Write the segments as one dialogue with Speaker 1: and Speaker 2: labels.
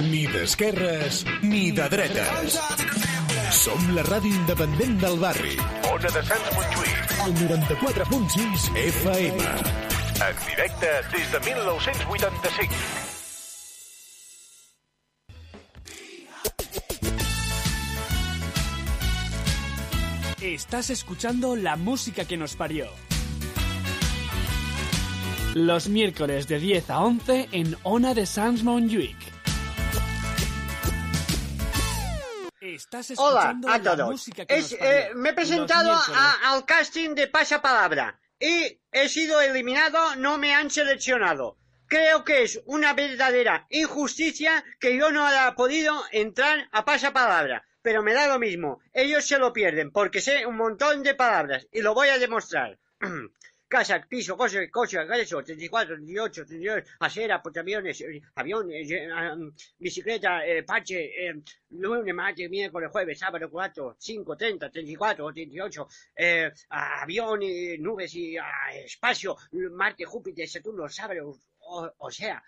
Speaker 1: Ni d'esquerres ni de dretes. Som la ràdio independent del barri.
Speaker 2: Ona de Sants Montjuïc,
Speaker 1: El 94.6 FM.
Speaker 2: en directe des de 1985.
Speaker 3: Estás escuchando la música que nos parió. Los miércoles de 10 a 11 en Ona de Sans Montjuic. Estás
Speaker 4: Hola
Speaker 3: escuchando
Speaker 4: a
Speaker 3: la
Speaker 4: todos.
Speaker 3: música que
Speaker 4: Es,
Speaker 3: nos parió.
Speaker 4: eh, me he
Speaker 3: Los
Speaker 4: presentado
Speaker 3: miércoles-
Speaker 4: a- al casting de Pasapalabra y he sido eliminado, no me han seleccionado. Creo que es una verdadera injusticia que yo no haya podido entrar a Pasapalabra. Pero me da lo mismo, ellos se lo pierden porque sé un montón de palabras y lo voy a demostrar. Casa, piso, cosa, cosa, eso, 34, 38, 38, acera, portaaviones, eh, avión, eh, eh, ah, mm, bicicleta, eh, parche, eh, lunes, martes, miércoles, jueves, sábado, 4, 5, 30, 34, 38, eh, ah, avión, eh, nubes y ah, espacio, Marte, Júpiter, Saturno, sábado, o, o sea,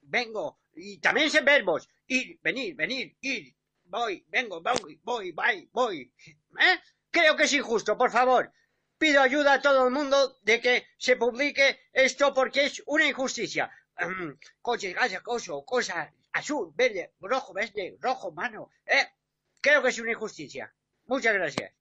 Speaker 4: vengo, y también sé verbos, ir, venir, venir, ir, voy, vengo, voy, voy, voy, voy, ¿eh? Creo que es injusto, por favor pido ayuda a todo el mundo de que se publique esto porque es una injusticia. Ahem, Coches, gas, coso, cosa, azul, verde, rojo, verde, rojo, mano. Eh, creo que es una injusticia. Muchas gracias.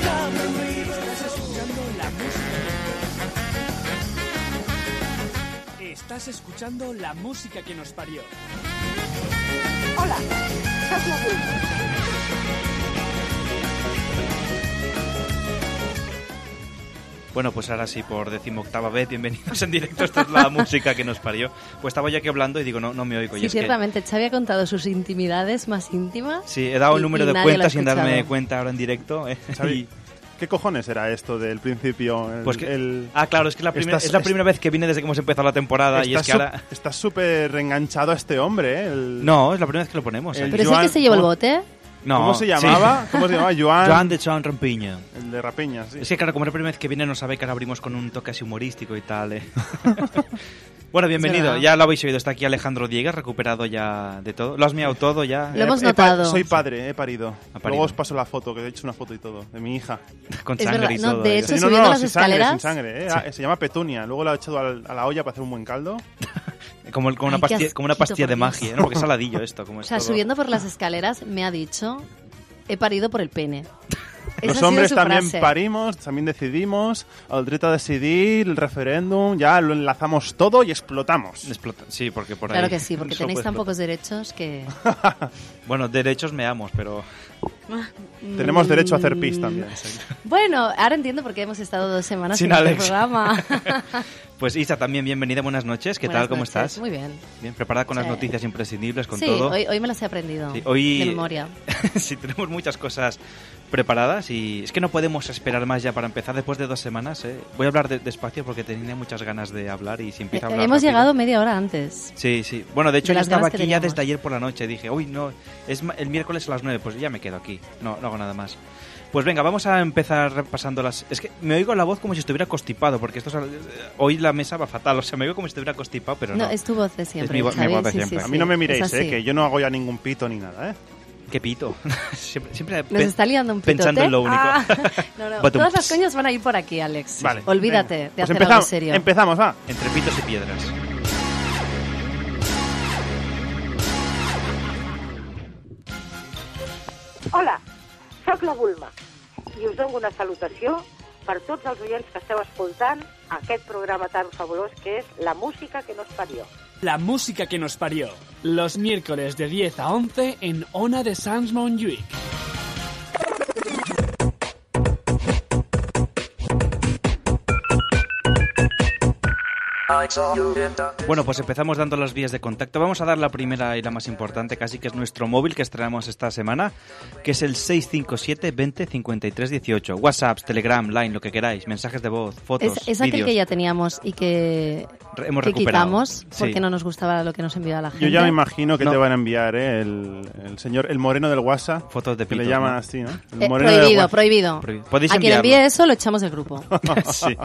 Speaker 3: Estás escuchando la música. Estás escuchando la música que nos parió.
Speaker 5: Hola, sóc la Bruna.
Speaker 6: Bueno, pues ahora sí, por decimoctava vez, bienvenidos en directo. Esta es la música que nos parió. Pues estaba yo aquí hablando y digo, no, no me oigo. y
Speaker 7: Sí,
Speaker 6: Pues es que-
Speaker 7: ciertamente. Xavi ha contado sus intimidades más íntimas.
Speaker 6: sí, he dado el
Speaker 7: Y-
Speaker 6: número
Speaker 7: y
Speaker 6: de
Speaker 7: nadie lo
Speaker 6: cuenta
Speaker 7: ha
Speaker 6: sin darme
Speaker 7: escuchado.
Speaker 6: cuenta ahora en directo. eh,
Speaker 8: Xavi,
Speaker 6: y-
Speaker 8: ¿Qué cojones era esto del principio? El-
Speaker 6: pues que-
Speaker 8: el-
Speaker 6: ah, claro, es que la primer-
Speaker 8: Estás-
Speaker 6: es la
Speaker 8: es-
Speaker 6: primera vez que viene desde que hemos empezado la temporada y es
Speaker 8: estás
Speaker 6: que
Speaker 8: sup-
Speaker 6: ahora...
Speaker 8: estás súper enganchado a este hombre, ¿eh? El-
Speaker 6: No, es la primera vez que lo ponemos. eh.
Speaker 8: El-
Speaker 7: Pero es el
Speaker 8: Joan-
Speaker 7: que se llevó el
Speaker 8: ¿cómo-
Speaker 7: bote.
Speaker 6: No,
Speaker 8: ¿Cómo se
Speaker 6: sí.
Speaker 8: llamaba? ¿Cómo se llamaba? Joan,
Speaker 6: Joan de Joan Rampiño.
Speaker 8: el de Rapiña, sí.
Speaker 6: Es que claro, como es la primera vez que viene no sabe que ahora abrimos con un toque así humorístico y tal. eh. bueno, bienvenido.
Speaker 7: verdad.
Speaker 6: Ya lo habéis oído. Está aquí Alejandro Diegues, recuperado ya de todo. Lo has mirado todo ya. Eh,
Speaker 7: Lo hemos
Speaker 8: He- he pa-
Speaker 7: notado.
Speaker 8: Soy padre, he parido.
Speaker 6: Ha parido.
Speaker 8: Luego os paso la foto, que he hecho una foto y todo, de mi hija.
Speaker 6: Con
Speaker 7: Es
Speaker 6: sangre
Speaker 7: verdad,
Speaker 6: y
Speaker 7: no,
Speaker 6: todo.
Speaker 7: de
Speaker 6: eh.
Speaker 7: hecho- subiendo las
Speaker 8: sin sangre, sin
Speaker 7: escaleras.
Speaker 8: sangre. ¿eh? Ah, Se llama Petunia. Luego la he echado al- a la olla para hacer un buen caldo.
Speaker 6: Como, el- como una
Speaker 7: Ay, qué
Speaker 6: pastilla, como una
Speaker 7: asquito,
Speaker 6: pastilla
Speaker 7: por
Speaker 6: de
Speaker 7: Dios.
Speaker 6: magia, ¿no? Porque es saladillo esto. Como
Speaker 7: O
Speaker 6: es
Speaker 7: sea,
Speaker 6: todo.
Speaker 7: subiendo por las escaleras me ha dicho, he parido por el pene. Esa ha
Speaker 8: Los
Speaker 7: sido
Speaker 8: hombres
Speaker 7: su
Speaker 8: también
Speaker 7: frase.
Speaker 8: parimos, también decidimos. El derecho a decidir, el referéndum, ya lo enlazamos todo y explotamos.
Speaker 6: Explota- Sí, porque por ahí.
Speaker 7: Claro que sí, porque
Speaker 6: solo
Speaker 7: tenéis
Speaker 6: puede
Speaker 7: tan
Speaker 6: explotar.
Speaker 7: pocos derechos que...
Speaker 6: Bueno, derechos me amos, pero.
Speaker 8: Tenemos derecho a hacer pis
Speaker 7: Mm,
Speaker 8: también.
Speaker 7: Bueno, ahora entiendo por qué hemos estado dos semanas
Speaker 6: Sin
Speaker 7: sin, hacer
Speaker 6: Alex.
Speaker 7: programa.
Speaker 6: Pues Isa también, bienvenida, buenas noches. ¿Qué
Speaker 7: Buenas
Speaker 6: tal? ¿Cómo
Speaker 7: noches.
Speaker 6: estás?
Speaker 7: Muy bien.
Speaker 6: Bien, preparada con las
Speaker 7: Sí.
Speaker 6: noticias imprescindibles, con
Speaker 7: sí,
Speaker 6: todo.
Speaker 7: Hoy, hoy me las he aprendido
Speaker 6: Sí, hoy-
Speaker 7: de memoria.
Speaker 6: sí, tenemos muchas cosas preparadas y es que no podemos esperar más ya para empezar después de dos semanas. ¿eh? Voy a hablar de- despacio porque tenía muchas ganas de hablar y si empieza a
Speaker 7: Eh,
Speaker 6: hablar.
Speaker 7: hemos
Speaker 6: rápido-
Speaker 7: llegado media hora antes.
Speaker 6: Sí, sí. Bueno, de hecho
Speaker 7: De
Speaker 6: yo
Speaker 7: las
Speaker 6: estaba
Speaker 7: ganas que
Speaker 6: aquí ya
Speaker 7: teníamos.
Speaker 6: desde ayer por la noche. Dije, uy, no, es ma- el miércoles a las 9, pues ya me quedo aquí. No, no hago nada más. Pues venga, vamos a empezar repasando las... Es que me oigo la voz como si estuviera constipado, porque esto es al- eh, hoy la mesa va fatal. O sea, me oigo como si estuviera constipado, pero
Speaker 7: no,
Speaker 6: no.
Speaker 7: es tu voz de siempre.
Speaker 6: mi vo- mi
Speaker 7: Xavi,
Speaker 6: voz de
Speaker 7: sí, sí,
Speaker 6: siempre.
Speaker 7: sí,
Speaker 8: A mí no me
Speaker 7: es
Speaker 8: miréis,
Speaker 7: así.
Speaker 8: eh, que yo no hago ya ningún pito ni nada. ¿eh?
Speaker 6: Qué pito. siempre siempre
Speaker 7: Nos
Speaker 6: pe-
Speaker 7: está liando un pitote.
Speaker 6: pensando en lo único.
Speaker 7: Ah, no, no.
Speaker 6: Batum.
Speaker 7: Todas las coñas van a ir por aquí, Alex.
Speaker 8: Vale.
Speaker 7: Olvídate
Speaker 8: Venga.
Speaker 7: de
Speaker 8: Pues
Speaker 7: hacer
Speaker 8: empezam-
Speaker 7: algo serio.
Speaker 8: Empezamos, ah. va.
Speaker 6: Entre pitos y piedras.
Speaker 9: Hola, sóc la Bulma i us dono una salutació per tots els oients que esteu escoltant aquest programa tan fabulós que és La música que nos parió.
Speaker 5: La música que nos parió. Los miércoles de 10 a 11 en Ona de Sans Montjuic.
Speaker 6: Bueno, pues empezamos dando las vías de contacto. Vamos a dar la primera y la más importante, casi que es nuestro móvil que estrenamos esta semana, que es el 657 20 53 18. WhatsApp, Telegram, Line, lo que queráis, mensajes de voz, fotos,
Speaker 7: Es, es aquel
Speaker 6: vídeos.
Speaker 7: que ya teníamos y que,
Speaker 6: Re- hemos
Speaker 7: que
Speaker 6: recuperado.
Speaker 7: quitamos porque
Speaker 6: Sí.
Speaker 7: no nos gustaba lo que nos enviaba la gente.
Speaker 8: Yo ya me imagino que
Speaker 6: No.
Speaker 8: te van a enviar, ¿eh? El, el señor, el moreno del WhatsApp.
Speaker 6: Fotos de
Speaker 8: Que le
Speaker 6: pitos,
Speaker 8: llaman
Speaker 6: ¿no?
Speaker 8: así, ¿no? El
Speaker 7: Eh,
Speaker 8: moreno del
Speaker 7: prohibido,
Speaker 8: WhatsApp.
Speaker 7: prohibido,
Speaker 6: Prohibido. Podéis
Speaker 7: A quien
Speaker 6: enviarlo.
Speaker 7: envíe eso lo echamos del grupo.
Speaker 6: Sí.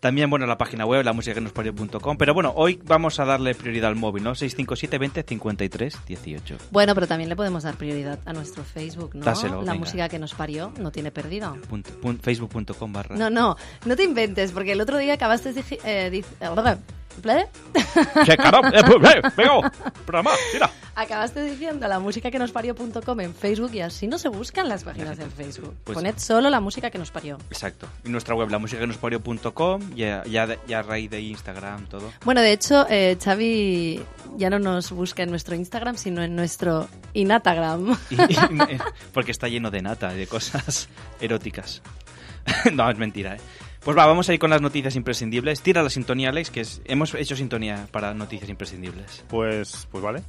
Speaker 6: También, bueno, la página web, la música que nos parió.com. Pero bueno, hoy vamos a darle prioridad al móvil, ¿no? 657 20 53 18.
Speaker 7: Bueno, pero también le podemos dar prioridad a nuestro Facebook, ¿no?
Speaker 6: Dáselo,
Speaker 7: la
Speaker 6: venga.
Speaker 7: música que nos parió no tiene perdido.
Speaker 6: Punto- pun- Facebook.com barra.
Speaker 7: No, no, no te inventes, porque el otro día acabaste de... eh, dic- ¿Ple?
Speaker 6: ¡Qué caramba! ¡Eh, pues, eh, venga, programa, tira.
Speaker 7: Acabaste diciendo la música que nos parió.com en Facebook y así no se buscan las páginas en Facebook.
Speaker 6: Pues-
Speaker 7: Poned solo la música que nos parió.
Speaker 6: Exacto. Y nuestra web, la música que nos parió.com, ya, ya, ya a raíz de Instagram, todo.
Speaker 7: Bueno, de hecho, eh, Xavi ya no nos busca en nuestro Instagram, sino en nuestro Inatagram.
Speaker 6: Y- y- porque está lleno de nata y de cosas eróticas. no, es mentira, ¿eh? Pues va, vamos a ir con las noticias imprescindibles. Tira la sintonía, Alex, que es- hemos hecho sintonía para noticias imprescindibles.
Speaker 8: Pues, pues vale.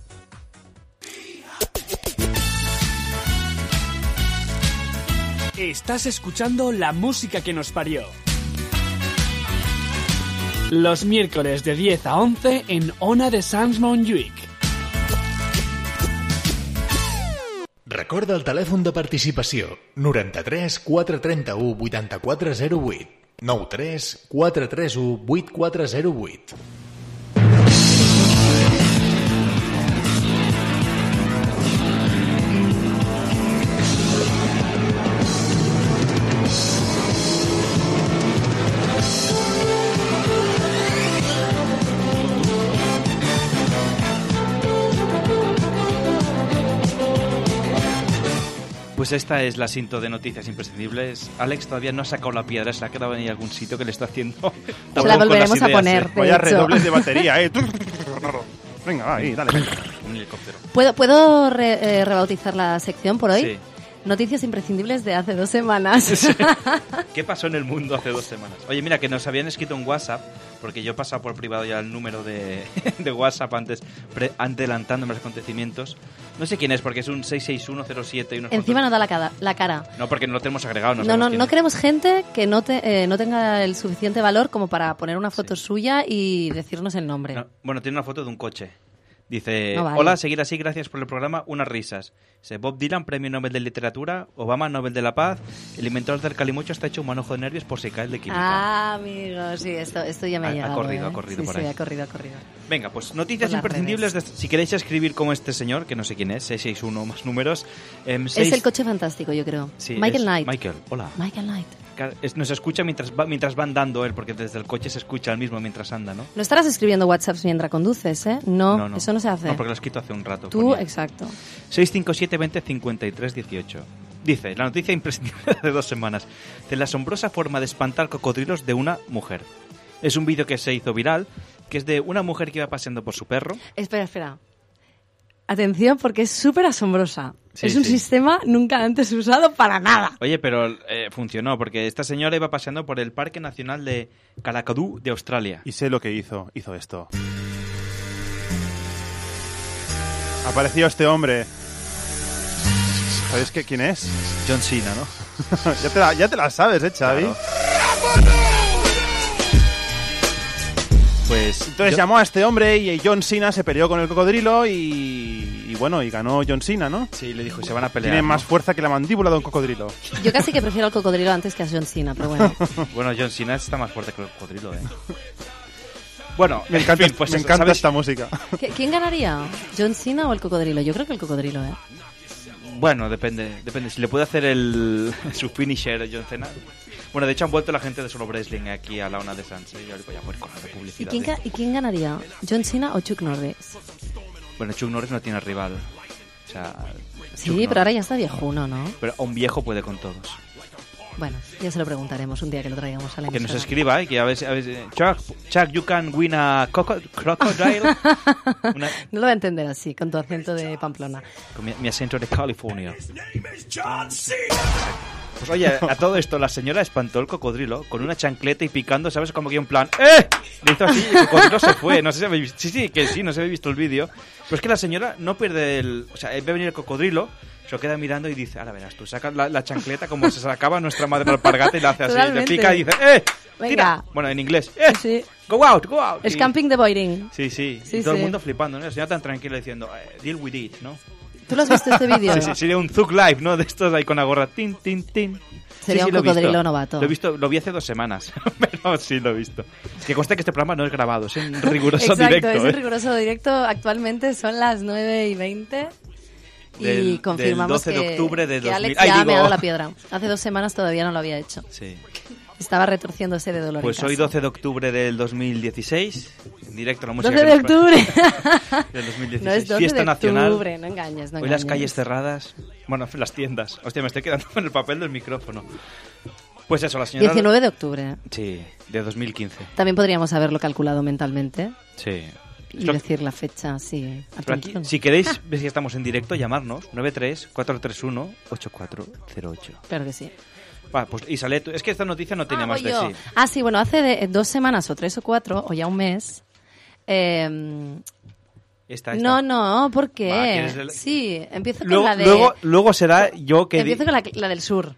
Speaker 5: Estás escuchando la música que nos parió. Los miércoles de 10 a 11 en Ona de Sans Montjuic.
Speaker 1: Recorda el telèfon de participació 93 431 8408 93 431 8408
Speaker 6: Pues esta es la cinta de noticias imprescindibles. Alex todavía no ha sacado la piedra, se la ha quedado en algún sitio que le está haciendo. tapón
Speaker 7: la
Speaker 6: con las
Speaker 7: volveremos a
Speaker 6: ideas,
Speaker 7: poner.
Speaker 6: ¿eh?
Speaker 7: De
Speaker 8: Vaya
Speaker 7: hecho.
Speaker 8: redobles de batería, ¿eh? Venga, va, ahí, dale.
Speaker 6: Un helicóptero.
Speaker 7: ¿Puedo, puedo re- eh, rebautizar la sección por hoy?
Speaker 6: Sí.
Speaker 7: Noticias imprescindibles de hace dos semanas.
Speaker 6: ¿Qué pasó en el mundo hace dos semanas? Oye, mira, que nos habían escrito un WhatsApp, porque yo pasaba por privado ya el número de, de WhatsApp antes, pre- adelantando los acontecimientos. No sé quién es, porque es un 66107 y unos
Speaker 7: Encima no
Speaker 6: cuantos-
Speaker 7: da la, cada- la cara.
Speaker 6: no, porque no lo tenemos agregado.
Speaker 7: No,
Speaker 6: sabemos
Speaker 7: no,
Speaker 6: quién
Speaker 7: no
Speaker 6: es.
Speaker 7: queremos gente que no, te- eh, no tenga el suficiente valor como para poner una foto suya y decirnos el nombre.
Speaker 6: No, bueno, tiene una foto de un coche. Dice,
Speaker 7: No vale.
Speaker 6: hola, seguir así, gracias por el programa, unas risas. Dice, Bob Dylan, premio Nobel de Literatura, Obama, Nobel de la Paz, el inventor del calimucho está hecho un manojo de nervios por si cae el de química.
Speaker 7: Ah, amigo, sí, esto, esto ya me ha,
Speaker 6: Ha- ha
Speaker 7: llegado.
Speaker 6: corrido,
Speaker 7: ¿eh?
Speaker 6: ha corrido
Speaker 7: Sí,
Speaker 6: por
Speaker 7: sí,
Speaker 6: ahí.
Speaker 7: ha corrido, ha corrido.
Speaker 6: Venga, pues noticias
Speaker 7: Por las
Speaker 6: imprescindibles. de- si queréis escribir como este señor, que no sé quién es, 661 más números. em,
Speaker 7: Es
Speaker 6: seis-
Speaker 7: el coche fantástico, yo creo.
Speaker 6: Sí,
Speaker 7: Michael
Speaker 6: es
Speaker 7: Knight.
Speaker 6: Michael, hola.
Speaker 7: Michael Knight.
Speaker 6: Claro, es- nos escucha mientras, va, mientras va andando él, porque desde el coche se escucha él mismo mientras anda, ¿no?
Speaker 7: No estarás escribiendo WhatsApps mientras conduces, ¿eh? No, eso no se hace.
Speaker 6: No, porque lo has escrito hace un rato. pues.
Speaker 7: Tú,
Speaker 6: ponía.
Speaker 7: exacto.
Speaker 6: 657 20 53 18. Dice, la noticia imprescindible de dos semanas, de la asombrosa forma de espantar cocodrilos de una mujer. Es un vídeo que se hizo viral, que es de una mujer que iba paseando por su perro.
Speaker 7: Espera, espera. Atención, porque es súper asombrosa.
Speaker 6: Sí,
Speaker 7: es un
Speaker 6: sí.
Speaker 7: sistema nunca antes usado para nada.
Speaker 6: Oye, pero eh, funcionó, porque esta señora iba paseando por el Parque Nacional de Kalakadu de Australia.
Speaker 8: Y sé lo que hizo. Hizo esto. Apareció este hombre. ¿Sabéis qué, quién es?
Speaker 6: John Cena, ¿no?
Speaker 8: ya, te la, ya te la sabes, ¿eh, Xavi?
Speaker 6: Claro. Pues
Speaker 8: Entonces
Speaker 6: yo-
Speaker 8: llamó a este hombre y John Cena se peleó con el cocodrilo y, y bueno, y ganó John Cena, ¿no?
Speaker 6: Sí, le dijo, se van a pelear.
Speaker 8: Tiene
Speaker 6: ¿no?
Speaker 8: más fuerza que la mandíbula de un cocodrilo.
Speaker 7: Yo casi que prefiero al cocodrilo antes que a John Cena, pero bueno.
Speaker 6: Bueno, John Cena está más fuerte que el cocodrilo, ¿eh? Bueno,
Speaker 8: Me
Speaker 6: en
Speaker 8: encanta,
Speaker 6: fin, pues
Speaker 8: me
Speaker 6: eso,
Speaker 8: encanta
Speaker 6: ¿sabes?
Speaker 8: esta música.
Speaker 7: ¿Qui- ¿Quién ganaría? ¿John Cena o el cocodrilo? Yo creo que el cocodrilo, ¿eh?
Speaker 6: Bueno, depende, depende. Si le puede hacer el, su finisher a John Cena. Bueno, de hecho han vuelto la gente de Solo Wrestling aquí a la una de Sans. Y ahora voy a poner con la
Speaker 7: ¿Y
Speaker 6: publicidad.
Speaker 7: quién,
Speaker 6: ¿eh?
Speaker 7: ga- ¿Y quién ganaría? ¿John Cena o Chuck Norris?
Speaker 6: Bueno, Chuck Norris no tiene rival. O sea,
Speaker 7: Sí,
Speaker 6: Chuck
Speaker 7: pero ahora
Speaker 6: Norris.
Speaker 7: ya está viejuno, ¿no?
Speaker 6: Pero a un viejo puede con todos.
Speaker 7: Bueno, ya se lo preguntaremos un día que lo traigamos a la
Speaker 6: Que nos
Speaker 7: emisora.
Speaker 6: escriba, ¿eh? Que a veces... a veces- Chuck, Chuck, you can win a coco- crocodile. Una-
Speaker 7: No lo va a entender así, con tu acento de Pamplona.
Speaker 6: Con mi, mi acento de California. Pues oye, a todo esto, la señora espantó el cocodrilo con una chancleta y picando, ¿sabes? Como que en plan, ¡eh! Le hizo así y el cocodrilo se fue. No sé si habéis visto. Sí, sí, que sí, no sé si habéis visto el vídeo. Pero es que la señora no pierde el. O sea, ve venir el cocodrilo, se lo queda mirando y dice, ahora verás tú, saca la, la chancleta como se sacaba nuestra madre la alpargata y la hace así. Le
Speaker 7: Totalmente.
Speaker 6: pica y dice, ¡eh!
Speaker 7: Venga.
Speaker 6: Tira. Ah, Bueno, en inglés, ¡eh!
Speaker 7: Sí.
Speaker 6: ¡Go out, go out!
Speaker 7: Es
Speaker 6: Y-
Speaker 7: camping de Boiring.
Speaker 6: Sí, sí. Y
Speaker 7: Sí,
Speaker 6: todo el
Speaker 7: sí.
Speaker 6: mundo flipando, ¿no? La señora tan tranquila diciendo, eh, deal with it, ¿no?
Speaker 7: ¿Tú lo has visto este vídeo?
Speaker 6: Sí, sí, sería un Zug Live, ¿no? De estos ahí con la gorra. Tin, tin, tin.
Speaker 7: Sería un
Speaker 6: lo he visto.
Speaker 7: cocodrilo novato.
Speaker 6: Lo, he visto, lo vi hace dos semanas, pero sí lo he visto. Que conste que este programa no es grabado, es en riguroso
Speaker 7: Exacto,
Speaker 6: directo.
Speaker 7: es
Speaker 6: ¿eh?
Speaker 7: un riguroso directo. Actualmente son las 9 y 20. Y
Speaker 6: Del- del
Speaker 7: confirmamos
Speaker 6: 12 de
Speaker 7: que-
Speaker 6: octubre de
Speaker 7: que
Speaker 6: 2000.
Speaker 7: Alex
Speaker 6: Ay,
Speaker 7: ya
Speaker 6: digo.
Speaker 7: me ha dado la piedra. Hace dos semanas todavía no lo había hecho.
Speaker 6: Sí.
Speaker 7: Estaba retorciéndose de dolor. en
Speaker 6: Pues hoy
Speaker 7: casa.
Speaker 6: 12 de octubre del 2016, en directo la música.
Speaker 7: 12 de
Speaker 6: que nos-
Speaker 7: octubre.
Speaker 6: Del 2016.
Speaker 7: no es 12
Speaker 6: Fiesta
Speaker 7: de
Speaker 6: nacional.
Speaker 7: octubre, no engañes, no
Speaker 6: Hoy las
Speaker 7: engañes.
Speaker 6: calles cerradas. Bueno, las tiendas. Hostia, me estoy quedando con el papel del micrófono. Pues eso, la señora.
Speaker 7: 19 de octubre. ¿eh?
Speaker 6: Sí, de 2015.
Speaker 7: También podríamos haberlo calculado mentalmente
Speaker 6: Sí.
Speaker 7: y decir la fecha así. a
Speaker 6: Pero aquí,
Speaker 7: pulso.
Speaker 6: si queréis ver si estamos en directo, llamarnos 93-431-8408.
Speaker 7: Claro que sí.
Speaker 6: Va, pues Isalet, es que esta noticia no tenía
Speaker 7: Ah,
Speaker 6: más
Speaker 7: voy
Speaker 6: de
Speaker 7: yo.
Speaker 6: sí.
Speaker 7: Ah, sí, bueno, hace de- dos semanas o tres o cuatro, o ya un mes. eh,
Speaker 6: Esta,
Speaker 7: no,
Speaker 6: esta.
Speaker 7: no, ¿por qué?
Speaker 6: Va, ¿quieres el-
Speaker 7: Sí, empiezo
Speaker 6: Luego,
Speaker 7: con la de...
Speaker 6: luego, luego será yo que... di-
Speaker 7: empiezo con la, la del sur.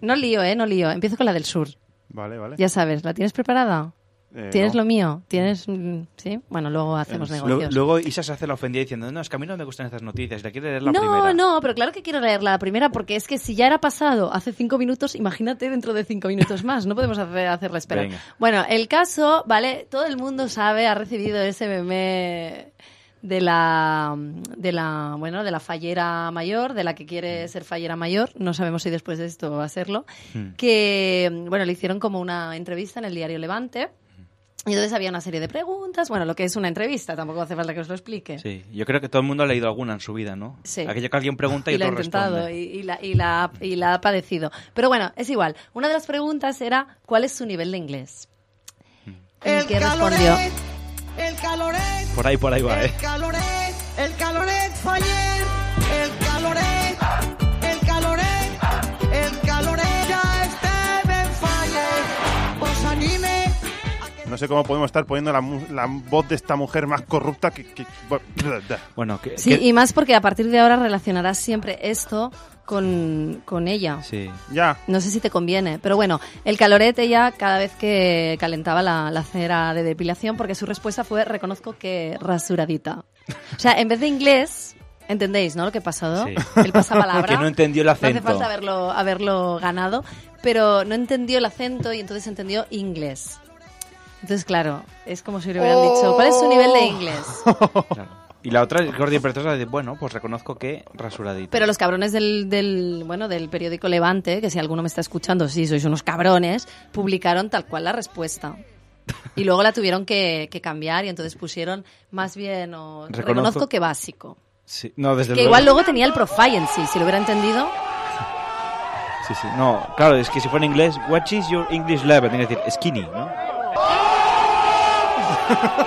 Speaker 7: No lío, ¿eh? No lío. Empiezo con la del sur.
Speaker 10: Vale, vale.
Speaker 7: Ya sabes, ¿la tienes preparada?
Speaker 10: Eh,
Speaker 7: ¿Tienes
Speaker 10: no.
Speaker 7: lo mío? ¿Tienes...? mm, Sí, bueno, luego hacemos
Speaker 10: Eh,
Speaker 6: Em, Lu-
Speaker 7: negocios.
Speaker 6: Luego Isa se hace la ofendida diciendo, no, es que a mí no me gustan estas noticias, la quiero leer la
Speaker 7: no,
Speaker 6: primera.
Speaker 7: no, pero claro que quiero leer la primera porque es que si ya era pasado hace cinco minutos, imagínate dentro de cinco minutos más. No podemos hacer, hacerla esperar.
Speaker 6: Venga.
Speaker 7: Bueno, el caso, ¿vale? Todo el mundo sabe, ha recibido ese meme de la de la bueno de la fallera mayor de la que
Speaker 6: Mm.
Speaker 7: quiere ser fallera mayor no sabemos si después de esto va a serlo que bueno le hicieron como una entrevista en el diario Levante
Speaker 6: Mm.
Speaker 7: y entonces había una serie de preguntas bueno lo que es una entrevista tampoco hace falta que os lo explique
Speaker 6: Sí, yo creo que todo el mundo ha leído alguna en su vida, ¿no?
Speaker 7: Sí.
Speaker 6: Aquello que alguien pregunta y,
Speaker 7: y la ha
Speaker 6: otro
Speaker 7: intentado y,
Speaker 6: responde.
Speaker 7: y la, y, la, ha- y la ha padecido. Pero bueno, es igual. Una de las preguntas era, ¿cuál es su nivel de inglés? El que respondió,
Speaker 5: El caloret,
Speaker 6: Por ahí, por ahí va, ¿eh?
Speaker 5: el caloret, el caloret fue ayer. El caloret, el caloret, el caloret ya este me fallé.
Speaker 3: pues
Speaker 5: Os anime.
Speaker 10: No sé cómo podemos estar poniendo la, mu- la voz de esta mujer más corrupta que... que-
Speaker 6: Bueno, que...
Speaker 7: sí,
Speaker 6: que-
Speaker 7: y más porque a partir de ahora relacionarás siempre esto con, con ella.
Speaker 6: sí.
Speaker 10: Ya.
Speaker 7: No sé si te conviene, pero bueno, el calorete ya cada vez que calentaba la, la cera de depilación, porque su respuesta fue, reconozco que rasuradita. O sea, en vez de inglés, ¿entendéis, no? Lo que ha pasado.
Speaker 6: Sí.
Speaker 7: El pasapalabra.
Speaker 6: Que no entendió el acento.
Speaker 7: No hace falta haberlo, haberlo ganado, pero no entendió el acento y entonces entendió inglés. Entonces, claro, es como si le hubieran
Speaker 3: Oh.
Speaker 7: dicho, ¿cuál es su nivel de inglés?
Speaker 6: Claro. Y la otra, Gordy Pertosa, dice, bueno, pues reconozco que rasuradita.
Speaker 7: Pero los cabrones del, del, bueno, del periódico Levante, que si alguno me está escuchando, sí, sois unos cabrones, publicaron tal cual la respuesta. Y luego la tuvieron que, que cambiar y entonces pusieron más bien, o,
Speaker 6: Reconozco-
Speaker 7: reconozco, que básico.
Speaker 6: Sí, no, desde
Speaker 7: Que
Speaker 6: luego.
Speaker 7: igual luego tenía el proficiency, si lo hubiera entendido.
Speaker 6: Sí, sí, no, claro, es que si fuera en inglés, what is your English level? Tiene que decir skinny, ¿no?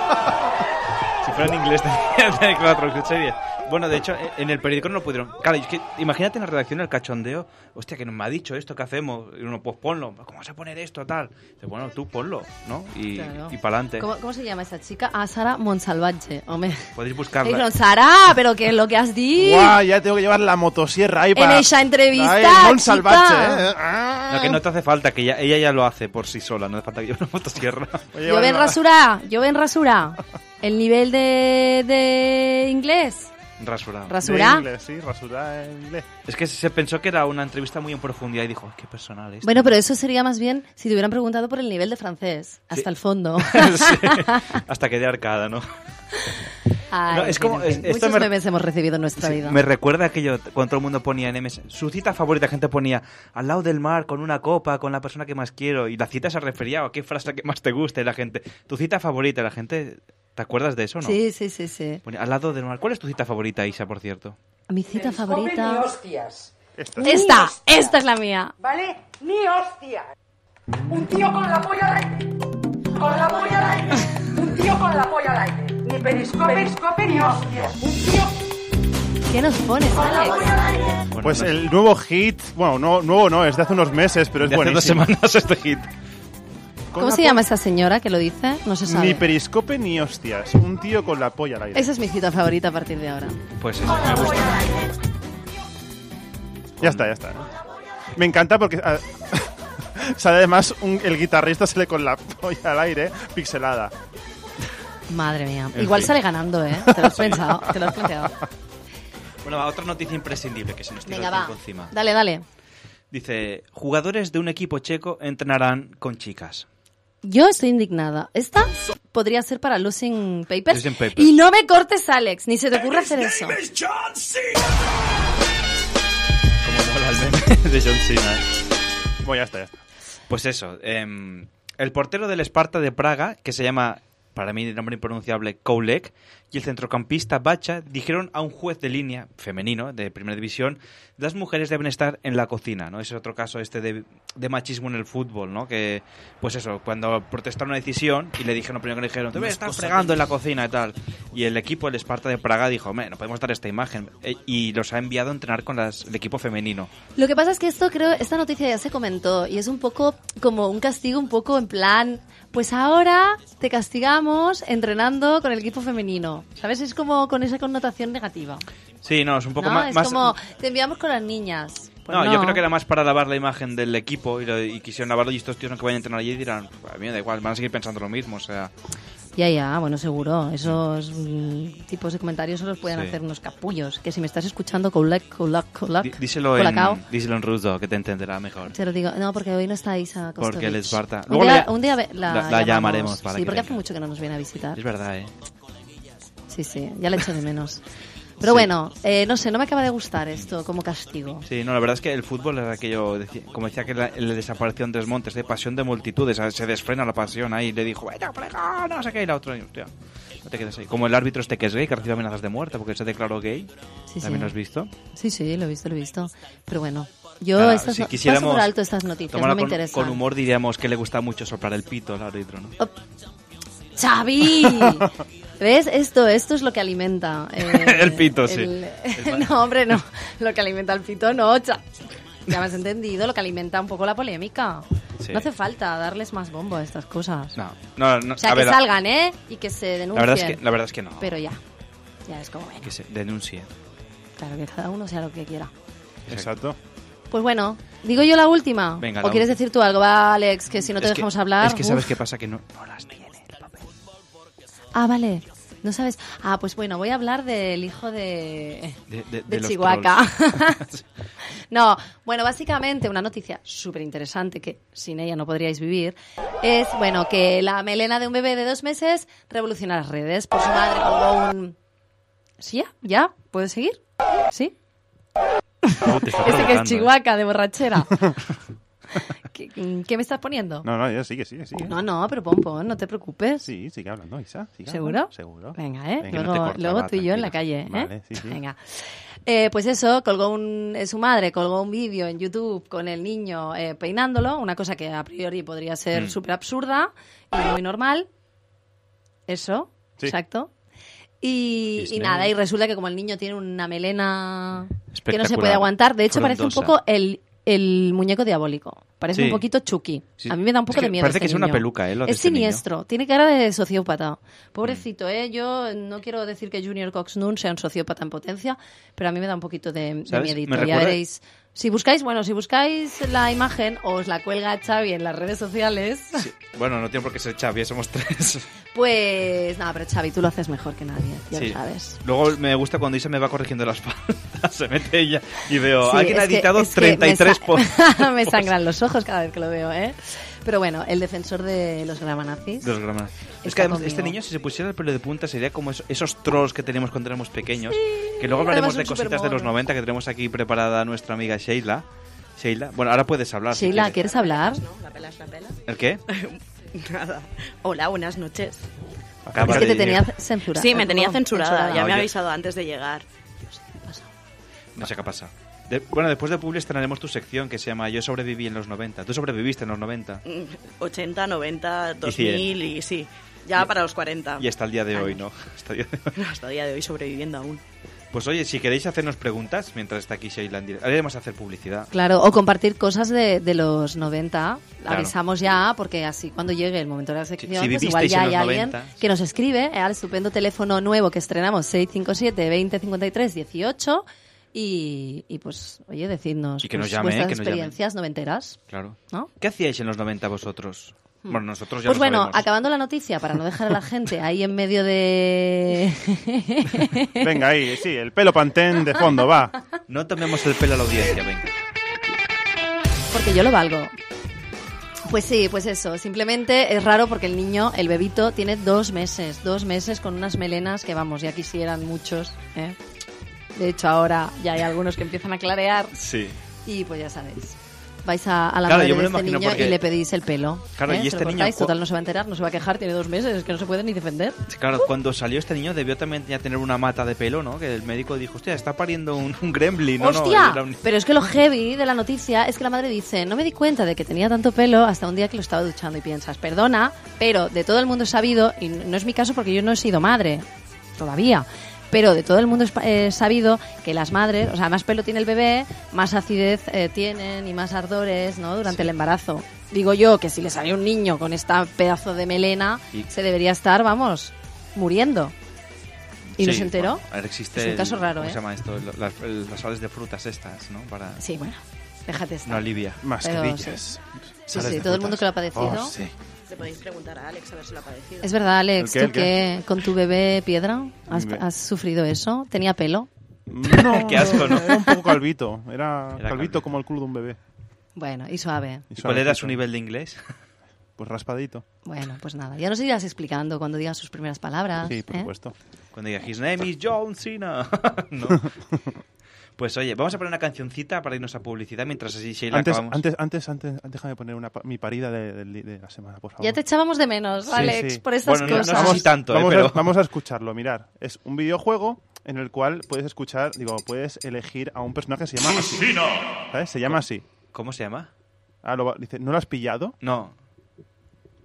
Speaker 6: si fuera en inglés, tendría que la traducción sería. Bueno, de hecho, eh, en el periódico no lo pudieron. Claro, es que imagínate en la redacción el cachondeo, hostia, que nos me ha dicho esto, ¿qué hacemos? Y uno, pues ponlo, ¿cómo vas a poner esto, tal? Dice, bueno, tú ponlo, ¿no? Y,
Speaker 7: Claro.
Speaker 6: y para adelante.
Speaker 7: ¿Cómo, cómo se llama esa chica? Ah, Sara Monsalvaje. Hombre.
Speaker 6: Podéis
Speaker 7: Ey,
Speaker 6: buscarla.
Speaker 7: pero Sara, pero que lo que has dicho.
Speaker 10: Guau, ya tengo que llevar la motosierra ahí para...
Speaker 7: esa entrevista,
Speaker 10: Ay, Mon
Speaker 7: chica.
Speaker 10: Salvache, ¿eh? Ah.
Speaker 6: No, que no te hace falta, que ya- ella ya lo hace por sí sola, no hace falta que yo una motosierra.
Speaker 10: Voy a
Speaker 7: Yo ven
Speaker 10: llevar la-
Speaker 7: rasura, yo ven rasura. El nivel de, de inglés.
Speaker 6: Rasurada.
Speaker 7: Rasura.
Speaker 10: De inglés, sí, rasura en inglés.
Speaker 6: Es que se pensó que era una entrevista muy en profundidad y dijo, "Ay, qué personal este". es.
Speaker 7: Bueno, pero eso sería más bien si te hubieran preguntado por el nivel de francés, hasta el fondo.
Speaker 6: Hasta que de arcada, ¿no?
Speaker 7: Ay,
Speaker 6: No, es como-
Speaker 7: bien, bien.
Speaker 6: es- esto
Speaker 7: Muchos
Speaker 6: me-
Speaker 7: memes hemos recibido en nuestra
Speaker 6: Sí,
Speaker 7: vida.
Speaker 6: Me recuerda aquello cuando todo el mundo ponía en MS. Su cita favorita, gente ponía al lado del mar, con una copa, con la persona que más quiero. Y la cita se refería a "Oh, qué frase que más te gusta. Y la gente, tu cita favorita, la gente, ¿te acuerdas de eso o no?
Speaker 7: Sí, sí, sí, sí.
Speaker 6: Ponía, al lado del mar. ¿Cuál es tu cita favorita, Isa, por cierto?
Speaker 7: Mi cita favorita.
Speaker 9: hostias,
Speaker 7: Esta, esta es la mía.
Speaker 9: ¿vale? Ni hostias. Un tío con la polla al aire. Con la polla al aire. Un tío con la polla al aire. Ni periscope, periscope ni hostias. Un tío
Speaker 7: ¿Qué nos pones, Alex?
Speaker 9: al aire.
Speaker 6: Bueno,
Speaker 10: Pues
Speaker 6: no sé,
Speaker 10: el nuevo hit, bueno, no, nuevo no, es de hace unos meses, pero es
Speaker 6: de hace dos
Speaker 10: buenísimo.
Speaker 6: semanas este hit.
Speaker 10: Con
Speaker 7: ¿Cómo
Speaker 10: la
Speaker 7: se llama
Speaker 10: po-
Speaker 7: esa señora que lo dice? No se
Speaker 10: Ni
Speaker 7: sabe.
Speaker 10: periscope ni hostias. Un tío con la polla al aire.
Speaker 7: Esa es mi cita favorita a partir de ahora.
Speaker 6: Pues eso, me gusta.
Speaker 10: Ya está, ya está. Me encanta porque... ah, sale además un- el guitarrista sale con la polla al aire pixelada.
Speaker 7: Madre mía.
Speaker 6: En
Speaker 7: Igual
Speaker 6: fin.
Speaker 7: sale ganando, ¿eh? Te lo has pensado. Te lo has planteado.
Speaker 6: Bueno, va, otra noticia imprescindible que se nos tira
Speaker 7: Venga,
Speaker 6: el
Speaker 7: va.
Speaker 6: tiempo encima.
Speaker 7: Dale, dale.
Speaker 6: Dice, jugadores de un equipo checo entrenarán con chicas.
Speaker 7: Yo estoy indignada. Esta podría ser para Losing Papers.
Speaker 6: Losing Papers.
Speaker 7: Y no me cortes, Alex. Ni se te ocurra hacer eso.
Speaker 6: Como mola el meme de John Cena.
Speaker 10: Bueno, ya está, ya está.
Speaker 6: Pues eso, em, el portero del Esparta de Praga, que se llama, para mí el nombre impronunciable, Koulek, y el centrocampista Bacha dijeron a un juez de línea femenino de primera división, las mujeres deben estar en la cocina, ¿no? Es otro caso este de, de machismo en el fútbol, ¿no? Que, pues eso, cuando protestaron una decisión y le dijeron, primero que le dijeron, te ves, estás fregando en la cocina y tal. Y el equipo, el Esparta de Praga, dijo, hombre, no podemos dar esta imagen. Eh, Y los ha enviado a entrenar con las- el equipo femenino.
Speaker 7: Lo que pasa es que esto creo, esta noticia ya se comentó y es un poco como un castigo, un poco en plan, pues ahora te castigamos entrenando con el equipo femenino. ¿Sabes? Es como con esa connotación negativa.
Speaker 6: Sí, no, es un poco
Speaker 7: ¿no?
Speaker 6: más...
Speaker 7: es
Speaker 6: más-
Speaker 7: como te enviamos con las niñas. Pues
Speaker 6: no, yo creo que era más para lavar la imagen del equipo y, lo- y quisieron lavarlo y estos tíos no que vayan a entrenar allí dirán, a mí me da igual, van a seguir pensando lo mismo, o sea,
Speaker 7: Ya, ya, bueno, seguro. Esos mm, tipos de comentarios solo los pueden
Speaker 6: Sí.
Speaker 7: hacer unos capullos. Que si me estás escuchando, colak, colak, colak,
Speaker 6: dí- díselo, en,
Speaker 7: colacao,
Speaker 6: díselo en ruso, que te entenderá mejor.
Speaker 7: Te lo digo. No, porque hoy no está Isa Kostovich.
Speaker 6: Porque el Esparta-
Speaker 7: Un
Speaker 6: Luego
Speaker 7: día,
Speaker 6: la-
Speaker 7: un día ve- la,
Speaker 6: la- la
Speaker 7: llamamos.
Speaker 6: llamaremos para
Speaker 7: sí,
Speaker 6: que
Speaker 7: porque hace
Speaker 6: venga.
Speaker 7: mucho que no nos viene a visitar.
Speaker 6: Es verdad, ¿eh?
Speaker 7: Sí, sí, ya le echo de menos. Pero
Speaker 6: Sí.
Speaker 7: bueno, eh, no sé, no me acaba de gustar esto como castigo.
Speaker 6: Sí, no, la verdad es que el fútbol es aquello, deci- como decía que la, la desaparición de Montes, de pasión de multitudes, ¿sabes? se desfrena la pasión ahí, le dijo, vete a fregar", no sé qué, y la otra, y, hostia, no te quedes ahí. Como el árbitro este que es gay, que recibe amenazas de muerte porque se declaró gay,
Speaker 7: Sí, sí.
Speaker 6: también lo has visto.
Speaker 7: Sí, sí, lo he visto, lo he visto. Pero bueno, yo
Speaker 6: Nada,
Speaker 7: estas
Speaker 6: si
Speaker 7: no-
Speaker 6: quisiéramos
Speaker 7: paso por alto estas noticias,
Speaker 6: tomarlo
Speaker 7: no me
Speaker 6: con-
Speaker 7: interesan.
Speaker 6: con humor diríamos que le gusta mucho soplar el pito al árbitro, ¿no?
Speaker 7: ¡Xavi! ¿Ves? Esto, esto es lo que alimenta. eh,
Speaker 6: El pito, sí.
Speaker 7: el- no, hombre, no. Lo que alimenta el pito, no. cha- Ya me has entendido, lo que alimenta un poco la polémica.
Speaker 6: Sí.
Speaker 7: No hace falta darles más bombo a estas cosas.
Speaker 6: No, no, no,
Speaker 7: O sea,
Speaker 6: a
Speaker 7: que
Speaker 6: ver, la-
Speaker 7: salgan, ¿eh? Y que se
Speaker 6: la,
Speaker 7: denuncien.
Speaker 6: verdad es que, la verdad es que no.
Speaker 7: Pero ya. Ya es como, bueno,
Speaker 6: que se denuncie.
Speaker 7: claro, que cada uno sea lo que quiera.
Speaker 10: Exacto.
Speaker 7: Pues bueno, digo yo la última.
Speaker 6: Venga,
Speaker 7: ¿O
Speaker 6: la
Speaker 7: quieres
Speaker 6: última.
Speaker 7: decir tú algo? Va, Alex, que si no te
Speaker 6: Es que-
Speaker 7: dejamos hablar.
Speaker 6: Es que sabes
Speaker 7: uf.
Speaker 6: qué pasa, que no, no las tiene el papel.
Speaker 7: Ah, vale. No sabes. Ah, pues bueno, voy a hablar del hijo de.
Speaker 6: De, de- de
Speaker 7: De,
Speaker 6: los
Speaker 7: Chihuahua.
Speaker 6: trolls.
Speaker 7: no, bueno, básicamente una noticia súper interesante que sin ella no podríais vivir es, bueno, que la melena de un bebé de dos meses revoluciona las redes. Por su madre colgó un... ¿Sí? ¿Ya? ¿Ya? ¿Puedo seguir? ¿Sí?
Speaker 6: No, te
Speaker 7: Este que
Speaker 6: está provocando,
Speaker 7: es
Speaker 6: ¿eh?
Speaker 7: Chihuahua de borrachera. ¿Qué, qué me estás poniendo?
Speaker 10: No, no, ya sigue, sigue, sigue.
Speaker 7: No, no, pero pon, pon, no te preocupes.
Speaker 10: Sí, sigue hablando, Isa. sigue
Speaker 7: ¿Seguro?
Speaker 10: hablando, Seguro.
Speaker 7: Venga, ¿eh?
Speaker 10: Venga,
Speaker 7: luego
Speaker 6: no te corta,
Speaker 7: luego
Speaker 6: va,
Speaker 7: tú y yo en la
Speaker 6: tranquila.
Speaker 7: calle, ¿eh?
Speaker 10: Vale, sí, sí.
Speaker 7: Venga. Eh, pues eso, colgó un, eh, su madre colgó un vídeo en YouTube con el niño eh, peinándolo, una cosa que a priori podría ser súper absurda y muy normal. Eso,
Speaker 10: Sí.
Speaker 7: exacto. Y, y
Speaker 6: Disney.
Speaker 7: nada, y resulta que como el niño tiene una melena que no se puede
Speaker 6: Espectacular,
Speaker 7: aguantar, de hecho parece un
Speaker 6: frondosa.
Speaker 7: poco el, el muñeco diabólico. Parece
Speaker 6: Sí.
Speaker 7: un poquito Chucky.
Speaker 6: Sí.
Speaker 7: A mí me da un
Speaker 6: Es
Speaker 7: poco
Speaker 6: que
Speaker 7: de miedo.
Speaker 6: parece
Speaker 7: este
Speaker 6: que es una
Speaker 7: niño.
Speaker 6: peluca, ¿eh? lo de
Speaker 7: es
Speaker 6: este niño. Mm.
Speaker 7: siniestro. Tiene cara de sociópata. Pobrecito, ¿eh? Yo no quiero decir que Junior Cox Nun sea un sociópata en potencia, pero a mí me da un poquito de, de
Speaker 6: ¿Sabes?
Speaker 7: miedito.
Speaker 6: Me
Speaker 7: Ya
Speaker 6: recuerda-
Speaker 7: veréis. Si buscáis, bueno, si buscáis la imagen o os la cuelga Xavi en las redes sociales,
Speaker 6: Sí. Bueno, no tiene por qué ser Xavi, somos tres.
Speaker 7: pues nada, pero Xavi, tú lo haces mejor que nadie, ya
Speaker 6: Sí.
Speaker 7: lo sabes.
Speaker 6: Luego me gusta cuando Isa me va corrigiendo las faltas, se mete ella y veo,
Speaker 7: Sí,
Speaker 6: alguien ha
Speaker 7: es que-
Speaker 6: editado
Speaker 7: es que me
Speaker 6: 33
Speaker 7: sa-
Speaker 6: posts.
Speaker 7: me sangran los ojos cada vez que lo veo, ¿eh? Pero bueno, el defensor de los gramanazis.
Speaker 6: De los gramas. Es
Speaker 7: Está
Speaker 6: que además,
Speaker 7: conmigo.
Speaker 6: este niño, si se pusiera el pelo de punta, sería como eso- esos trolls que teníamos cuando éramos pequeños. que luego hablaremos
Speaker 7: además
Speaker 6: de
Speaker 7: son
Speaker 6: cositas de los
Speaker 7: supermonos.
Speaker 6: 90 que tenemos aquí preparada nuestra amiga Sheila. Sheila, bueno, ahora puedes hablar. si
Speaker 7: Sheila,
Speaker 6: quieres.
Speaker 7: ¿quieres hablar?
Speaker 11: La pelas, la pelas.
Speaker 6: ¿El qué?
Speaker 11: Nada. Hola, buenas noches.
Speaker 6: Acaba
Speaker 7: es que
Speaker 6: de
Speaker 7: te tenía
Speaker 6: llegar.
Speaker 7: censurada.
Speaker 11: Sí, me tenía
Speaker 7: Bueno,
Speaker 11: censurada. Ya
Speaker 6: Ah,
Speaker 11: me
Speaker 6: ya.
Speaker 11: ha avisado antes de llegar.
Speaker 6: No sé qué pasa. De- bueno, después de Publi estrenaremos tu sección que se llama Yo sobreviví en los 90. Tú sobreviviste en los 90.
Speaker 11: Mm, 80, 90,
Speaker 6: cien.
Speaker 11: 2000 y sí. Ya para los 40.
Speaker 6: Y hasta el día de hoy,
Speaker 11: Años.
Speaker 6: ¿no? Hasta el día de hoy.
Speaker 11: Hasta el día de hoy sobreviviendo aún.
Speaker 6: Pues oye, si queréis hacernos preguntas mientras está aquí Sheila en directo, haremos hacer publicidad.
Speaker 7: Claro, o compartir cosas de, de los 90.
Speaker 6: Claro.
Speaker 7: Avisamos ya, porque así cuando llegue el momento de la sección,
Speaker 6: si
Speaker 7: pues igual
Speaker 6: vivisteis
Speaker 7: ya
Speaker 6: en
Speaker 7: hay
Speaker 6: los
Speaker 7: alguien
Speaker 6: 90.
Speaker 7: que nos escribe eh, al estupendo teléfono nuevo que estrenamos, 657-2053-18. Y, y pues, oye, decidnos
Speaker 6: Y que nos
Speaker 7: pues,
Speaker 6: llame, eh,
Speaker 7: vuestras
Speaker 6: que nos llame.
Speaker 7: experiencias noventeras,
Speaker 6: Claro.
Speaker 7: ¿no?
Speaker 6: ¿Qué hacíais en los 90 vosotros? Bueno, nosotros ya
Speaker 7: Pues
Speaker 6: lo
Speaker 7: bueno,
Speaker 6: sabemos.
Speaker 7: acabando la noticia, para no dejar a la gente ahí en medio de...
Speaker 8: Venga, ahí, sí, el pelo pantén de fondo, va.
Speaker 6: No tomemos el pelo a la audiencia, venga.
Speaker 7: Porque yo lo valgo. Pues sí, pues eso. Simplemente es raro porque el niño, el bebito, tiene dos meses. Dos meses con unas melenas que, vamos, ya quisieran muchos. ¿eh? De hecho, ahora ya hay algunos que empiezan a clarear.
Speaker 6: Sí.
Speaker 7: Y pues ya sabéis. Vais a, a la
Speaker 6: Claro,
Speaker 7: madre
Speaker 6: yo me
Speaker 7: de
Speaker 6: lo
Speaker 7: este
Speaker 6: imagino
Speaker 7: niño
Speaker 6: porque-
Speaker 7: y le pedís el pelo.
Speaker 6: Claro,
Speaker 7: ¿eh?
Speaker 6: y
Speaker 7: Se
Speaker 6: este
Speaker 7: lo
Speaker 6: niño
Speaker 7: cortáis,
Speaker 6: cu-
Speaker 7: Total, no se va a enterar, no se va a quejar, tiene dos meses, es que no se puede ni defender.
Speaker 6: Claro,
Speaker 7: Uh.
Speaker 6: cuando salió este niño debió también ya tener una mata de pelo, ¿no? Que el médico dijo, hostia, está pariendo un, un gremlin. No,
Speaker 7: ¡Hostia!
Speaker 6: No, era un-
Speaker 7: Pero es que lo heavy de la noticia es que la madre dice, no me di cuenta de que tenía tanto pelo hasta un día que lo estaba duchando y piensas, perdona, pero de todo el mundo es sabido, y no es mi caso porque yo no he sido madre todavía, pero de todo el mundo es pa- eh, sabido que las madres, o sea, más pelo tiene el bebé, más acidez eh, tienen y más ardores, ¿no? Durante el embarazo. Digo yo que si le sale un niño con esta pedazo de melena,
Speaker 6: Y-
Speaker 7: se debería estar, vamos, muriendo. ¿Y no
Speaker 6: Sí,
Speaker 7: se enteró?
Speaker 6: bueno, ahora existe
Speaker 7: Es un
Speaker 6: el-
Speaker 7: caso raro,
Speaker 6: ¿cómo
Speaker 7: ¿eh?
Speaker 6: se llama esto? El- Las, el- las sales de frutas estas, ¿no? Para...
Speaker 7: Sí, bueno, déjate estar.
Speaker 6: No alivia.
Speaker 8: Mascarillas.
Speaker 7: Sí,
Speaker 6: Sales
Speaker 7: sí,
Speaker 6: de
Speaker 7: todo el mundo
Speaker 6: frutas.
Speaker 7: que lo ha
Speaker 11: Ah,
Speaker 7: padecido.
Speaker 8: Oh, sí.
Speaker 11: Le podéis preguntar a Alex a ver si lo ha parecido.
Speaker 7: Es verdad, Alex, ¿tú
Speaker 8: ¿El qué, el qué?
Speaker 7: qué? ¿Con tu bebé piedra has,
Speaker 8: Mi be-
Speaker 7: has sufrido eso? ¿Tenía pelo?
Speaker 8: No,
Speaker 6: Qué asco, ¿no?
Speaker 8: Era un poco calvito. Era,
Speaker 6: Era
Speaker 8: calvito,
Speaker 6: calvito.
Speaker 8: como el culo de un bebé.
Speaker 7: Bueno, y suave.
Speaker 6: ¿Y cuál era su
Speaker 8: suavecito.
Speaker 6: nivel de inglés?
Speaker 8: Pues raspadito.
Speaker 7: Bueno, pues nada, ya nos irás explicando cuando digas sus primeras palabras.
Speaker 8: Sí, por
Speaker 7: ¿eh?
Speaker 8: supuesto.
Speaker 6: Cuando diga, his name is John Cena. ¿No? Pues oye, vamos a poner una cancioncita para irnos a publicidad mientras así Sheila
Speaker 8: Antes,
Speaker 6: acabamos.
Speaker 8: antes, antes, antes, déjame poner una, pa- mi parida de, de- de la semana, por favor.
Speaker 7: Ya te echábamos de menos,
Speaker 8: Sí,
Speaker 7: Alex,
Speaker 8: sí.
Speaker 7: por estas
Speaker 6: Bueno, no- no
Speaker 7: cosas.
Speaker 6: sé si tanto, eh,
Speaker 8: vamos,
Speaker 6: pero-
Speaker 8: a, vamos a escucharlo, mirar. Es un videojuego en el cual puedes escuchar, digo, puedes elegir a un personaje que se llama así. ¿Sabes? Se llama así.
Speaker 6: ¿Cómo se llama?
Speaker 8: Ah, lo va- dice, ¿no lo has pillado?
Speaker 6: No.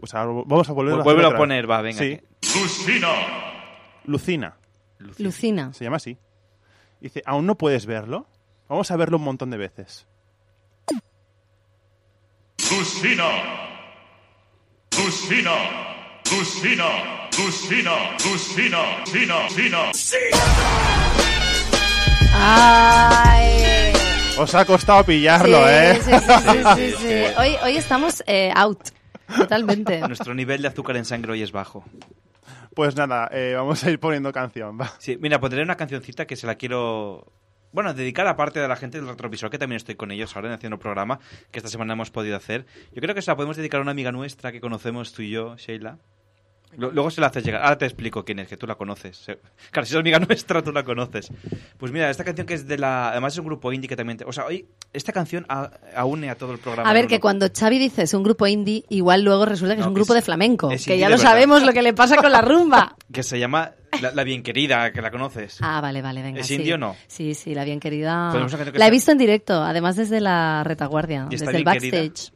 Speaker 8: Pues ahora lo- vamos a volver
Speaker 6: Vu-
Speaker 8: a
Speaker 6: vuélvelo a
Speaker 8: otra.
Speaker 6: poner, va, venga,
Speaker 8: Sí.
Speaker 6: que-
Speaker 8: Lucina.
Speaker 6: Lucía.
Speaker 7: Lucina.
Speaker 8: Se llama así. Dice, ¿aún no puedes verlo? Vamos a verlo un montón de veces.
Speaker 7: ¡Ay!
Speaker 8: Os ha costado pillarlo,
Speaker 7: sí,
Speaker 8: ¿eh?
Speaker 7: sí, sí, sí, sí, sí. Hoy, hoy estamos eh, out, totalmente.
Speaker 6: Nuestro nivel de azúcar en sangre hoy es bajo.
Speaker 8: Pues nada, eh, vamos a ir poniendo canción. va.
Speaker 6: Sí, mira, pondré una cancioncita que se la quiero. Bueno, dedicar a parte de la gente del retrovisor, que también estoy con ellos ahora haciendo programa, que esta semana hemos podido hacer. Yo creo que se la podemos dedicar a una amiga nuestra que conocemos tú y yo, Sheila. Lo- Luego se la haces llegar. Ahora te explico quién es, que tú la conoces. Se- Claro, si es amiga nuestra, tú la conoces. Pues mira, esta canción que es de la. Además es un grupo indie que también. te- O sea, hoy. Esta canción a- a une a todo el programa.
Speaker 7: A ver,
Speaker 6: en
Speaker 7: que
Speaker 6: uno.
Speaker 7: cuando Xavi dice es un grupo indie, igual luego resulta que es
Speaker 6: No,
Speaker 7: un grupo
Speaker 6: es-
Speaker 7: de flamenco.
Speaker 6: es
Speaker 7: Que
Speaker 6: indie
Speaker 7: ya
Speaker 6: de
Speaker 7: lo
Speaker 6: verdad.
Speaker 7: sabemos lo que le pasa con la rumba.
Speaker 6: Que se llama La, La Bien Querida, que la conoces.
Speaker 7: Ah, vale, vale, venga.
Speaker 6: ¿Es
Speaker 7: sí.
Speaker 6: indio o no?
Speaker 7: Sí, sí, la bien querida.
Speaker 6: Podemos hacer que
Speaker 7: La he
Speaker 6: sea-
Speaker 7: visto en directo, además desde la retaguardia,
Speaker 6: Y está
Speaker 7: desde el
Speaker 6: bien querida.
Speaker 7: backstage.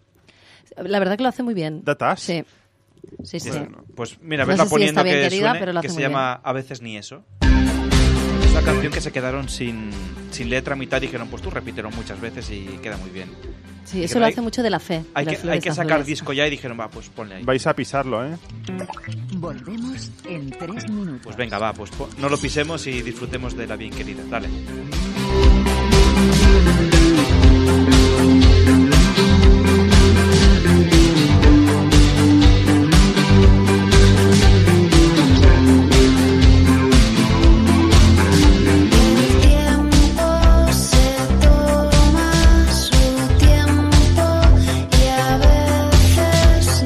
Speaker 7: La verdad que lo hace muy bien.
Speaker 8: ¿Datas?
Speaker 7: Sí. Sí, sí.
Speaker 8: Bueno.
Speaker 6: Pues mira,
Speaker 7: No
Speaker 6: vesla
Speaker 7: sé si
Speaker 6: poniendo
Speaker 7: está bien
Speaker 6: que
Speaker 7: querida,
Speaker 6: suene,
Speaker 7: pero lo
Speaker 6: que
Speaker 7: hace
Speaker 6: se
Speaker 7: muy
Speaker 6: llama A veces ni eso. Es una canción que se quedaron sin, sin letra a mitad y dijeron, pues tú repítelo muchas veces y queda muy bien.
Speaker 7: Sí,
Speaker 6: Y
Speaker 7: eso
Speaker 6: que
Speaker 7: lo
Speaker 6: hay-
Speaker 7: hace mucho de la fe. de las
Speaker 6: Hay que, hay
Speaker 7: flores
Speaker 6: que sacar
Speaker 7: azules.
Speaker 6: disco ya y dijeron, va, pues ponle ahí.
Speaker 8: Vais a pisarlo, ¿eh?
Speaker 3: Volvemos en tres minutos.
Speaker 6: Pues venga, va, pues pon- no lo pisemos y disfrutemos de la bien querida. Dale.
Speaker 3: tiempo se toma su tiempo y a veces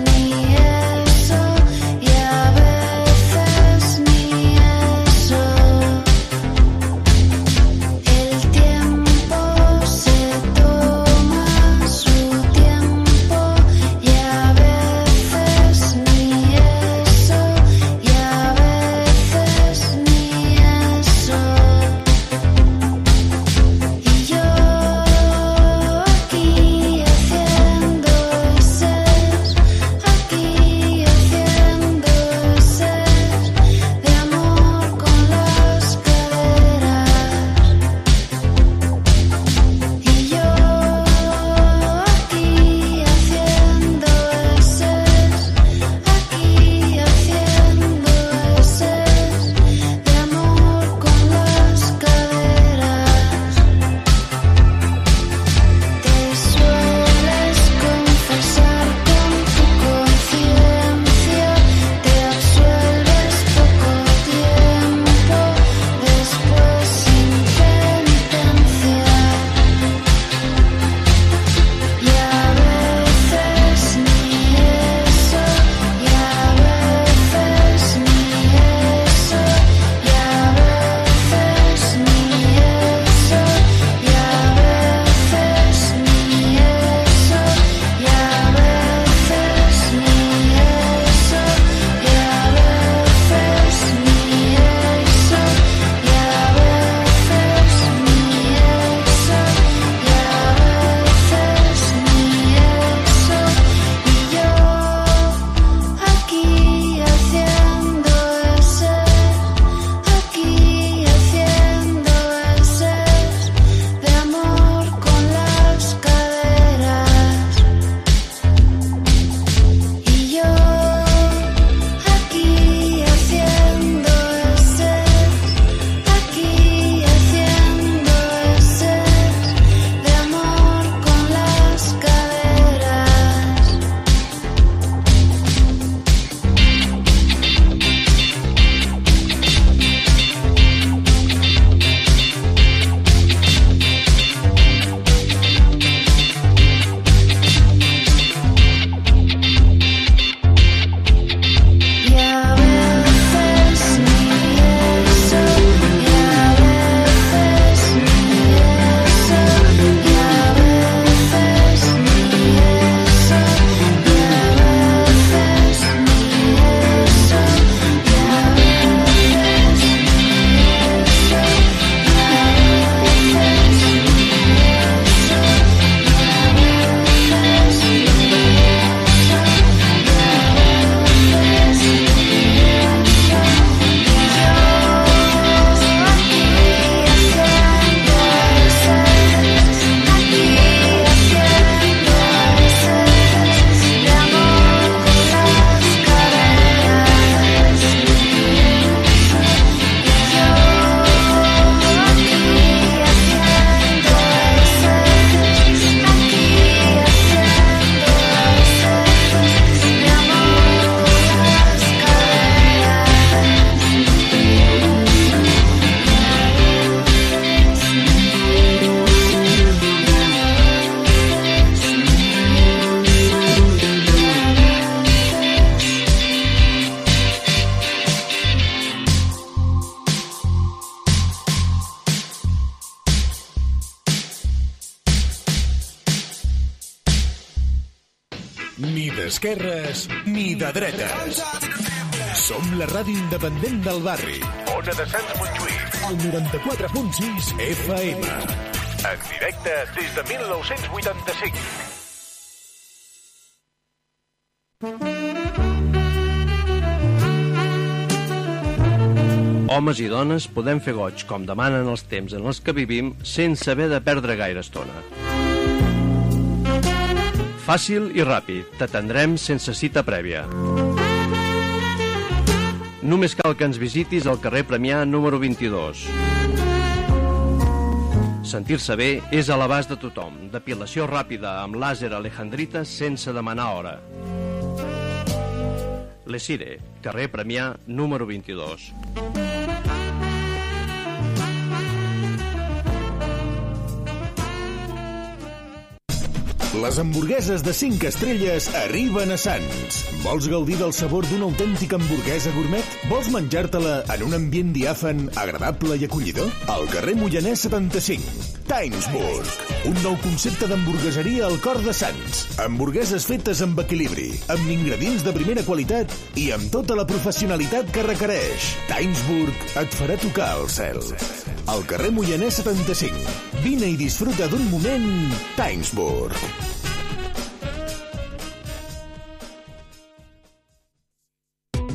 Speaker 1: Ni d'esquerres ni de dretes. Som la ràdio independent del barri.
Speaker 12: Ona de Sants Montjuïc.
Speaker 1: El 94.6 FM.
Speaker 12: En directe des de 1985.
Speaker 13: Homes i dones podem fer goig, com demanen els temps en els que vivim, sense haver de perdre gaire estona. Fàcil i ràpid, t'atendrem sense cita prèvia. Només cal que ens visitis al carrer Premià número 22. Sentir-se bé és a l'abast de tothom. Depilació ràpida amb làser alejandrita sense demanar hora. Lesire, carrer Premià número 22.
Speaker 1: Les hamburgueses de 5 estrelles arriben a Sants. Vols gaudir del sabor d'una autèntica hamburguesa gourmet? Vols menjar-te-la en un ambient diàfan agradable i acollidor? Al carrer Mollanès 75. Timesburg, un nou concepte d'hamburgueseria al cor de Sants. Hamburgueses fetes amb equilibri, amb ingredients de primera qualitat i amb tota la professionalitat que requereix. Timesburg et farà tocar el cel. Al carrer Mollanès 75. Vine i disfruta d'un moment Timesburg.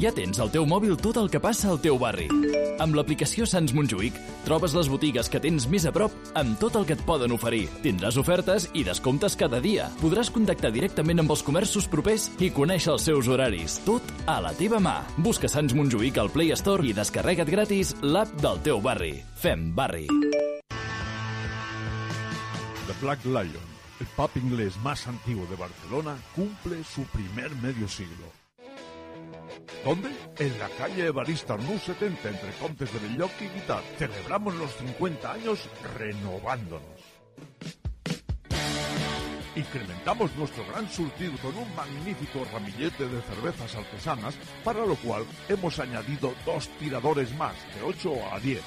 Speaker 14: Ja tens al teu mòbil tot el que passa al teu barri. Amb l'aplicació Sants Montjuïc trobes les botigues que tens més a prop amb tot el que et poden oferir. Tindràs ofertes i descomptes cada dia. Podràs contactar directament amb els comerços propers i conèixer els seus horaris. Tot a la teva mà. Busca Sants Montjuïc al Play Store i descarrega't gratis l'app del teu barri. Fem barri.
Speaker 15: The Black Lion, el pub inglés más antiguo de Barcelona, cumple su primer medio siglo. ¿Dónde? En la calle Evarista Arnús 70, entre Contes de Belloc y Guitar. Celebramos los 50 años renovándonos. Incrementamos nuestro gran surtido con un magnífico ramillete de cervezas artesanas, para lo cual hemos añadido dos tiradores más, de 8 a 10.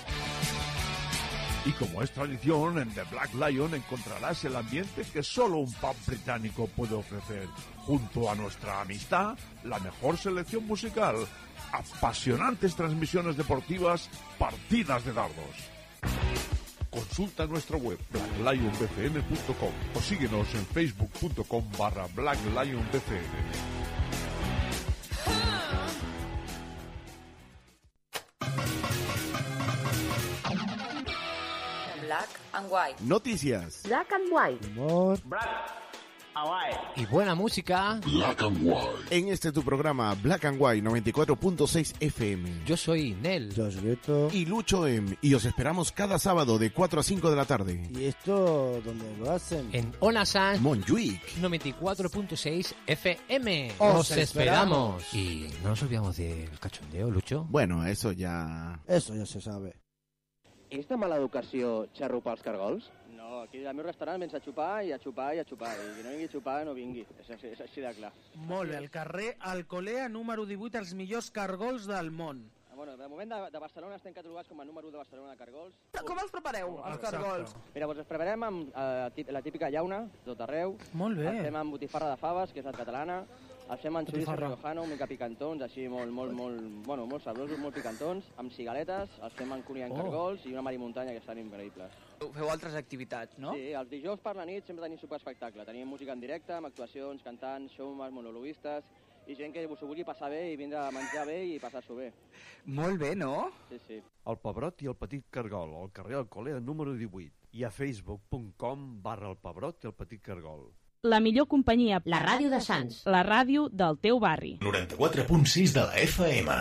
Speaker 15: Y como es tradición, en The Black Lion encontrarás el ambiente que solo un pub británico puede ofrecer. Junto a nuestra amistad, la mejor selección musical, apasionantes transmisiones deportivas, partidas de dardos. Consulta nuestra web blacklionbcn.com o síguenos en facebook.com barra blacklionbcn.
Speaker 16: Black and White.
Speaker 17: Noticias.
Speaker 16: Black and White.
Speaker 17: Humor.
Speaker 16: White.
Speaker 17: Y buena música. Black and White. En este tu programa, Black and White 94.6 FM. Yo soy Nel. Yo soy Y Lucho M. Y os esperamos cada sábado de 4 a 5 de la tarde.
Speaker 18: ¿Y esto dónde lo hacen?
Speaker 17: En Onasan Monjuic.
Speaker 19: 94.6 FM.
Speaker 17: Os esperamos.
Speaker 19: Y no nos olvidamos del cachondeo, Lucho.
Speaker 17: Bueno, eso ya.
Speaker 18: Eso ya se sabe.
Speaker 20: És de mala educació xarrupar els cargols?
Speaker 21: No, aquí al meu restaurant vens a xupar i a xupar i a xupar. I qui no vingui a xupar no vingui. És, així- és així de clar.
Speaker 22: Molt bé, al carrer Alcolea, número 18, els millors cargols del món.
Speaker 21: Ah, Bueno, de moment de, de Barcelona estem catalogats com a número u de Barcelona de cargols.
Speaker 22: Com els prepareu,
Speaker 21: els cargols? Mira, doncs els preparem amb eh, tí- la típica llauna, tot arreu.
Speaker 22: Molt bé.
Speaker 21: El fem amb botifarra de faves, que és la catalana. El fem amb xoriço
Speaker 22: Botifarra.
Speaker 21: riojano, una mica picantons, així molt, molt, molt, bueno, molt sabrosos, molt picantons, amb cigaletes, els fem amb cunyant
Speaker 23: Oh.
Speaker 21: oh. cargols i una marimuntanya que estan increïbles.
Speaker 23: Feu altres activitats, no?
Speaker 21: Sí, els dijous per la nit sempre tenim superespectacle. Tenim música en directe, amb actuacions, cantants, showmans, monologuistes i gent que s'ho vulgui passar bé i vindre a menjar bé i passar-s'ho bé.
Speaker 23: Molt bé, no?
Speaker 21: Sí, sí.
Speaker 24: El Pebrot i el Petit Cargol, al carrer Alcolea número 18 i a facebook.com barra el Pebrot i el Petit Cargol.
Speaker 11: La millor companyia. La ràdio de Sants. La ràdio del teu barri.
Speaker 1: 94.6 de la FM.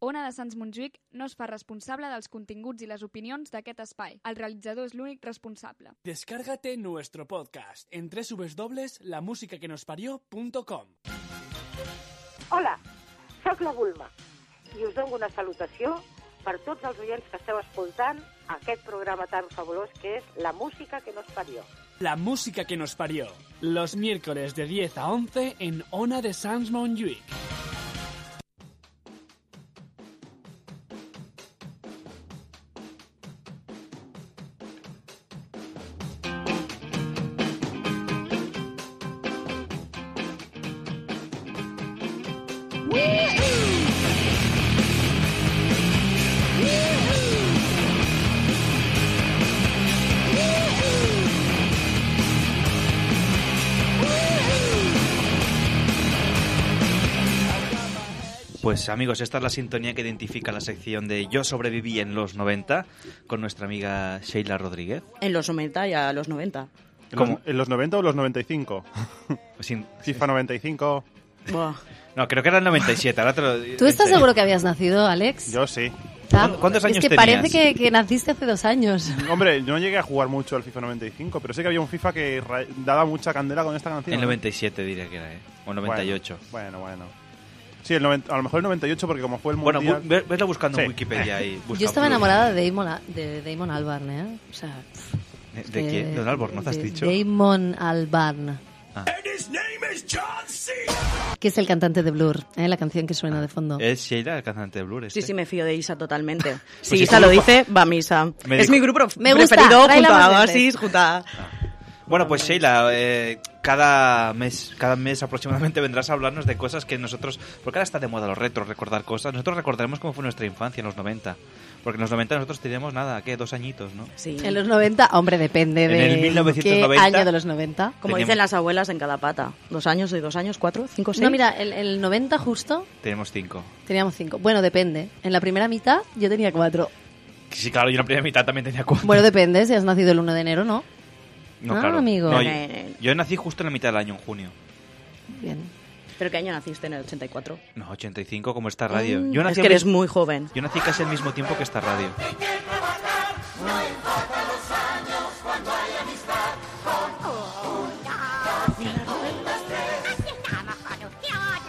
Speaker 25: Ona de Sants Montjuïc no es fa responsable dels continguts i les opinions d'aquest espai. El realitzador és l'únic responsable.
Speaker 5: Descárgate nuestro podcast en www.lamusicaquenospario.com.
Speaker 9: Hola, sóc la Bulma i us dono una salutació per tots els oients que esteu escoltant aquest programa tan fabulós que és La música que nos parió.
Speaker 5: La música que nos parió. Los miércoles de 10 a 11 en Ona de Sants Montjuïc.
Speaker 6: Pues amigos, esta es la sintonía que identifica la sección de Yo sobreviví en los 90 con nuestra amiga Sheila Rodríguez.
Speaker 11: En los 90 y a los 90.
Speaker 6: ¿Cómo?
Speaker 9: ¿En los 90 o los 95?
Speaker 6: Sin,
Speaker 9: FIFA 95.
Speaker 6: Pues No, creo que era el 97. Ahora te lo...
Speaker 7: ¿Tú estás seguro que habías nacido, Alex?
Speaker 9: Yo sí.
Speaker 7: ¿Cuán-
Speaker 9: cuántos
Speaker 7: Es
Speaker 9: años
Speaker 7: que
Speaker 9: tenías?
Speaker 7: parece que, que naciste hace dos años.
Speaker 9: Hombre, yo no llegué a jugar mucho al FIFA 95, pero sé que había un FIFA que ra- daba mucha candela con esta canción.
Speaker 6: El
Speaker 9: ¿no?
Speaker 6: 97 diría que era, ¿eh? O 98.
Speaker 9: Bueno, bueno. Sí, el 90 a lo mejor el 98 porque como fue el
Speaker 6: Bueno,
Speaker 9: mundial...
Speaker 6: bu- ve- veslo buscando en Wikipedia y
Speaker 7: Yo estaba enamorada de Damon, A- de Damon Albarn, ¿eh? O sea,
Speaker 6: ¿De, de quién? ¿Don Albornoz has
Speaker 7: Eh, de
Speaker 6: dicho?
Speaker 7: Damon Albarn,
Speaker 6: Ah.
Speaker 7: que es el cantante de Blur, ¿eh? la canción que suena de fondo.
Speaker 6: ¿Es Sheila, el cantante de Blur? este? Pues
Speaker 11: Sí, sí, me fío de Isa totalmente. si
Speaker 6: sí,
Speaker 11: Isa
Speaker 6: tú-
Speaker 11: lo dice, va a misa.
Speaker 6: Me
Speaker 11: es
Speaker 6: dijo-
Speaker 11: mi grupo
Speaker 7: Me gusta,
Speaker 11: preferido
Speaker 7: baila
Speaker 11: junto a
Speaker 7: más
Speaker 11: Oasis,
Speaker 7: veces.
Speaker 11: junto a...
Speaker 6: Bueno, pues Sheila, eh, cada mes cada mes aproximadamente vendrás a hablarnos de cosas que nosotros... Porque ahora está de moda los retros, recordar cosas. Nosotros recordaremos cómo fue nuestra infancia en los 90. Porque en los 90 nosotros teníamos nada, ¿qué? Dos añitos, ¿no?
Speaker 11: Sí.
Speaker 7: En los 90, hombre, depende
Speaker 6: En
Speaker 7: de
Speaker 6: el 1990.
Speaker 7: qué año de los 90.
Speaker 11: Como dicen las abuelas en cada pata. Dos años, de dos años, cuatro, cinco, seis.
Speaker 7: No, mira, el, el 90 justo
Speaker 6: Tenemos cinco.
Speaker 7: teníamos cinco. Bueno, depende. En la primera mitad yo tenía cuatro.
Speaker 6: Sí, claro, yo en la primera mitad también tenía cuatro.
Speaker 7: Bueno, depende, si has nacido el 1 de enero, ¿no?
Speaker 6: no,
Speaker 7: ah,
Speaker 6: claro.
Speaker 7: amigo.
Speaker 6: No, yo, yo nací justo en la mitad del año, en junio.
Speaker 7: Bien.
Speaker 11: ¿Pero qué año naciste? En el 84.
Speaker 6: No, 85, como esta radio.
Speaker 11: Mm,
Speaker 6: Yo
Speaker 11: es
Speaker 6: nací
Speaker 11: que
Speaker 6: al
Speaker 11: eres
Speaker 6: mismo-
Speaker 11: muy joven.
Speaker 6: Yo nací casi al mismo tiempo que esta radio.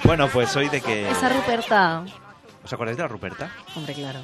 Speaker 6: Bueno, pues soy de que...
Speaker 7: Esa Ruperta.
Speaker 6: ¿Os acordáis de la Ruperta?
Speaker 7: Hombre, claro.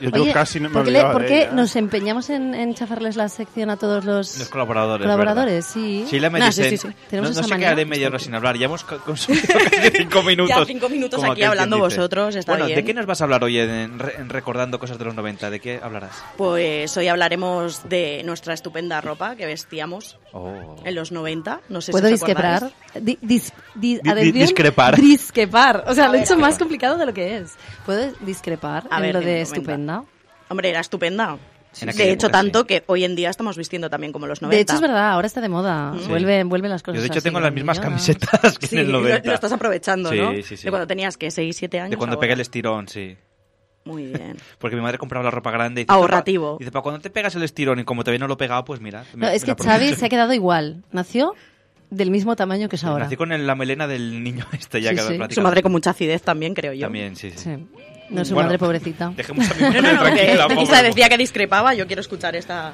Speaker 9: Yo,
Speaker 7: Oye,
Speaker 9: casi no me
Speaker 7: ¿Por qué, le-
Speaker 9: olvidaba
Speaker 7: por
Speaker 9: de
Speaker 7: qué
Speaker 9: ella.
Speaker 7: nos empeñamos en, en chafarles la sección a todos los,
Speaker 6: Los colaboradores,
Speaker 7: colaboradores?
Speaker 6: ¿verdad?
Speaker 7: Sí.
Speaker 6: Sheila me dicen, no,
Speaker 7: Tenemos
Speaker 6: no
Speaker 7: esa
Speaker 6: se
Speaker 7: manía.
Speaker 6: quedaré media hora sin hablar, ya hemos co- consumido casi cinco minutos.
Speaker 11: Ya, cinco minutos
Speaker 6: como
Speaker 11: aquí
Speaker 6: aquel quien
Speaker 11: hablando
Speaker 6: dice.
Speaker 11: vosotros, está
Speaker 6: bueno, ¿de
Speaker 11: bien.
Speaker 6: qué nos vas a hablar hoy en, en re- en Recordando Cosas de los 90? ¿De qué hablarás?
Speaker 11: Pues hoy hablaremos de nuestra estupenda ropa que vestíamos
Speaker 6: Oh.
Speaker 11: en los 90. No sé
Speaker 7: ¿Puedo
Speaker 11: si os acordáis.
Speaker 7: disquepar? Di- dis- di-
Speaker 11: Di-
Speaker 7: atención,
Speaker 11: di- discrepar.
Speaker 7: Disquepar. O sea,
Speaker 11: A
Speaker 7: lo he
Speaker 11: ver,
Speaker 7: hecho
Speaker 11: a
Speaker 7: más
Speaker 11: ver.
Speaker 7: complicado de lo que es. ¿Puedo discrepar
Speaker 11: A
Speaker 7: en
Speaker 11: ver,
Speaker 7: lo
Speaker 11: dime,
Speaker 7: de
Speaker 11: comenta.
Speaker 7: estupenda?
Speaker 11: Hombre, era estupenda.
Speaker 7: Sí, sí.
Speaker 11: de hecho,
Speaker 7: Sí.
Speaker 11: tanto que hoy en día estamos vistiendo también como los 90.
Speaker 7: De hecho, es verdad, ahora está de moda.
Speaker 11: Sí.
Speaker 7: Vuelven, vuelven las
Speaker 6: Yo,
Speaker 7: cosas
Speaker 6: de hecho,
Speaker 7: así
Speaker 6: tengo las mismas
Speaker 7: grandilonas.
Speaker 6: camisetas que
Speaker 11: Sí,
Speaker 6: en el
Speaker 11: lo,
Speaker 6: 90.
Speaker 11: lo estás aprovechando,
Speaker 6: Sí,
Speaker 11: ¿no?
Speaker 6: Sí, sí,
Speaker 11: De cuando tenías, que 6, 7 años.
Speaker 6: De cuando
Speaker 11: ahora.
Speaker 6: pegué el estirón, sí.
Speaker 11: Muy bien.
Speaker 6: Porque mi madre compraba la ropa grande. Y dice,
Speaker 11: Ahorrativo.
Speaker 6: "Pa- Dice, para cuando te pegas el estirón y como todavía no lo pegaba, pues mira.
Speaker 7: No, es que
Speaker 6: Chavi
Speaker 7: Xavi se ha quedado igual. Nació del mismo tamaño que es ahora.
Speaker 6: Nací con el- la melena del niño este ya
Speaker 7: Sí,
Speaker 6: que
Speaker 7: sí.
Speaker 6: platicaba.
Speaker 11: Su madre con mucha acidez también, creo yo.
Speaker 6: También, sí, sí.
Speaker 7: No, su
Speaker 6: Bueno,
Speaker 7: madre pobrecita.
Speaker 6: Dejemos a mi madre
Speaker 11: No, que
Speaker 6: tranquila, pobre
Speaker 11: Isa
Speaker 6: mujer.
Speaker 11: decía que discrepaba, yo quiero escuchar esta...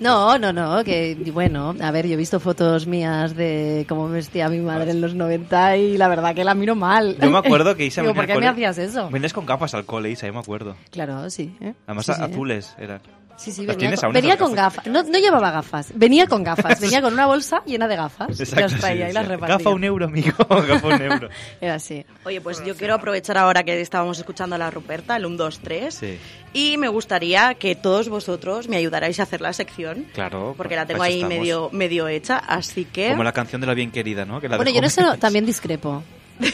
Speaker 7: No, no, no, que y bueno, a ver, yo he visto fotos mías de cómo vestía mi madre en los 90 y la verdad que la miro mal.
Speaker 6: Yo me acuerdo que Isa
Speaker 7: Digo,
Speaker 6: venía
Speaker 7: ¿por
Speaker 6: al
Speaker 7: qué me
Speaker 6: cole-
Speaker 7: hacías eso?
Speaker 6: Venías con gafas al cole, Isa, yo me acuerdo.
Speaker 7: Claro, sí. ¿eh?
Speaker 6: Además,
Speaker 7: Sí, sí.
Speaker 6: azules eran.
Speaker 7: Sí, sí,
Speaker 6: ¿Las
Speaker 7: venía
Speaker 6: tienes
Speaker 7: con,
Speaker 6: aún esas
Speaker 7: venía con gafas. No, no llevaba gafas, venía con gafas. Venía con una bolsa llena de gafas.
Speaker 6: Exacto,
Speaker 7: las traía
Speaker 6: sí,
Speaker 7: y las
Speaker 6: sí.
Speaker 7: repartía.
Speaker 6: Gafa un euro, amigo. Gafa un euro.
Speaker 7: Era así.
Speaker 11: Oye, pues yo quiero aprovechar ahora que estábamos escuchando a la Ruperta, el 1, 2, 3,
Speaker 6: Sí,
Speaker 11: y me gustaría que todos vosotros me ayudarais a hacer la sección,
Speaker 6: claro.
Speaker 11: porque la
Speaker 6: para
Speaker 11: tengo
Speaker 6: eso
Speaker 11: ahí
Speaker 6: pues estamos.
Speaker 11: medio, medio hecha, así que...
Speaker 6: Como la canción de la bien querida, ¿no? Que la
Speaker 7: ¿eh? Bueno,
Speaker 6: dejó-
Speaker 7: yo en eso también discrepo.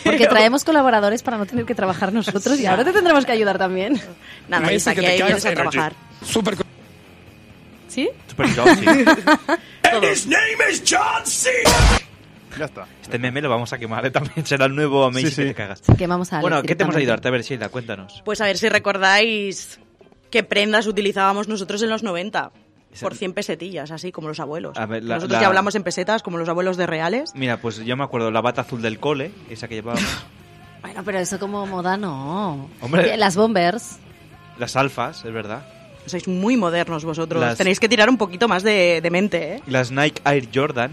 Speaker 7: Porque traemos colaboradores para no tener que trabajar nosotros y ahora te tendremos que ayudar también.
Speaker 11: Nada, Isa, que ahí vienes a trabajar.
Speaker 7: Super. ¿Sí?
Speaker 6: Super John, sí.
Speaker 1: His name is John C.
Speaker 9: Ya está.
Speaker 6: Este meme lo vamos a quemar ¿eh? también. Será el nuevo Amazing que te cagas.
Speaker 7: Quemamos a Alex
Speaker 6: Bueno, ¿qué te hemos
Speaker 7: directamente.
Speaker 6: ayudado? A ver, Sheila, cuéntanos.
Speaker 11: Pues a ver si recordáis qué prendas utilizábamos nosotros en los 90. Por 100 pesetillas, así como los abuelos.
Speaker 6: A ver, Ah, la-
Speaker 11: nosotros
Speaker 6: la-
Speaker 11: ya hablamos en pesetas, como los abuelos de reales.
Speaker 6: Mira, pues yo me acuerdo la bata azul del cole, esa que llevábamos.
Speaker 7: Bueno, pero eso como moda no. Eh,
Speaker 6: Hombre.
Speaker 7: Las bombers.
Speaker 6: Las alfas, es verdad.
Speaker 11: Sois muy modernos vosotros.
Speaker 6: Las-
Speaker 11: Tenéis que tirar un poquito más de, de mente, ¿eh?
Speaker 6: Las Nike Air Jordan.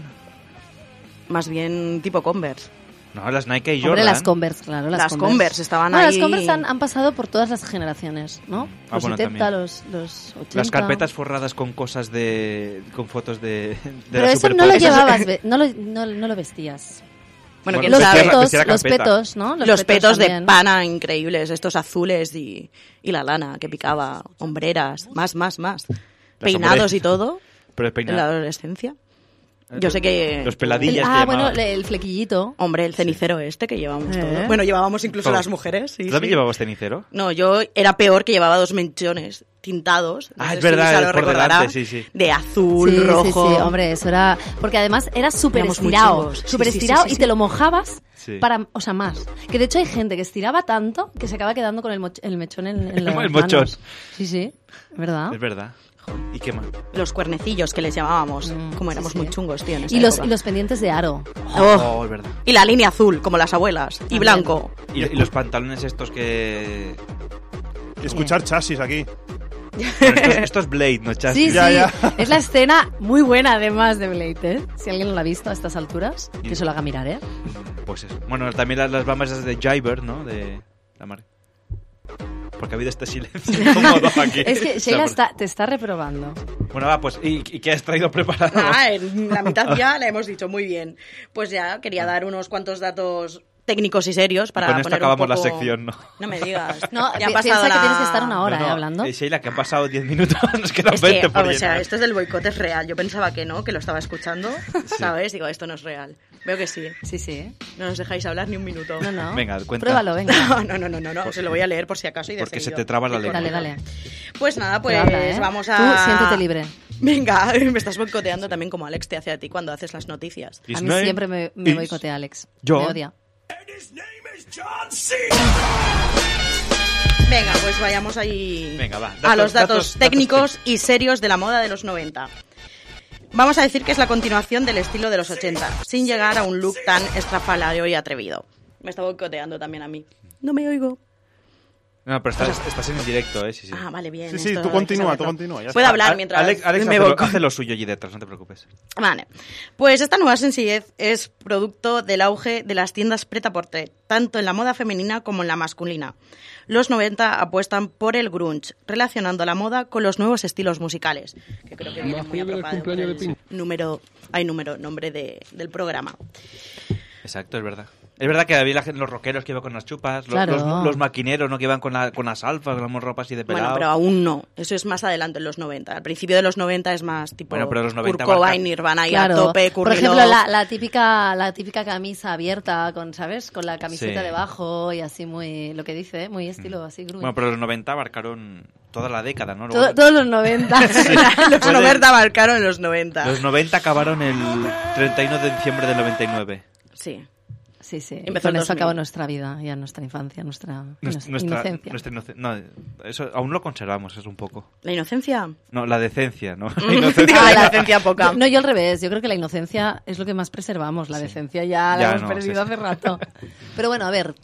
Speaker 11: Más bien tipo Converse.
Speaker 6: No, las Nike Air
Speaker 7: Hombre,
Speaker 6: Jordan.
Speaker 7: las Converse, claro. Las,
Speaker 11: Las Converse estaban
Speaker 7: Bueno,
Speaker 11: ahí.
Speaker 7: Las Converse han, han pasado por todas las generaciones, ¿no?
Speaker 6: Ah,
Speaker 7: los
Speaker 6: bueno,
Speaker 7: 70,
Speaker 6: también.
Speaker 7: los, los 80.
Speaker 6: Las carpetas forradas con cosas de. con fotos de. de
Speaker 7: Pero
Speaker 6: la
Speaker 7: eso
Speaker 6: Super
Speaker 7: no lo
Speaker 6: Pop.
Speaker 7: llevabas, ve- no lo, no, no lo vestías.
Speaker 11: Bueno, quién
Speaker 7: los
Speaker 11: sabe.
Speaker 7: petos, los petos, ¿no?
Speaker 11: Los,
Speaker 7: Los
Speaker 11: petos,
Speaker 7: petos
Speaker 11: de
Speaker 7: también.
Speaker 11: pana increíbles, estos azules y, y la lana que picaba, hombreras, más, más, más. Peinados
Speaker 6: hombreras.
Speaker 11: y todo
Speaker 6: Pero el
Speaker 11: en la
Speaker 6: peinado.
Speaker 11: adolescencia. Yo sé que...
Speaker 6: Los peladillas
Speaker 7: ah, bueno, el flequillito.
Speaker 11: Hombre, el cenicero este que llevábamos
Speaker 7: Eh.
Speaker 11: todos. Bueno, llevábamos incluso
Speaker 6: Todo.
Speaker 11: las mujeres. Sí,
Speaker 6: ¿Tú también
Speaker 11: sí.
Speaker 6: Oh. llevabas cenicero?
Speaker 11: No, yo era peor que llevaba dos menchones tintados. no
Speaker 6: Ah,
Speaker 11: sé
Speaker 6: es
Speaker 11: si
Speaker 6: verdad,
Speaker 11: Isa lo
Speaker 6: por
Speaker 11: recordará,
Speaker 6: delante, sí, sí.
Speaker 11: De azul,
Speaker 7: sí,
Speaker 11: rojo.
Speaker 7: Sí, sí, hombre, eso era. Porque además era súper
Speaker 11: Éramos muy
Speaker 7: estirado.
Speaker 11: chungos. Sí,
Speaker 7: Súper
Speaker 11: sí, sí,
Speaker 7: estirado
Speaker 11: sí,
Speaker 7: y
Speaker 11: sí.
Speaker 7: te lo mojabas
Speaker 6: Sí.
Speaker 7: para. O sea, más. Que de hecho hay gente que estiraba tanto que se acaba quedando con el, moch- el mechón en, en las manos.
Speaker 6: El mochón.
Speaker 7: Sí, sí. ¿Verdad?
Speaker 6: Es verdad. ¿Y qué más?
Speaker 11: Los cuernecillos que les llamábamos. como éramos muy chungos, tío. en esa
Speaker 7: Y los,
Speaker 11: época.
Speaker 7: y los pendientes de aro.
Speaker 11: Oh.
Speaker 6: es verdad.
Speaker 11: Y la línea azul, como las abuelas. Y blanco.
Speaker 6: Y, y los pantalones estos que...
Speaker 9: Escuchar chasis aquí.
Speaker 6: Esto, es- esto es Blade, no chasis.
Speaker 7: Sí, Eh. sí. Es la escena muy buena, además, de Blade, ¿eh? Si alguien no la ha visto a estas alturas, que se lo haga mirar, ¿eh?
Speaker 6: Pues eso. Bueno, también las, las bambas esas de Jiver, ¿no? De la marca. Porque ha habido este silencio incómodo aquí.
Speaker 7: Es que
Speaker 6: O sea,
Speaker 7: Sheila
Speaker 6: por-
Speaker 7: está, te está reprobando.
Speaker 6: Bueno, va, pues, ¿y, y qué has traído preparado?
Speaker 11: Ah, en la mitad ya la hemos dicho muy bien. Pues ya quería dar unos cuantos datos técnicos y serios para
Speaker 6: Y con esto
Speaker 11: poner un
Speaker 6: acabamos la
Speaker 11: poco-
Speaker 6: sección, ¿no?
Speaker 11: No me digas.
Speaker 7: No,
Speaker 11: Ya ha
Speaker 7: pi-
Speaker 11: pasado
Speaker 7: piensa que
Speaker 11: la-
Speaker 7: tienes que estar una hora,
Speaker 6: No, no,
Speaker 7: ¿eh? Hablando.
Speaker 6: eh, Sheila, que han pasado 10 minutos, nos quedan
Speaker 11: Es
Speaker 6: 20
Speaker 11: que,
Speaker 6: por
Speaker 11: o sea,
Speaker 6: llenar.
Speaker 11: esto es del boicot, es real. Yo pensaba que no, que lo estaba escuchando, ¿sabes? Digo, esto no es real. Veo que sí. ¿eh?
Speaker 7: Sí, sí.
Speaker 11: No nos dejáis hablar ni un minuto. No,
Speaker 7: no.
Speaker 6: Venga, cuenta.
Speaker 7: Pruébalo, venga.
Speaker 11: No, no, no, no, no, Se lo voy a leer por si acaso y de
Speaker 6: Porque se
Speaker 11: seguido.
Speaker 6: te traba la lengua.
Speaker 7: Dale, dale.
Speaker 11: Pues nada, pues
Speaker 7: Pero habla, ¿eh?
Speaker 11: vamos a...
Speaker 7: Tú siéntete libre.
Speaker 11: Venga, me estás boicoteando también como Alex te hace a ti cuando haces las noticias.
Speaker 7: A mí siempre me, me boicotea Alex.
Speaker 11: Yo.
Speaker 7: Me odia.
Speaker 11: Venga, pues vayamos ahí
Speaker 6: Venga, va.
Speaker 11: a los datos,
Speaker 6: datos
Speaker 11: técnicos y serios de la moda de los 90. Vamos a decir que es la continuación del estilo de los 80, sin llegar a un look tan estrafalario y atrevido. Me está boicoteando también a mí. No me oigo.
Speaker 6: No, pero estás, estás en directo, ¿eh? Sí, sí.
Speaker 11: Ah, vale, bien.
Speaker 9: Sí, sí,
Speaker 11: esto
Speaker 9: tú
Speaker 11: hay que
Speaker 9: continúa, tú
Speaker 11: saberlo.
Speaker 9: continúa, ya
Speaker 11: Puedo
Speaker 9: está.
Speaker 11: hablar
Speaker 9: A-
Speaker 11: mientras
Speaker 6: Alex, Alex
Speaker 11: me
Speaker 6: hace, lo,
Speaker 11: boico-
Speaker 6: hace lo suyo allí detrás, no te preocupes.
Speaker 11: Vale. Pues esta nueva sencillez es producto del auge de las tiendas preta porter tanto en la moda femenina como en la masculina. Los 90 apuestan por el grunge, relacionando la moda con los nuevos estilos musicales, que creo que viene muy apropiado por el número, hay número, nombre de- del programa.
Speaker 6: Exacto, es verdad. Es verdad que había la gente- los rockeros que iban con las chupas, los,
Speaker 11: Claro.
Speaker 6: los, los maquineros ¿no? que iban con, la- con las alfas, con las ropas y de pelado.
Speaker 11: Bueno, pero aún no. Eso es más adelante en los 90. Al principio de los 90 es más tipo
Speaker 6: Bueno, pero los 90
Speaker 11: Kurt Cobain,
Speaker 6: abarca-
Speaker 11: Nirvana y
Speaker 7: Claro.
Speaker 11: a tope,
Speaker 7: Por
Speaker 11: Courtney
Speaker 7: ejemplo,
Speaker 11: Love.
Speaker 7: la, la típica la típica camisa abierta con, ¿sabes? Con la camiseta
Speaker 6: Sí. Mm.
Speaker 7: debajo y así muy lo que dice, ¿eh? muy estilo así grunge.
Speaker 6: Bueno, pero los 90 abarcaron toda la década, ¿no?
Speaker 7: Todo-
Speaker 6: Luego-
Speaker 7: todos los 90.
Speaker 11: los
Speaker 6: Puede-
Speaker 11: 90 marcaron los 90.
Speaker 6: Los 90 acabaron el 31 de diciembre del 99.
Speaker 11: Sí.
Speaker 7: Sí, sí. Y
Speaker 11: Empezó
Speaker 7: con
Speaker 11: el
Speaker 7: eso
Speaker 11: 2000.
Speaker 7: acabó nuestra vida, ya nuestra infancia, nuestra,
Speaker 6: Nues-
Speaker 7: ino- inocencia.
Speaker 6: nuestra inoce- no, eso aún lo conservamos, es un poco.
Speaker 11: La inocencia.
Speaker 6: No, la decencia, ¿no?
Speaker 11: Mm, digo, la decencia poca.
Speaker 7: No, yo al revés. Yo creo que la inocencia es lo que más preservamos. La decencia ya la
Speaker 6: Ya
Speaker 7: hemos
Speaker 6: no, sí,
Speaker 7: perdido
Speaker 6: sí.
Speaker 7: hace rato. Pero bueno, a ver.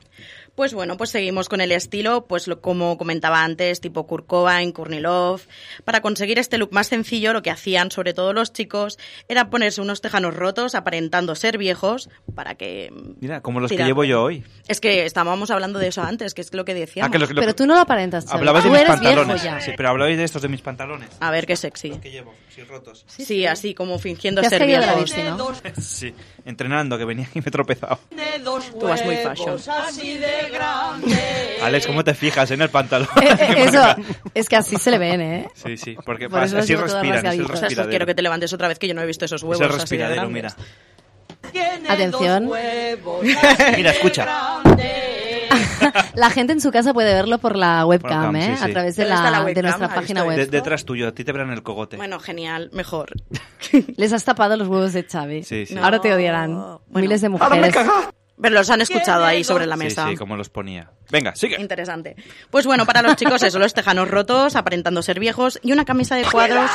Speaker 11: Pues bueno, pues seguimos con el estilo, pues lo- como comentaba antes, tipo Kurt Cobain, Courtney Love. Para conseguir este look más sencillo, lo que hacían, sobre todo los chicos, era ponerse unos tejanos rotos aparentando ser viejos para que...
Speaker 6: Mira, como los
Speaker 11: Tira.
Speaker 6: que llevo yo hoy.
Speaker 11: Es que estábamos hablando de eso antes, que es lo que decíamos.
Speaker 6: Ah, que lo- lo-
Speaker 7: Pero tú no lo aparentas, Xavi.
Speaker 6: Hablabais de
Speaker 7: Tú
Speaker 6: mis
Speaker 7: eres viejo
Speaker 6: pantalones.
Speaker 7: ya.
Speaker 6: Sí, pero hablabais de estos, de mis pantalones.
Speaker 11: A ver, qué sexy.
Speaker 6: Que llevo, sí, rotos.
Speaker 11: Sí, así como fingiendo
Speaker 7: Te has
Speaker 11: ser
Speaker 7: caído de la
Speaker 11: viejos.
Speaker 7: bici, ¿no?
Speaker 6: Sí, entrenando, que venía y me he tropezado.
Speaker 11: Tú vas muy fashion.
Speaker 10: Así de grande.
Speaker 6: Alex, ¿cómo te fijas en el pantalón?
Speaker 7: Eh, eh, eso, es que así se le ven, ¿eh?
Speaker 6: Sí, sí, porque
Speaker 7: Por eso
Speaker 6: así
Speaker 7: lo sigo todo
Speaker 6: respiran, es el
Speaker 7: rasgadito.
Speaker 11: O sea, esto
Speaker 6: respiradero.
Speaker 11: quiero que te levantes otra vez, que yo no he visto esos
Speaker 6: Es
Speaker 11: huevos
Speaker 6: el
Speaker 11: así de
Speaker 6: respiradero,
Speaker 11: grandes.
Speaker 6: mira.
Speaker 7: Atención.
Speaker 6: Mira, escucha.
Speaker 7: La gente en su casa puede verlo por la webcam,
Speaker 6: Webcam,
Speaker 7: ¿eh?
Speaker 6: sí, sí.
Speaker 7: A través de,
Speaker 11: ¿Dónde está
Speaker 7: la-
Speaker 11: la
Speaker 7: de
Speaker 11: webcam?
Speaker 7: nuestra
Speaker 11: ¿Has
Speaker 7: página
Speaker 6: De-
Speaker 7: web.
Speaker 6: detrás tuyo, a ti te verán el cogote.
Speaker 11: Bueno, genial, mejor.
Speaker 7: Les has tapado los huevos de Xavi.
Speaker 6: Sí, sí.
Speaker 7: Ahora te odiarán. Miles de mujeres.
Speaker 11: Pero los han escuchado ahí sobre la
Speaker 6: Sí,
Speaker 11: mesa.
Speaker 6: Sí, como los ponía. Venga, sigue.
Speaker 11: Interesante. Pues bueno, para los chicos eso, los tejanos rotos, aparentando ser viejos y una camisa de cuadros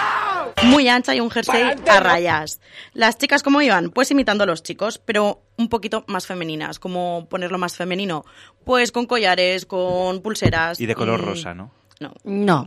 Speaker 11: muy ancha y un jersey a rayas. Las chicas cómo iban? Pues imitando a los chicos, pero un poquito más femeninas. ¿Cómo ponerlo más femenino? Pues con collares, con pulseras.
Speaker 6: Y de color
Speaker 11: mm,
Speaker 6: rosa, ¿no?
Speaker 7: No.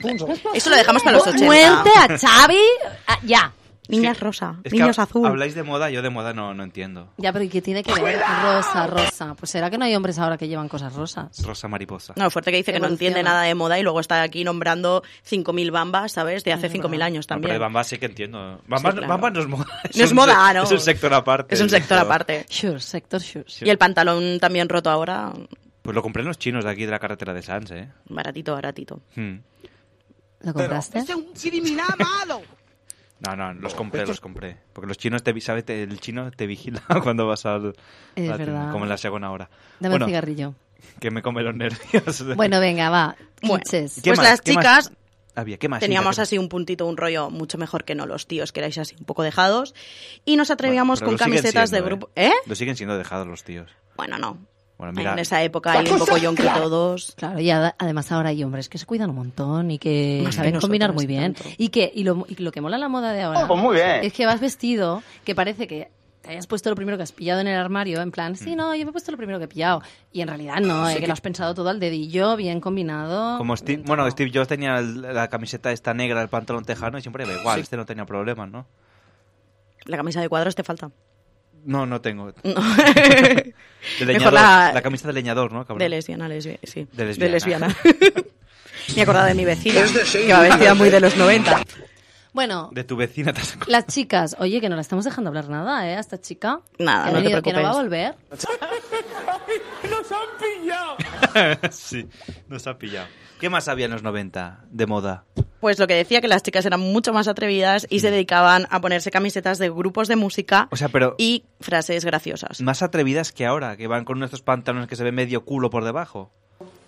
Speaker 11: Eso lo dejamos para los 80.
Speaker 7: Muerte a Xavi. Ah, ya.
Speaker 11: Niñas rosa,
Speaker 6: Es que
Speaker 11: niños
Speaker 6: ha-
Speaker 11: azul.
Speaker 6: Habláis de moda, yo de moda no, no entiendo.
Speaker 7: Ya, pero ¿y qué tiene que ver? Rosa, rosa. Pues será que no hay hombres ahora que llevan cosas rosas.
Speaker 6: Rosa mariposa.
Speaker 11: No, fuerte que dice que no entiende
Speaker 7: Evoluciona.
Speaker 11: nada de moda y luego está aquí nombrando 5.000 bambas, ¿sabes? De hace 5.000 años
Speaker 6: No, pero
Speaker 11: también.
Speaker 6: de Bamba sí que entiendo. Bamba,
Speaker 11: Sí, claro.
Speaker 6: Bamba no es moda.
Speaker 11: No es
Speaker 6: un
Speaker 11: moda, ah,
Speaker 6: sec-
Speaker 11: no.
Speaker 6: Es un sector aparte.
Speaker 11: Es un sector aparte.
Speaker 7: Sure, sector sure.
Speaker 11: Y el pantalón también roto ahora,
Speaker 6: Pues lo compré en los chinos de aquí de la carretera de Sans, ¿eh?
Speaker 11: baratito, baratito.
Speaker 6: Hmm.
Speaker 7: ¿Lo compraste?
Speaker 10: Es un criminal malo.
Speaker 6: No, no, los compré, los compré. Porque los chinos te, vi- sabe, te- el chino te vigila cuando vas al...
Speaker 7: Es
Speaker 6: a-
Speaker 7: verdad.
Speaker 6: Como en la segunda hora.
Speaker 7: Dame
Speaker 6: bueno,
Speaker 7: un cigarrillo.
Speaker 6: que me come los nervios.
Speaker 7: Bueno, venga, va.
Speaker 11: Bueno,
Speaker 7: Kitches.
Speaker 6: ¿Qué
Speaker 11: pues
Speaker 6: más?
Speaker 11: las
Speaker 6: ¿Qué más
Speaker 11: chicas
Speaker 6: Había, ¿qué más?
Speaker 11: Teníamos
Speaker 6: Mira, ¿qué
Speaker 11: así un puntito, un rollo mucho mejor que no los tíos, que erais así un poco dejados. Y nos atrevíamos
Speaker 6: pero
Speaker 11: con
Speaker 6: lo siguen
Speaker 11: camisetas de
Speaker 6: siendo,
Speaker 11: grupo.
Speaker 6: ¿eh? Ah,
Speaker 11: ¿Eh?
Speaker 6: Lo siguen siendo dejados los tíos.
Speaker 11: Bueno, no.
Speaker 6: Bueno, mira,
Speaker 11: En esa época hay un poco yonki todos.
Speaker 7: Claro, y ad- además ahora hay hombres que se cuidan un montón y que
Speaker 11: Más que
Speaker 7: saben combinar
Speaker 11: nosotras
Speaker 7: muy bien. Y que y lo, y lo que mola la moda de ahora
Speaker 11: Oh, pues muy bien.
Speaker 7: es que vas vestido que parece que te hayas puesto lo primero que has pillado en el armario, en plan,
Speaker 11: Mm.
Speaker 7: sí, no, yo me he puesto lo primero que he pillado. Y en realidad no,
Speaker 6: Sí,
Speaker 7: eh, que,
Speaker 6: que-
Speaker 7: lo has pensado todo al dedillo, bien combinado.
Speaker 11: Oh,
Speaker 6: Como Steve, bueno, Steve Jobs tenía el- la camiseta esta negra, el pantalón tejano y siempre iba igual. Este no tenía problemas, ¿no?
Speaker 11: La camisa de cuadros te falta.
Speaker 6: No, no tengo.
Speaker 11: No.
Speaker 6: De leñador,
Speaker 11: Mejor la-
Speaker 6: la... camisa de leñador, ¿no? Cabrón?
Speaker 11: De lesbiana, lesbi- sí.
Speaker 6: De lesbiana.
Speaker 11: Me he acordado de mi vecina,
Speaker 6: Es de seis
Speaker 11: que va vestida
Speaker 6: niños,
Speaker 11: muy
Speaker 6: ¿eh?
Speaker 11: de los 90.
Speaker 7: Bueno,
Speaker 6: De tu vecina te has acordado.
Speaker 7: las chicas, oye, que no la estamos dejando hablar nada, ¿eh? A esta chica.
Speaker 11: Nada,
Speaker 7: que ha
Speaker 11: no te
Speaker 7: venido, Que no va a volver.
Speaker 11: preocupes.
Speaker 10: ¡Nos han pillado!
Speaker 6: sí, nos ha pillado. ¿Qué más había en los 90 de moda?
Speaker 11: Pues lo que decía, que las chicas eran mucho más atrevidas y se dedicaban a ponerse camisetas de grupos de música
Speaker 6: O sea, pero
Speaker 11: y frases graciosas.
Speaker 6: más atrevidas que ahora, que van con nuestros pantalones que se ve medio culo por debajo.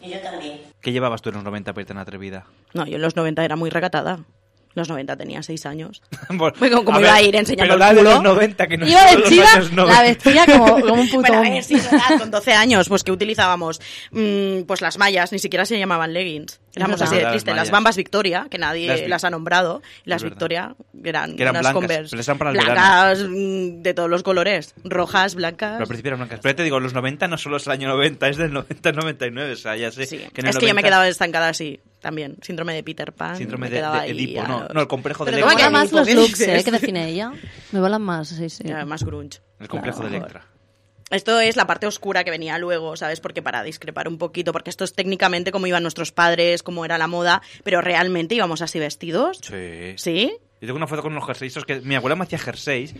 Speaker 11: Y yo también.
Speaker 6: ¿Qué llevabas tú en los 90 para ir tan atrevida?
Speaker 11: No, yo en los 90 era muy recatada. En los 90 tenía 6 años.
Speaker 6: Bueno,
Speaker 11: Bueno, como iba a ir
Speaker 6: pero
Speaker 11: enseñando el
Speaker 6: la de
Speaker 11: culo.
Speaker 6: los 90 que no
Speaker 11: Iba
Speaker 6: son los
Speaker 11: vestida,
Speaker 6: años 90.
Speaker 11: la vestida como, como un puto.
Speaker 7: Bueno, a ver,
Speaker 11: sí, es verdad, con 12 años, pues que utilizábamos mm, pues las mallas, ni siquiera se llamaban leggings. Éramos
Speaker 6: verdad.
Speaker 11: así de
Speaker 6: Las
Speaker 11: triste. Las,
Speaker 6: mallas.
Speaker 11: bambas Victoria, que nadie
Speaker 6: Las
Speaker 11: las,
Speaker 6: Vic-
Speaker 11: ha nombrado, y las
Speaker 6: Es verdad.
Speaker 11: Victoria eran,
Speaker 6: Que eran
Speaker 11: unas
Speaker 6: blancas,
Speaker 11: Converse
Speaker 6: pero esas para el
Speaker 11: blancas mm, de todos los colores, rojas, blancas.
Speaker 6: Pero al principio eran blancas. Pero ya te digo, los 90 no solo es el año 90, es del 90 al 99. O sea, ya sé. en el
Speaker 11: es que yo
Speaker 6: 90
Speaker 11: me quedaba estancada así, también. Síndrome de Peter Pan.
Speaker 6: Síndrome
Speaker 11: me
Speaker 6: de-
Speaker 11: quedaba
Speaker 6: de
Speaker 11: ahí
Speaker 6: Edipo,
Speaker 11: a
Speaker 6: no,
Speaker 11: los-
Speaker 6: no, el complejo de
Speaker 11: Pero
Speaker 7: Me
Speaker 6: Electra.
Speaker 11: ¿cómo que
Speaker 7: molan más
Speaker 11: Edipo?
Speaker 7: los
Speaker 11: ¿Qué
Speaker 7: looks, ¿eh?
Speaker 11: dices?
Speaker 7: Que define ella. Me molan más, sí, sí.
Speaker 11: Era más grunge.
Speaker 6: El complejo de Electra.
Speaker 11: Esto es la parte oscura que venía luego, ¿sabes? Porque para discrepar un poquito, porque esto es técnicamente cómo iban nuestros padres, cómo era la moda, pero realmente íbamos así vestidos.
Speaker 6: Sí.
Speaker 11: ¿Sí?
Speaker 6: Yo tengo una foto con unos jerseys esos que mi abuela me hacía jerseys.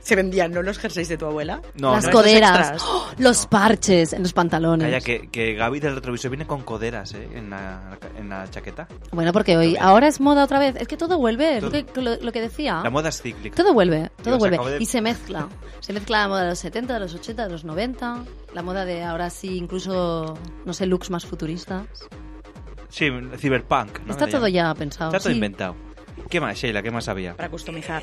Speaker 11: Se vendían, ¿no? Los jerseis de tu abuela.
Speaker 6: No,
Speaker 7: las
Speaker 6: no,
Speaker 7: coderas,
Speaker 11: extras.
Speaker 7: ¡Oh! los parches en los pantalones.
Speaker 6: Calla, que, que Gaby del retrovisor viene con coderas ¿eh? en, la, en la chaqueta.
Speaker 7: Bueno, porque hoy ahora es moda otra vez. Es que todo vuelve, es lo
Speaker 6: Todo-
Speaker 7: que, lo, lo que decía.
Speaker 6: La moda es cíclica.
Speaker 7: Ah. Todo vuelve,
Speaker 6: Dios,
Speaker 7: todo
Speaker 6: acabo
Speaker 7: vuelve.
Speaker 6: de-
Speaker 7: Y se mezcla. Se mezcla la moda de los 70, de los 80, de los 90. La moda de ahora sí, incluso, no sé, looks más futuristas.
Speaker 6: Sí, cyberpunk. ¿no?
Speaker 7: Está
Speaker 6: Le
Speaker 7: todo
Speaker 6: llaman.
Speaker 7: ya pensado,
Speaker 6: Está todo
Speaker 7: sí.
Speaker 6: inventado. ¿Qué más, Sheila? ¿Qué más había?
Speaker 11: Para customizar.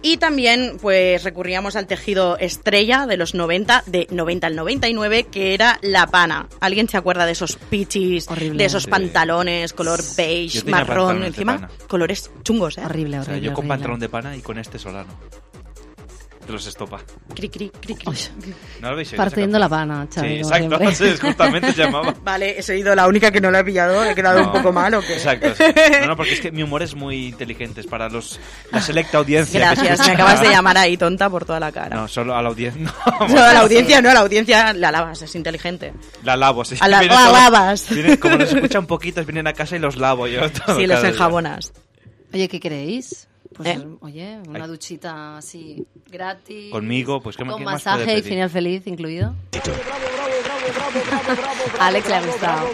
Speaker 11: Y también, pues, recurríamos al tejido estrella de los 90, de 90 al 99, que era la pana. ¿Alguien se acuerda de esos pichis, de esos
Speaker 6: Sí.
Speaker 11: pantalones, color
Speaker 6: Yo
Speaker 11: beige,
Speaker 6: tenía
Speaker 11: marrón,
Speaker 6: pantalones de
Speaker 11: encima?
Speaker 6: pana.
Speaker 11: Colores chungos, ¿eh?
Speaker 7: Horrible,
Speaker 6: O sea, yo con pantalón de pana y con este solano. Te los estopa.
Speaker 11: Cri, cri, cri, cri.
Speaker 6: ¿No lo habéis oído esa
Speaker 7: Partiendo la
Speaker 6: canción?
Speaker 7: pana, chaval.
Speaker 6: Sí, exacto. Sí, justamente se llamaba.
Speaker 11: Vale, he sido la única que no la he pillado, he quedado un
Speaker 6: No,
Speaker 11: poco mal o qué.
Speaker 6: Exacto. No, no, porque es que mi humor es muy inteligente. Es para los, la selecta audiencia. que
Speaker 11: Gracias, me
Speaker 6: escucha.
Speaker 11: acabas de llamar ahí tonta por toda la cara.
Speaker 6: No, solo a la audiencia. no.
Speaker 11: No, a la audiencia no, a la audiencia la lavas, es inteligente.
Speaker 6: La lavo, sí.
Speaker 11: A la-
Speaker 6: Vienen
Speaker 11: la
Speaker 6: todos-
Speaker 11: lavas.
Speaker 6: vienen- como los escuchan poquitos, vienen a casa y los lavo yo. todo,
Speaker 11: Sí, los
Speaker 6: cada día.
Speaker 11: enjabonas.
Speaker 7: Oye, ¿qué creéis? Pues,
Speaker 11: ¿Eh?
Speaker 7: oye, una
Speaker 6: Ay.
Speaker 7: duchita así, gratis.
Speaker 6: Conmigo, pues, ¿qué más-
Speaker 7: Con
Speaker 6: qué más puede
Speaker 7: masaje y
Speaker 6: pedir?
Speaker 7: final feliz incluido. Alex le ha gustado.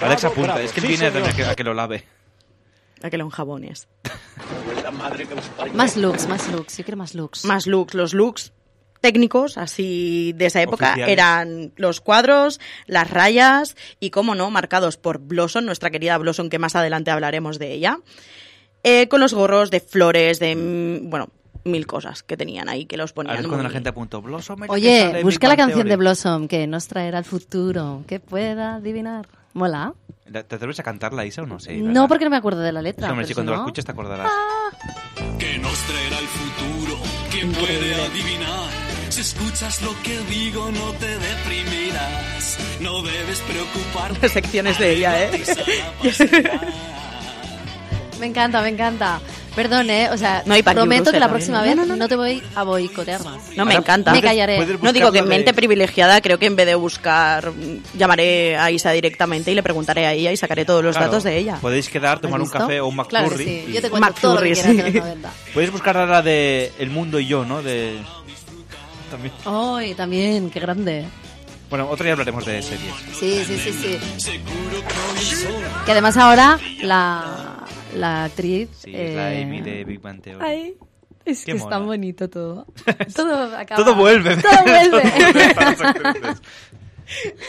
Speaker 6: Alex apunta, es que él
Speaker 11: Sí,
Speaker 6: viene
Speaker 11: señor.
Speaker 6: a, que, a que lo lave.
Speaker 11: A que lo enjabones.
Speaker 7: Más looks, más looks. Yo quiero más looks.
Speaker 11: Más looks. Los looks técnicos, así de esa época,
Speaker 7: Oficiales.
Speaker 11: eran los cuadros, las rayas y, cómo no, marcados por Blossom, nuestra querida Blossom, que más adelante hablaremos de ella. Eh, con los gorros de flores, de. mm, Bueno, mil cosas que tenían ahí que los
Speaker 6: A ver
Speaker 11: ponían.
Speaker 6: cuando la
Speaker 11: muy-
Speaker 6: gente apuntó Blossom. es que sale
Speaker 7: Oye,
Speaker 6: mi
Speaker 7: busca la
Speaker 6: Pantheon".
Speaker 7: canción de Blossom que nos traerá el futuro, que pueda adivinar. Mola.
Speaker 6: ¿La- ¿Te atreves a cantarla, Isa, o no? Sí, ¿verdad?
Speaker 7: No porque no me acuerdo de la
Speaker 6: Es que,
Speaker 7: letra. pero
Speaker 6: hombre, sí,
Speaker 7: si
Speaker 6: cuando la
Speaker 7: no-
Speaker 6: escuches te acordarás.
Speaker 5: que nos traerá el futuro. ¿Quién puede adivinar? Si escuchas lo que digo, no te deprimirás. No debes preocuparte.
Speaker 11: Las secciones de ella, ¿eh?
Speaker 7: Me encanta, me encanta. Perdón, ¿eh? O sea,
Speaker 11: No, y Pac
Speaker 7: prometo
Speaker 11: Yurusa
Speaker 7: que la
Speaker 11: también.
Speaker 7: próxima
Speaker 11: No,
Speaker 7: vez
Speaker 11: no,
Speaker 7: no,
Speaker 11: no,
Speaker 7: te voy a boicotear más.
Speaker 11: No, me encanta.
Speaker 7: Me callaré.
Speaker 11: No digo que mente privilegiada, creo que en vez de buscar, mm, llamaré a Isa directamente y le preguntaré a ella y sacaré todos los
Speaker 6: Claro,
Speaker 11: datos de ella.
Speaker 6: Podéis quedar, tomar un
Speaker 11: visto?
Speaker 6: café o un McCurry.
Speaker 7: Claro que sí.
Speaker 6: y-
Speaker 7: Yo te cuento todo lo que
Speaker 11: McFlurry,
Speaker 7: quieras de
Speaker 11: sí.
Speaker 7: los 90.
Speaker 6: Podéis buscar la de El Mundo y Yo, ¿no? De... También.
Speaker 7: ¡Ay, también! ¡Qué grande!
Speaker 6: Bueno, otro día hablaremos de series.
Speaker 7: Sí, sí, sí, sí. Que además ahora la, la actriz.
Speaker 6: Sí, es la
Speaker 7: eh,
Speaker 6: Amy de Big Bang Theory.
Speaker 7: Ay, es
Speaker 6: Qué
Speaker 7: que es tan
Speaker 6: mona.
Speaker 7: bonito todo. Todo acaba-
Speaker 6: Todo vuelve.
Speaker 7: Todo
Speaker 6: Todo vuelve para las
Speaker 7: vuelve.
Speaker 6: actrices.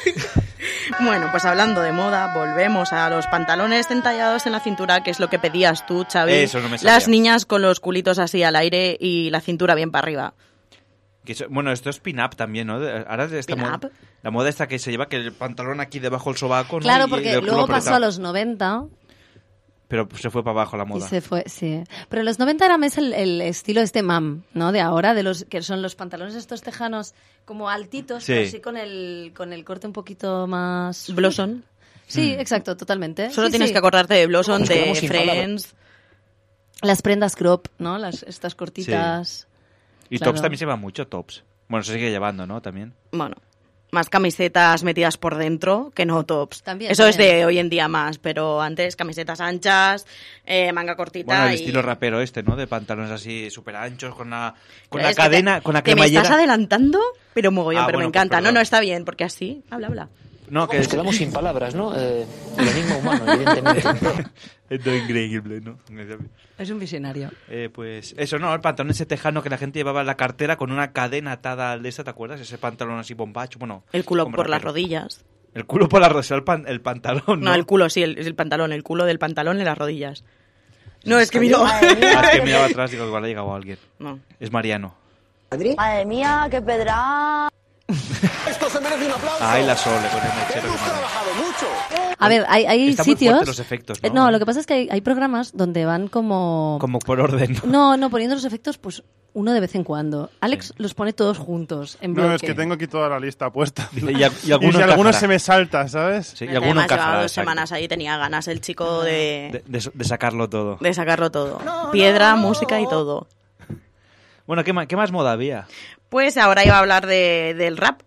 Speaker 11: Bueno, pues hablando de moda, volvemos a los pantalones entallados en la cintura, que es lo que pedías tú, Xavi.
Speaker 6: Eso no me sabía.
Speaker 11: Las niñas con los culitos así al aire y la cintura bien para arriba.
Speaker 6: Que eso- bueno, esto es pin-up también, ¿no? De- Ahora es esta
Speaker 11: Pin-up.
Speaker 6: moda- la moda esta que se lleva que el pantalón aquí debajo del sobaco, ¿no?
Speaker 7: Claro,
Speaker 6: Y- y
Speaker 7: porque
Speaker 6: el culo
Speaker 7: luego pasó
Speaker 6: apretado.
Speaker 7: a los 90
Speaker 6: Pero se fue para abajo la
Speaker 7: y
Speaker 6: moda.
Speaker 7: se fue, sí. Pero en los 90 era más el, el estilo este mam, ¿no? De ahora, de los que son los pantalones estos tejanos como altitos,
Speaker 11: Sí.
Speaker 7: pero sí con el, con el corte un poquito más...
Speaker 11: Blossom.
Speaker 7: Sí,
Speaker 6: Mm.
Speaker 7: exacto, totalmente.
Speaker 11: Solo
Speaker 7: Sí,
Speaker 11: tienes
Speaker 7: sí.
Speaker 11: que acordarte de Blossom,
Speaker 7: Nos
Speaker 11: de
Speaker 7: quedamos sin palabras.
Speaker 11: Friends.
Speaker 7: Las prendas crop, ¿no? Las, estas cortitas.
Speaker 6: Y
Speaker 7: Claro.
Speaker 6: tops también se lleva mucho, tops. Bueno, se sigue llevando, ¿no? También.
Speaker 11: Bueno, más camisetas metidas por dentro que no tops.
Speaker 7: También,
Speaker 11: Eso es
Speaker 7: también.
Speaker 11: de hoy en día más, pero antes camisetas anchas, eh, manga cortita
Speaker 6: Bueno, el
Speaker 11: y-
Speaker 6: estilo rapero este, ¿no? De pantalones así súper anchos, con la, con la
Speaker 11: Es que te-
Speaker 6: cadena, con la
Speaker 11: Te me
Speaker 6: cremallera.
Speaker 11: estás adelantando, pero mogollón,
Speaker 6: Ah,
Speaker 11: pero
Speaker 6: bueno,
Speaker 11: me
Speaker 6: pues
Speaker 11: encanta. no,
Speaker 6: perdón.
Speaker 11: no, está bien, porque así, habla, habla.
Speaker 6: No, que
Speaker 3: Nos quedamos sin palabras, ¿no? Eh, el enigma humano, evidentemente.
Speaker 6: Esto es increíble, ¿no?
Speaker 7: Es un visionario.
Speaker 6: Eh, pues eso, no, el pantalón ese tejano que la gente llevaba en la cartera con una cadena atada al de esta, ¿te acuerdas? Ese pantalón así bombacho, bueno.
Speaker 11: El culo
Speaker 6: como
Speaker 11: por las
Speaker 6: rapero.
Speaker 11: rodillas.
Speaker 6: El culo por las rodillas, el, pan- el pantalón,
Speaker 11: No,
Speaker 6: Oh, ¿no?
Speaker 11: el culo, sí, el, el pantalón, el culo del pantalón en las rodillas. No, es que miro.
Speaker 6: Ah, es que miraba atrás, digo, igual ha llegado alguien.
Speaker 11: No.
Speaker 6: Es Mariano.
Speaker 26: Madre mía, qué pedra.
Speaker 27: Esto se merece un aplauso.
Speaker 6: Ay, la sole con el mechero que manda.
Speaker 7: A ver, hay, hay
Speaker 6: Está muy
Speaker 7: sitios...
Speaker 6: fuerte los efectos, ¿no?
Speaker 7: Eh, no, lo que pasa es que hay, hay programas donde van como...
Speaker 6: Como por orden. ¿no?
Speaker 7: No, no, poniendo los efectos, pues uno de vez en cuando. Alex los pone todos juntos, en bloque.
Speaker 9: No, es que tengo aquí toda la lista puesta.
Speaker 6: y- y alguno
Speaker 9: si alguno
Speaker 6: encajará.
Speaker 9: se me salta, ¿sabes?
Speaker 6: Sí, y alguno
Speaker 11: Además, llevaba
Speaker 6: encajará,
Speaker 11: dos
Speaker 6: exacto.
Speaker 11: semanas ¿eh? ahí, tenía ganas el
Speaker 7: Ah.
Speaker 11: chico
Speaker 6: de,
Speaker 11: de,
Speaker 6: de- de sacarlo todo.
Speaker 11: de sacarlo todo. Piedra, música y todo.
Speaker 6: Bueno, ¿qué más, ¿qué más moda había?
Speaker 11: Pues ahora iba a hablar de- del rap,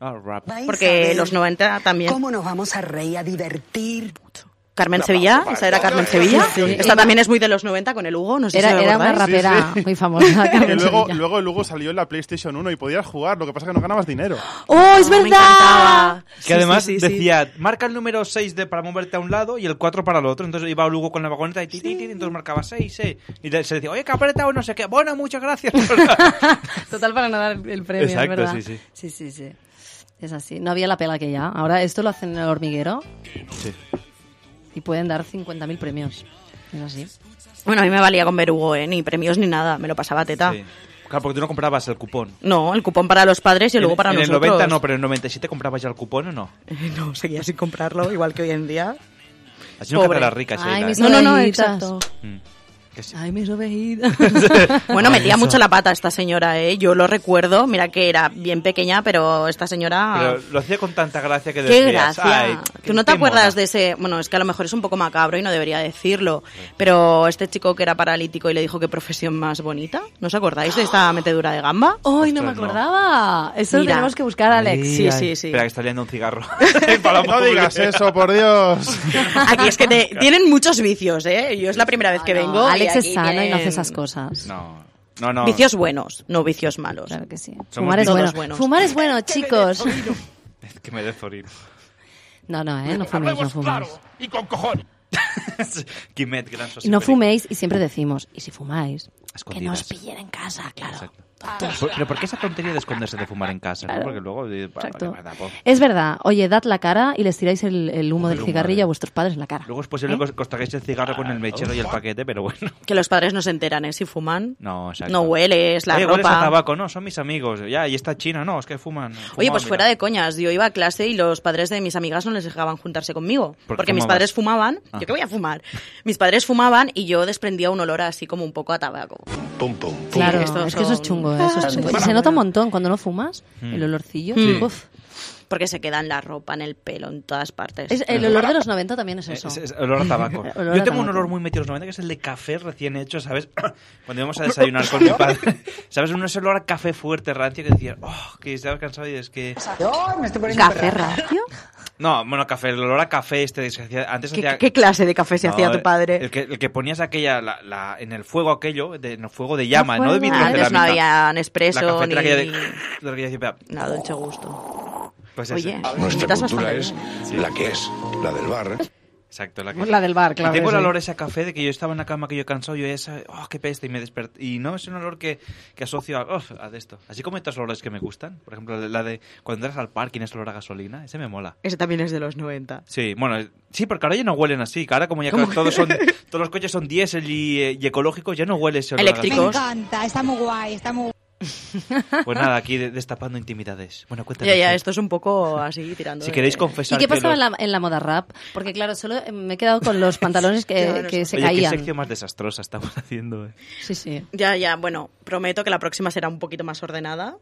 Speaker 6: Ah, rap.
Speaker 11: porque los 90 también.
Speaker 28: ¿Cómo nos vamos a reír, a divertir?
Speaker 11: Carmen Sevilla, esa era Carmen Sevilla.
Speaker 9: Sí.
Speaker 11: Esta también es muy de los 90 con el Hugo, no sé si lo acordáis.
Speaker 7: muy famosa.
Speaker 9: y luego, luego el Hugo salió en la PlayStation 1 y podías jugar, lo que pasa es que no ganabas dinero.
Speaker 7: ¡Oh, es
Speaker 11: Me encantaba.
Speaker 6: Que además decía, marca el número 6 de, para moverte a un lado y el 4 para el otro. Entonces iba Lugo con la vagoneta y ti, ti, ti, entonces marcaba 6, 6. Y le- se decía, oye, que ha apretado no sé qué. Bueno, muchas gracias.
Speaker 7: Total para no dar el premio, es
Speaker 6: Exacto,
Speaker 7: ¿verdad?
Speaker 6: sí, sí.
Speaker 7: Sí, sí, sí. Es así. No había la pela que ya. Ahora esto lo hacen en el hormiguero y pueden dar 50.000 premios. Es así.
Speaker 11: Bueno, a mí me valía con ver Hugo, ¿eh? ni premios ni nada, me lo pasaba teta.
Speaker 6: Sí. Claro, porque tú no comprabas el cupón.
Speaker 11: No, el cupón para los padres y luego
Speaker 6: En-
Speaker 11: para
Speaker 6: en
Speaker 11: nosotros.
Speaker 6: el 90 no, pero en el 97 comprabas ya el cupón o no.
Speaker 11: no, seguía sin comprarlo, igual que hoy en día.
Speaker 6: Así no
Speaker 11: Pobre.
Speaker 6: quedas rica,
Speaker 11: Ay,
Speaker 6: Sheila,
Speaker 11: mis
Speaker 6: ¿eh?
Speaker 11: No, no, no,
Speaker 7: ovejitas.
Speaker 11: exacto.
Speaker 9: Mm.
Speaker 7: Ay, mis ovejitas.
Speaker 11: Bueno, metía
Speaker 6: Eso.
Speaker 11: mucho la pata esta señora, ¿eh? Yo lo recuerdo, mira que era bien pequeña, pero esta
Speaker 7: Ah.
Speaker 11: señora...
Speaker 6: Pero lo hacía con tanta gracia que
Speaker 11: ¡Qué
Speaker 6: decías,
Speaker 11: gracia!
Speaker 6: "Ay,
Speaker 11: ¿Tú no te
Speaker 6: qué
Speaker 11: acuerdas
Speaker 6: mona".
Speaker 11: de ese...? Bueno, es que a lo mejor es un poco macabro y no debería decirlo, pero este chico que era paralítico y le dijo qué profesión más bonita, ¿no os acordáis de esta metedura de gamba?
Speaker 7: ¡Ay, no me
Speaker 6: Ostras, no.
Speaker 7: acordaba! Ah, Eso
Speaker 11: Mira.
Speaker 7: lo tenemos que buscar, Alex.
Speaker 6: Ay,
Speaker 11: Sí,
Speaker 6: ay.
Speaker 11: sí, sí.
Speaker 6: Espera, que está liando un cigarro.
Speaker 9: no digas eso, por Dios.
Speaker 11: Aquí es que te- tienen muchos vicios, ¿eh? Yo es la primera vez que
Speaker 7: Ah, No,
Speaker 11: vengo.
Speaker 7: Alex
Speaker 11: y
Speaker 7: es
Speaker 11: aquí
Speaker 7: sano y no
Speaker 11: tienen
Speaker 7: hace esas cosas.
Speaker 6: No, no, no.
Speaker 11: Vicios buenos, no vicios malos.
Speaker 7: Claro que sí.
Speaker 6: Somos
Speaker 7: Fumar es
Speaker 6: todos
Speaker 7: bueno.
Speaker 6: buenos.
Speaker 7: Fumar es bueno, chicos.
Speaker 6: Es que me dé zorir.
Speaker 7: No, no, ¿eh? No fuméis, no fuméis.
Speaker 6: y con cojones. Quimet, gran
Speaker 7: Y no
Speaker 6: sosiperi.
Speaker 7: fuméis y siempre decimos, y si fumáis, que no
Speaker 6: Escondidas.
Speaker 7: os pillen en casa, claro.
Speaker 6: Exacto. Por- Pero ¿por qué esa tontería de esconderse de fumar en casa? no?
Speaker 7: Claro.
Speaker 6: Porque luego... eh, bah,
Speaker 7: Exacto.
Speaker 6: bah, bah, bah.
Speaker 7: Es verdad, oye, dad la cara y les tiráis el, el humo del
Speaker 6: humo, eh.
Speaker 7: cigarrillo a vuestros padres en la cara.
Speaker 6: Luego es posible que os- que os traguéis el cigarro con el mechero y el paquete, pero bueno.
Speaker 11: Que los padres no se enteran, ¿eh? Si fuman.
Speaker 6: No, exacto.
Speaker 11: No hueles, la
Speaker 6: Oye,
Speaker 11: ropa.
Speaker 6: hueles a tabaco, no, son mis amigos. Ya, y esta china, no, es que fuman.
Speaker 11: Oye,
Speaker 6: fumaban,
Speaker 11: pues
Speaker 6: mira.
Speaker 11: fuera de coñas, yo iba a clase y los padres de mis amigas no les dejaban juntarse conmigo.
Speaker 6: Porque
Speaker 11: Porque mis
Speaker 6: fumabas.
Speaker 11: padres fumaban.
Speaker 6: Ah.
Speaker 11: ¿Yo qué voy a fumar? Mis padres fumaban y yo desprendía un olor así como un poco a tabaco.
Speaker 27: Pum, pum.
Speaker 7: Claro,
Speaker 11: Estos
Speaker 7: es que eso es
Speaker 11: son- Ah,
Speaker 7: chungo, ¿eh? eso es chungo. Y se nota un montón cuando no fumas, el olorcillo.
Speaker 11: Mm.
Speaker 7: uf.
Speaker 11: Porque se queda en la ropa, en el pelo, en todas partes. Eh,
Speaker 7: Es- el olor de los 90 también es eso.
Speaker 6: Es- es olor a tabaco. Yo
Speaker 7: Olor a
Speaker 6: tengo un
Speaker 7: tabaco.
Speaker 6: olor muy metido en los 90 que es el de café recién hecho, ¿sabes? Cuando íbamos a desayunar con mi padre, ¿sabes? Un ese olor a café fuerte, rancio, que decías, oh, que estaba cansado y es que...
Speaker 28: Ay, me estoy poniendo
Speaker 11: ¿Café
Speaker 28: perra.
Speaker 11: rancio?
Speaker 6: No, bueno, café, el olor a café este que se hacía... Antes
Speaker 11: ¿Qué,
Speaker 6: hacía...
Speaker 11: qué clase de café se
Speaker 6: No,
Speaker 11: hacía tu padre?
Speaker 6: El que, el que ponías aquella, la, la- en el fuego aquello, de, en el fuego de llama, ¿no? De
Speaker 11: Ah, Antes no
Speaker 6: vitrocerámica.
Speaker 11: había
Speaker 6: La
Speaker 11: Nespresso ni...
Speaker 6: cafetera aquella de- de la que yo decía,
Speaker 11: No, Dolce Gusto.
Speaker 6: pues
Speaker 11: Oye,
Speaker 6: ese.
Speaker 11: imitas bastante bien.
Speaker 27: la que es, la del bar. ¿eh?
Speaker 6: Exacto, la,
Speaker 7: Pues La del bar, claro
Speaker 6: Y tengo
Speaker 7: que
Speaker 6: el
Speaker 7: sí.
Speaker 6: olor ese a café de que yo estaba en la cama, que yo cansado, yo esa, oh, qué peste, y me desperté. Y no, es un olor que, que asocio a, uf, a de esto. Así como hay otros olores que me gustan. Por ejemplo, la de cuando entras al parking, ese olor a gasolina, ese me mola.
Speaker 11: Ese también es de los 90.
Speaker 6: Sí, bueno, sí, porque ahora ya no huelen así. Que ahora como ya
Speaker 11: ¿Cómo?
Speaker 6: todos, son, todos los coches son diésel y, eh, y ecológicos, ya no huele ese olor a gasolina.
Speaker 29: encanta, está muy guay, está muy...
Speaker 6: Pues nada, aquí de- destapando intimidades. Bueno, cuéntanos.
Speaker 11: Ya, ya,
Speaker 6: tú.
Speaker 11: esto es un poco así tirando.
Speaker 6: Si
Speaker 11: de-
Speaker 6: queréis
Speaker 7: ¿Y
Speaker 6: confesar
Speaker 7: qué
Speaker 6: que
Speaker 7: pasaba
Speaker 6: los-
Speaker 7: en, la, en la moda rap? Porque claro, solo me he quedado con los pantalones que, que se
Speaker 6: Oye,
Speaker 7: caían.
Speaker 6: qué sección más desastrosa estamos haciendo, eh.
Speaker 7: Sí, sí.
Speaker 11: Ya, ya, bueno, prometo que la próxima será un poquito más ordenada.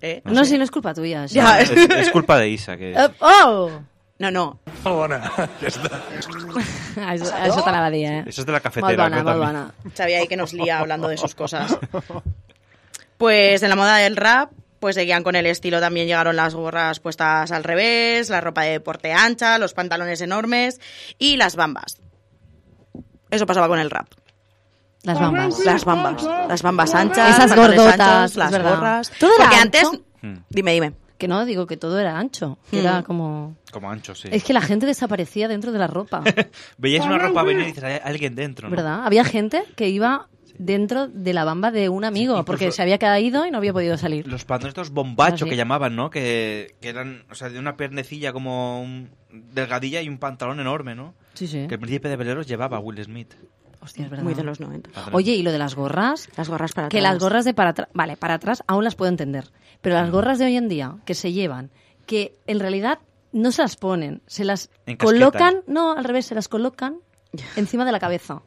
Speaker 11: ¿eh?
Speaker 7: No, si no es culpa tuya. sí.
Speaker 11: Ya.
Speaker 6: Es, es culpa de Isa, que...
Speaker 7: Eh, ¡Oh!
Speaker 11: No, no.
Speaker 6: Molt bona, ja està.
Speaker 7: A Eso, a eso te la va a dir, eh?
Speaker 6: Eso es de la
Speaker 7: Molt
Speaker 6: cafetera,
Speaker 7: bona,
Speaker 6: no?
Speaker 7: molt
Speaker 6: També.
Speaker 7: bona.
Speaker 11: Sabía ahí que nos lía hablando de sus cosas. Pues de la moda del rap, pues seguían con el estilo. También llegaron las gorras puestas al revés, la ropa de deporte ancha, los pantalones enormes y las bambas. Eso pasaba con el rap.
Speaker 7: Las bambas.
Speaker 11: Las bambas. Las bambas anchas,
Speaker 7: Esas
Speaker 11: pantalones
Speaker 7: gordotas,
Speaker 11: anchos,
Speaker 7: es
Speaker 11: las
Speaker 7: verdad.
Speaker 11: gorras.
Speaker 7: Todo era
Speaker 11: Porque antes.
Speaker 7: ancho.
Speaker 6: Mm.
Speaker 11: Dime, dime.
Speaker 7: Que no, digo que todo era ancho. que
Speaker 11: Mm.
Speaker 7: Era como...
Speaker 6: Como ancho, sí.
Speaker 7: Es que la gente desaparecía dentro de la ropa,
Speaker 6: Veías una ropa venir y dices, hay alguien dentro, ¿no?
Speaker 7: ¿verdad? Había gente que iba dentro de la bamba de un amigo porque se había caído y no había podido salir.
Speaker 6: Los pantalones
Speaker 7: Ah,
Speaker 6: estos bombacho
Speaker 7: Así.
Speaker 6: que llamaban, ¿no? Que, que eran, o sea, de una piernecilla como un- delgadilla y un pantalón enorme, ¿no?
Speaker 7: Sí, sí.
Speaker 6: Que el príncipe de Beleros llevaba a Will Smith.
Speaker 7: Hostia, es verdad.
Speaker 11: Muy de los 90.
Speaker 6: Atrás.
Speaker 7: Oye, ¿y lo de las gorras?
Speaker 11: Las gorras para
Speaker 7: Que
Speaker 11: atrás.
Speaker 7: las gorras de para atrás... Vale, para atrás aún las puedo entender. Pero las gorras de hoy en día que se llevan, que en realidad no se las ponen, se las
Speaker 6: Encasquetan.
Speaker 7: colocan... No, al revés, se las colocan encima de la cabeza.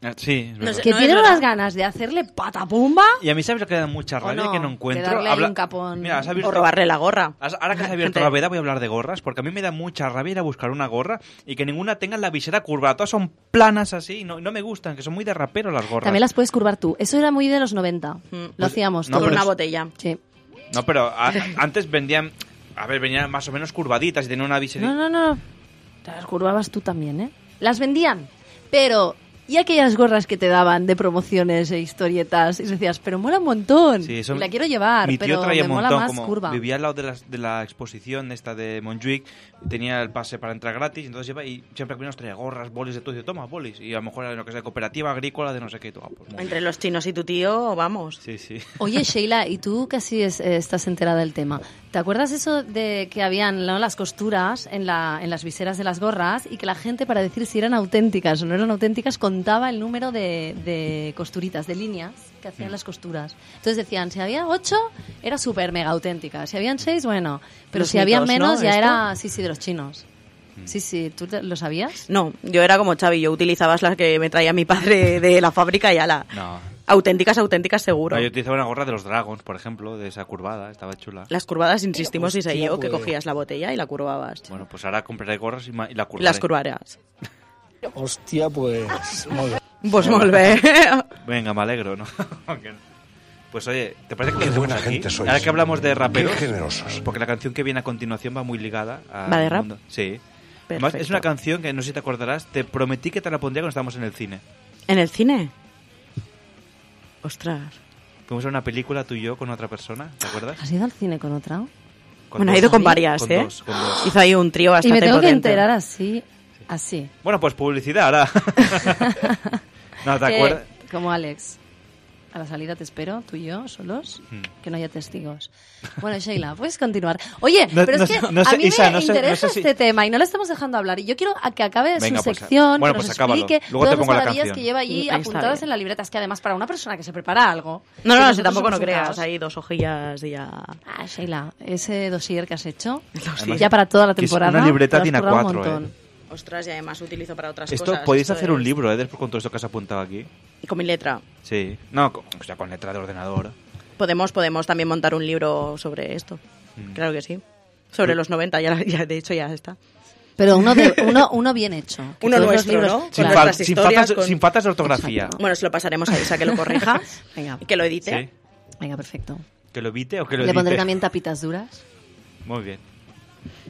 Speaker 6: Ah, Sí, es verdad.
Speaker 7: que tienen unas ganas de hacerle patapumba...
Speaker 6: Y a mí sabes lo que da mucha rabia
Speaker 7: no,
Speaker 6: que no
Speaker 7: que
Speaker 6: encuentro.
Speaker 7: darle ahí un capón.
Speaker 6: Mira, has abierto-
Speaker 11: O robarle la gorra.
Speaker 6: Has- Ahora que has abierto
Speaker 11: Gente.
Speaker 6: la veda voy a hablar de gorras, porque a mí me da mucha rabia ir a buscar una gorra y que ninguna tenga la visera curvada. Todas son planas así, no, no me gustan, que son muy de rapero las gorras.
Speaker 7: También las puedes curvar tú. Eso era muy de los 90. Lo
Speaker 6: Pues,
Speaker 7: hacíamos
Speaker 6: no,
Speaker 7: todos.
Speaker 6: pero Con una es-
Speaker 11: botella.
Speaker 7: Sí.
Speaker 6: No, pero a- antes vendían, a ver, venían más o menos curvaditas y tenían una visera.
Speaker 7: No, no, no. Te Las curvabas tú también, ¿eh? Las vendían. Pero, ¿y aquellas gorras que te daban de promociones e historietas? Y decías, pero mola un montón.
Speaker 6: Sí, eso-
Speaker 7: y la quiero llevar,
Speaker 6: Mi tío
Speaker 7: pero
Speaker 6: traía
Speaker 7: me
Speaker 6: un
Speaker 7: mola
Speaker 6: montón,
Speaker 7: más
Speaker 6: como
Speaker 7: curva.
Speaker 6: vivía al lado de, las- de la exposición esta de Montjuic, tenía el pase para entrar gratis, entonces lleva y siempre que nos traía gorras, bolis de todo, y yo, toma, bolis, y a lo mejor era lo que sea, cooperativa agrícola de no sé qué, y tú, ah, pues, muy bien.
Speaker 11: Entre los chinos y tu tío, vamos.
Speaker 6: Sí, sí.
Speaker 7: Oye, Sheila, y tú casi es- eh, estás enterada del tema. ¿Te acuerdas eso de que habían ¿no? las costuras en, la, en las viseras de las gorras y que la gente, para decir si eran auténticas o no eran auténticas, contaba el número de, de costuritas, de líneas que hacían
Speaker 13: Mm.
Speaker 7: las costuras? Entonces decían, si había ocho, era súper mega auténtica. Si habían seis, bueno. Pero
Speaker 11: Los
Speaker 7: si había
Speaker 11: mitos,
Speaker 7: menos,
Speaker 11: ¿no?
Speaker 7: ya
Speaker 11: Esto. Mm.
Speaker 7: era, sí, sí, de los chinos. Sí, sí, ¿tú te- lo sabías?
Speaker 11: No, yo era como Xavi, yo utilizabas las que me traía mi padre de la fábrica y ala.
Speaker 6: No.
Speaker 11: Auténticas, auténticas seguro.
Speaker 6: No, yo utilizaba una gorra de los Dragons, por ejemplo, de esa curvada, estaba chula.
Speaker 11: Las curvadas, insistimos,
Speaker 6: Hostia,
Speaker 11: y yo, que
Speaker 6: pues.
Speaker 11: cogías la botella y la curvabas.
Speaker 6: Bueno, pues ahora compraré gorras y, ma- y la curvaré.
Speaker 11: Las curvarás.
Speaker 6: Hostia, pues...
Speaker 11: Pues volver.
Speaker 6: Venga, me alegro, ¿no? Aunque no. pues oye, ¿te parece que lo
Speaker 27: Qué
Speaker 6: dejemos
Speaker 27: buena
Speaker 6: aquí?
Speaker 27: gente sois.
Speaker 6: Ahora que hablamos de raperos...
Speaker 27: Qué generosos.
Speaker 6: Porque la canción que viene a continuación va muy ligada a...
Speaker 11: ¿Va de rap?
Speaker 6: Sí. Además, es
Speaker 11: Perfecto.
Speaker 6: una canción que, no sé si te acordarás, te prometí que te la pondría cuando estábamos en el cine.
Speaker 11: ¿En el cine? Ostras.
Speaker 6: Fuimos a una película tú y yo con otra persona, ¿te acuerdas?
Speaker 7: ¿Has ido al cine con otra?
Speaker 6: Con
Speaker 11: Ah, bueno,
Speaker 6: dos.
Speaker 11: ha ido con
Speaker 6: Sí.
Speaker 11: varias,
Speaker 6: Con
Speaker 11: ¿eh?
Speaker 6: dos, con dos.
Speaker 11: Hizo ahí un trío
Speaker 7: Y me
Speaker 11: bastante
Speaker 7: tengo que
Speaker 11: potente.
Speaker 7: enterar así, así.
Speaker 6: Bueno, pues publicidad ahora. no, ¿te
Speaker 7: Que,
Speaker 6: acuerdas?
Speaker 7: Como Alex. A la salida te espero, tú y yo, solos,
Speaker 6: Hmm.
Speaker 7: que no haya testigos. Bueno, Sheila, puedes continuar. Oye,
Speaker 6: No-
Speaker 7: pero
Speaker 6: no
Speaker 7: es que
Speaker 6: sé- no sé,
Speaker 7: a mí
Speaker 6: Isa,
Speaker 7: me
Speaker 6: no sé- no
Speaker 7: interesa
Speaker 6: sé si-
Speaker 7: este tema y no lo estamos dejando hablar. Y yo quiero a que acabe
Speaker 6: Venga,
Speaker 7: su
Speaker 6: pues,
Speaker 7: sección,
Speaker 6: bueno,
Speaker 7: que
Speaker 6: pues
Speaker 7: nos
Speaker 6: acábalo.
Speaker 7: explique
Speaker 6: Luego te
Speaker 7: todas las
Speaker 6: pongo la
Speaker 7: maravillas
Speaker 6: canción.
Speaker 7: que lleva allí
Speaker 11: Mm, ahí está
Speaker 7: apuntadas
Speaker 11: bien.
Speaker 7: en la libreta. Es que además para una persona que se prepara algo...
Speaker 11: No,
Speaker 7: que
Speaker 11: no, no, si
Speaker 7: nosotros
Speaker 11: tampoco no
Speaker 7: somos un
Speaker 11: creas.
Speaker 7: caos.
Speaker 11: Ahí dos hojillas y ya.
Speaker 7: Ah, Sheila, ese dossier que has hecho,
Speaker 6: dossier.
Speaker 7: ya para toda la
Speaker 6: Que es una
Speaker 7: temporada...
Speaker 6: libreta
Speaker 7: te lo has
Speaker 6: tiene
Speaker 7: currado un
Speaker 6: cuatro, ¿eh?
Speaker 7: montón.
Speaker 11: Ostras, y además utilizo para otras
Speaker 6: Esto,
Speaker 11: cosas.
Speaker 6: podéis
Speaker 11: esto
Speaker 6: hacer
Speaker 11: de-
Speaker 6: un libro, ¿eh? de- Con todo esto que has apuntado aquí.
Speaker 11: Con mi letra.
Speaker 6: Sí. No, con, o sea, con letra de ordenador.
Speaker 11: Podemos, podemos también montar un libro sobre esto.
Speaker 6: Mm.
Speaker 11: Claro que sí. Sobre los 90, ya, ya de hecho ya está.
Speaker 7: Pero uno, de- uno, uno bien hecho. Que
Speaker 11: Uno
Speaker 7: todos los
Speaker 11: nuestro,
Speaker 7: libros-
Speaker 11: ¿no? Con
Speaker 6: Sin,
Speaker 7: Claro.
Speaker 6: fal-
Speaker 11: nuestras
Speaker 6: sin
Speaker 11: historias,
Speaker 6: faltas,
Speaker 11: con-
Speaker 6: sin faltas de ortografía.
Speaker 11: Bueno, se lo pasaremos a Isa que lo corrija.
Speaker 7: Venga.
Speaker 11: Y que lo edite.
Speaker 6: Sí.
Speaker 7: Venga, perfecto.
Speaker 6: ¿Que lo evite o que lo
Speaker 7: Le pondré
Speaker 6: edite?
Speaker 7: también tapitas duras.
Speaker 6: Muy bien.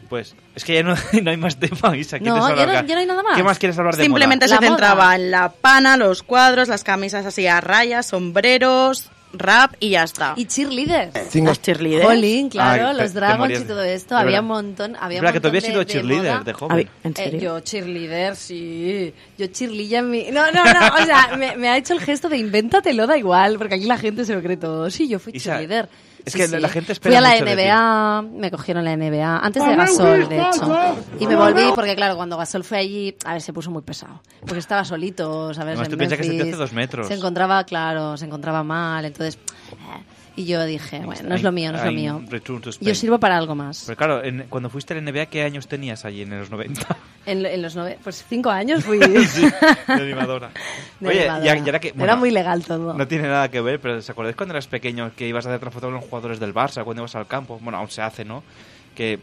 Speaker 6: Pues es que ya no, no hay más tema, Isa. ¿qué
Speaker 7: No,
Speaker 6: quieres
Speaker 7: ya no-
Speaker 6: hablar?
Speaker 7: ya no hay nada más.
Speaker 6: ¿Qué más quieres hablar de
Speaker 11: Simplemente
Speaker 6: moda?
Speaker 11: se centraba en la pana, los cuadros, las camisas así a rayas, sombreros, rap y ya está.
Speaker 7: Y cheerleader.
Speaker 11: Cinco- Las cheerleaders.
Speaker 7: Jolín, claro,
Speaker 6: Ay, te-
Speaker 7: los
Speaker 6: te
Speaker 7: Dragons
Speaker 6: morías
Speaker 7: y
Speaker 6: de-
Speaker 7: todo esto.
Speaker 6: de
Speaker 7: había
Speaker 6: verdad.
Speaker 7: un montón. Había
Speaker 6: Es verdad que tú
Speaker 7: montón
Speaker 6: habías
Speaker 7: de-
Speaker 6: sido
Speaker 7: de
Speaker 6: cheerleader
Speaker 7: moda.
Speaker 6: de joven.
Speaker 11: ¿En
Speaker 7: Eh,
Speaker 11: serio?
Speaker 7: yo cheerleader, sí. Yo cheerleader en mi... No, no, no. O sea, me, me ha hecho el gesto de invéntatelo, da igual, porque aquí la gente se lo cree todo. Sí, yo fui
Speaker 6: Isa,
Speaker 7: cheerleader.
Speaker 6: es
Speaker 7: Sí,
Speaker 6: que
Speaker 7: sí.
Speaker 6: la gente espera
Speaker 7: Fui a la
Speaker 6: mucho de ti.
Speaker 7: NBA, me cogieron la NBA, antes de
Speaker 6: Mamá,
Speaker 7: Gasol, de
Speaker 6: ¿qué pasa?
Speaker 7: hecho. Y me
Speaker 6: Mamá.
Speaker 7: volví porque, claro, cuando Gasol fue allí, a ver, se puso muy pesado. Porque estaba solito, ¿sabes?
Speaker 6: Además,
Speaker 7: En
Speaker 6: tú piensas que ese tío hace
Speaker 7: Memphis.
Speaker 6: dos metros.
Speaker 7: Se encontraba, claro, se encontraba mal, entonces... eh, Y yo dije, bueno, no es lo mío, no es lo
Speaker 6: Hay- hay
Speaker 7: mío.
Speaker 6: Return to Spain.
Speaker 7: Yo sirvo para algo más.
Speaker 6: Pero claro, en- cuando fuiste a la NBA, ¿qué años tenías allí en los 90?
Speaker 7: En, en los nove... Pues cinco años fui...
Speaker 6: de animadora.
Speaker 7: De
Speaker 6: Oye,
Speaker 7: animadora.
Speaker 6: ya, ya era que...
Speaker 7: Era
Speaker 6: bueno,
Speaker 7: muy legal todo.
Speaker 6: No tiene nada que ver, pero ¿se acordáis cuando eras pequeño que ibas a hacer fotos con los jugadores del Barça, cuando ibas al campo? Bueno, aún se hace, ¿no? Que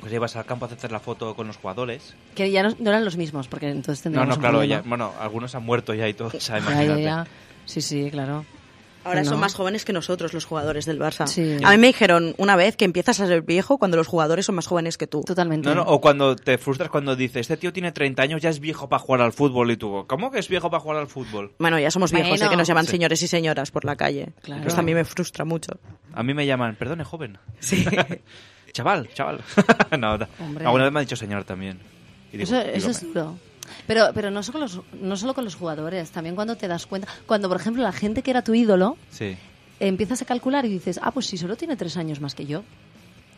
Speaker 6: pues, ibas al campo a hacer la foto con los jugadores.
Speaker 7: Que ya no, no eran los mismos, porque entonces
Speaker 6: No,
Speaker 7: tendríamos
Speaker 6: no,
Speaker 7: un
Speaker 6: claro,
Speaker 7: problema.
Speaker 6: ya, bueno, algunos han muerto ya y todo, o sea,
Speaker 7: Ya,
Speaker 6: imagínate.
Speaker 7: ya, ya. Sí, sí, claro.
Speaker 11: Ahora
Speaker 7: No,
Speaker 11: son
Speaker 7: no.
Speaker 11: más jóvenes que nosotros los jugadores del Barça.
Speaker 7: Sí.
Speaker 11: A mí me dijeron una vez que empiezas a ser viejo cuando los jugadores son más jóvenes que tú.
Speaker 7: Totalmente.
Speaker 6: No, no, o cuando te frustras cuando dices, este tío tiene 30 años, ya es viejo para jugar al fútbol. Y tú, ¿cómo que es viejo para jugar al fútbol?
Speaker 11: Bueno, ya somos viejos,
Speaker 7: Bueno.
Speaker 11: ¿eh? que nos llaman
Speaker 6: Sí.
Speaker 11: señores y señoras por la calle.
Speaker 7: Claro.
Speaker 11: Pues también me frustra mucho.
Speaker 6: A mí me llaman, perdone, joven. Sí. chaval, chaval. no, no.
Speaker 7: Hombre.
Speaker 6: Alguna vez me han dicho señor también. Y digo,
Speaker 7: Eso, eso
Speaker 6: "Dígame".
Speaker 7: es duro. Pero, pero no, solo los, no solo con los jugadores, también cuando te das cuenta, cuando por ejemplo la gente que era tu ídolo,
Speaker 6: Sí.
Speaker 7: eh, empiezas a calcular y dices, ah, pues sí, solo tiene tres años más que yo.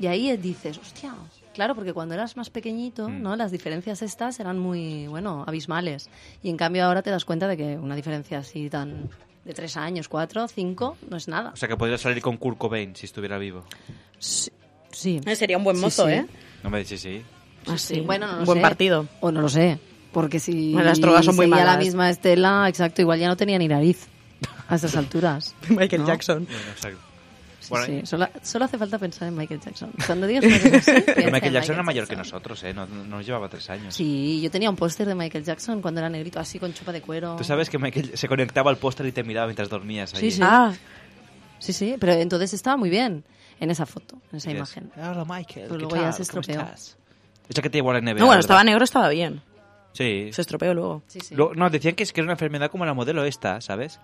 Speaker 7: Y ahí eh, dices, hostia, claro, porque cuando eras más pequeñito,
Speaker 11: Mm.
Speaker 7: ¿no? Las diferencias estas eran muy, bueno, abismales. Y en cambio ahora te das cuenta de que una diferencia así tan de tres años, cuatro, cinco, no es nada.
Speaker 6: O sea, que podría salir con Kurt Cobain si estuviera vivo.
Speaker 7: Sí.
Speaker 11: Eh, sería un buen
Speaker 7: Sí,
Speaker 11: mozo,
Speaker 7: sí.
Speaker 11: ¿eh?
Speaker 6: No me dices, sí.
Speaker 7: Ah, sí.
Speaker 11: Sí.
Speaker 7: Bueno, no lo
Speaker 11: Buen
Speaker 7: sé.
Speaker 11: partido.
Speaker 7: O no lo sé. Porque si
Speaker 11: Las drogas son muy
Speaker 7: seguía la
Speaker 11: malas.
Speaker 7: misma estela, exacto, igual ya no tenía ni nariz a estas alturas.
Speaker 11: Michael
Speaker 7: ¿no?
Speaker 11: Jackson.
Speaker 6: Bueno, exacto.
Speaker 7: Sí,
Speaker 6: Bueno,
Speaker 7: sí,
Speaker 6: eh,
Speaker 7: Solo, solo hace falta pensar en Michael Jackson. Cuando digas una cosa así, piensa
Speaker 6: pero
Speaker 7: en
Speaker 6: Michael Jackson era mayor que nosotros, ¿eh? No, no nos llevaba tres años.
Speaker 7: Sí, yo tenía un póster de Michael Jackson cuando era negrito, así con chupa de cuero.
Speaker 6: Tú sabes que Michael se conectaba al póster y te miraba mientras dormías.
Speaker 7: Sí,
Speaker 6: allí.
Speaker 7: sí. Ah, Sí, sí, pero entonces estaba muy bien en esa foto, en esa
Speaker 6: Yes.
Speaker 7: imagen.
Speaker 6: Hola, Ah, Michael.
Speaker 7: Pero
Speaker 6: ¿qué
Speaker 7: luego ya
Speaker 6: tal?
Speaker 7: se
Speaker 6: ¿Cómo
Speaker 7: estropeó.
Speaker 6: estás? Esa que te llevó a la NBA.
Speaker 11: No, bueno,
Speaker 6: ¿verdad?
Speaker 11: estaba negro, estaba bien.
Speaker 6: Sí.
Speaker 11: Se estropeó luego.
Speaker 6: Lo- no, decían que es que era una enfermedad como la modelo esta, ¿sabes?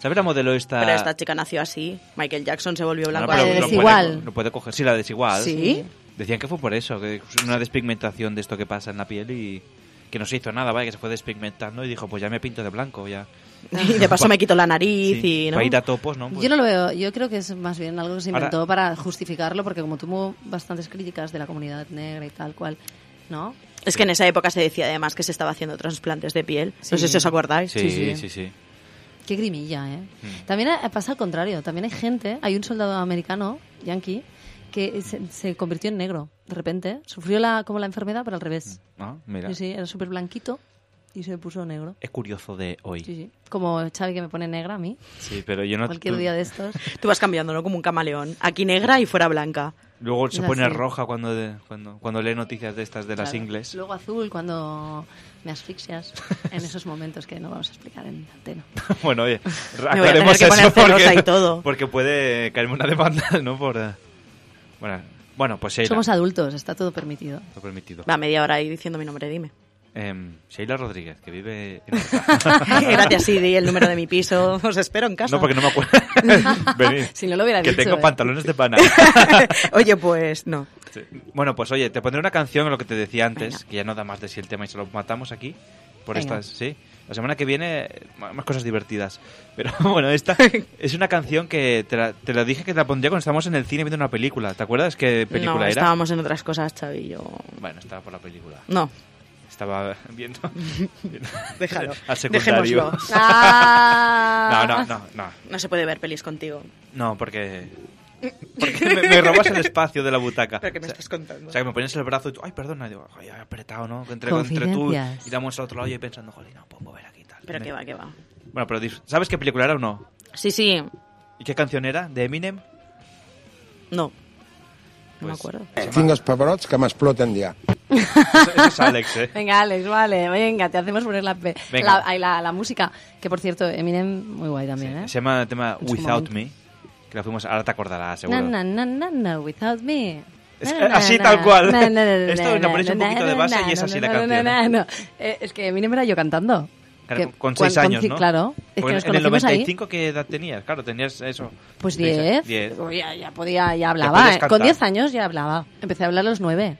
Speaker 6: ¿Sabes la modelo esta?
Speaker 11: Pero esta chica nació así. Michael Jackson se volvió
Speaker 6: No,
Speaker 11: blanco.
Speaker 6: Ah. pero
Speaker 11: así.
Speaker 6: lo puede- lo puede coger, sí, la desigual.
Speaker 11: Sí.
Speaker 6: Decían que fue por eso, que es una despigmentación de esto que pasa en la piel y que no se hizo nada, vaya, que se fue despigmentando y dijo, pues ya me pinto de blanco, ya.
Speaker 11: Y de paso me quito la nariz y, ¿no?
Speaker 6: Para ir a topos, ¿no? Pues-
Speaker 7: Yo no lo veo, yo creo que es más bien algo que se
Speaker 6: Ahora-
Speaker 7: inventó para justificarlo, porque como tuvo bastantes críticas de la comunidad negra y tal cual, ¿no?
Speaker 11: Es que en esa época se decía además que se estaba haciendo trasplantes de piel. No sé si os acordáis.
Speaker 6: Sí, sí, sí.
Speaker 7: Qué grimilla, ¿eh?
Speaker 6: Mm.
Speaker 7: También eh, pasa al contrario, también hay gente, hay un soldado americano, yankee, que se, se convirtió en negro de repente, sufrió la, como la enfermedad, pero al revés.
Speaker 6: Ah, mira.
Speaker 7: Sí, sí, era súper blanquito y se puso negro.
Speaker 6: Es curioso de hoy.
Speaker 7: Sí, sí. Como Xavi que me pone negra a mí,
Speaker 6: Sí, pero yo no...
Speaker 7: cualquier día de estos.
Speaker 11: Tú vas cambiándolo como un camaleón. Aquí negra y fuera blanca.
Speaker 6: Luego se
Speaker 7: Es
Speaker 6: pone
Speaker 7: así.
Speaker 6: roja cuando, de- cuando, cuando lee noticias de estas de las
Speaker 7: Claro.
Speaker 6: ingles.
Speaker 7: Luego azul cuando me asfixias en esos momentos que no vamos a explicar en antena.
Speaker 6: Bueno, oye,
Speaker 7: a tener
Speaker 6: aclaremos
Speaker 7: que poner
Speaker 6: eso porque,
Speaker 7: celosa y todo.
Speaker 6: porque puede caerme una demanda, ¿no? Por, eh, bueno, bueno, pues Sheila.
Speaker 7: Somos adultos, está todo permitido.
Speaker 6: Lo permitido.
Speaker 11: Va media hora ahí diciendo mi nombre, dime.
Speaker 6: Em, Sheila Rodríguez, que vive en...
Speaker 11: Gracias, Siri, el número de mi piso. Os espero en casa.
Speaker 6: No, porque no me acuerdo. Venid.
Speaker 11: Si no lo hubiera
Speaker 6: que
Speaker 11: dicho,
Speaker 6: tengo
Speaker 11: eh.
Speaker 6: pantalones de pana.
Speaker 11: Oye, pues no.
Speaker 6: Sí. Bueno, pues oye, te pondré una canción, lo que te decía antes, que ya no da más de sí el tema y se lo matamos aquí. Por
Speaker 13: Venga.
Speaker 6: estas, sí. La semana que viene, eh, más cosas divertidas. Pero bueno, esta es una canción que te la, te la dije que te la pondría cuando estábamos en el cine viendo una película. ¿Te acuerdas qué película
Speaker 11: no,
Speaker 6: era?
Speaker 11: estábamos en otras cosas, Xavi. Yo...
Speaker 6: Bueno, estaba por la película.
Speaker 11: No.
Speaker 6: Estaba viendo.
Speaker 11: Déjalo.
Speaker 6: Al secundario.
Speaker 11: Dejémoslo. Ah.
Speaker 6: No, no, no, no.
Speaker 11: No se puede ver pelis contigo.
Speaker 6: No, porque. Porque me, me robas el espacio de la butaca.
Speaker 11: ¿Pero qué me
Speaker 6: O sea,
Speaker 11: estás contando?
Speaker 6: O sea, que me pones el brazo y tú, ay, perdona, y digo, ay, ay, apretado, ¿no? Que Entre, entre tú
Speaker 11: Confidencias.
Speaker 6: y damos al otro lado y yo pensando, jolín, no puedo mover aquí y tal.
Speaker 11: Pero
Speaker 6: Me-
Speaker 11: qué va, qué va.
Speaker 6: Bueno, pero dis- ¿sabes qué película era o no?
Speaker 11: Sí, sí.
Speaker 6: ¿Y qué canción era? ¿De Eminem?
Speaker 11: No.
Speaker 6: No me acuerdo.
Speaker 27: Eh, Tinc els pebrots que m'exploten ja.
Speaker 6: Eso es Alex, ¿eh?
Speaker 7: Venga, Alex, vale, venga, te hacemos poner la, pe-
Speaker 6: Venga.
Speaker 7: la, ay, la, la música. Que por cierto, Eminem, muy guay también,
Speaker 6: Se llama el tema
Speaker 7: En su
Speaker 6: Without
Speaker 7: ¿Eh? momento.
Speaker 6: Me, que la fuimos, ahora te acordarás,
Speaker 7: ¿eh?
Speaker 6: seguro.
Speaker 7: Na, na, na, na, na, without me.
Speaker 6: Es
Speaker 7: Na,
Speaker 6: que
Speaker 7: na,
Speaker 6: así
Speaker 7: na,
Speaker 6: tal cual.
Speaker 7: na, na, na,
Speaker 6: Esto
Speaker 7: na,
Speaker 6: le ponéis un
Speaker 7: na,
Speaker 6: poquito
Speaker 7: na,
Speaker 6: de base
Speaker 7: na,
Speaker 6: y es
Speaker 7: na,
Speaker 6: así
Speaker 7: na, na,
Speaker 6: la
Speaker 7: na,
Speaker 6: canción.
Speaker 7: na, na. Eh, Es que Eminem era yo cantando.
Speaker 6: Claro,
Speaker 7: Que
Speaker 6: con
Speaker 7: cuan-
Speaker 6: 6 años,
Speaker 7: con-
Speaker 6: ¿no?
Speaker 7: claro, es que
Speaker 6: Porque
Speaker 7: nos
Speaker 6: en el
Speaker 7: conocimos ahí.
Speaker 6: 95, ¿qué edad tenías? Claro, tenías eso.
Speaker 7: Pues
Speaker 6: Seis años.
Speaker 7: 10.
Speaker 6: Diez.
Speaker 7: Ya, ya podía, ya
Speaker 6: Ya
Speaker 7: hablaba.
Speaker 6: podías
Speaker 7: eh.
Speaker 6: cantar.
Speaker 7: Con 10 años ya hablaba. Empecé a hablar a los 9.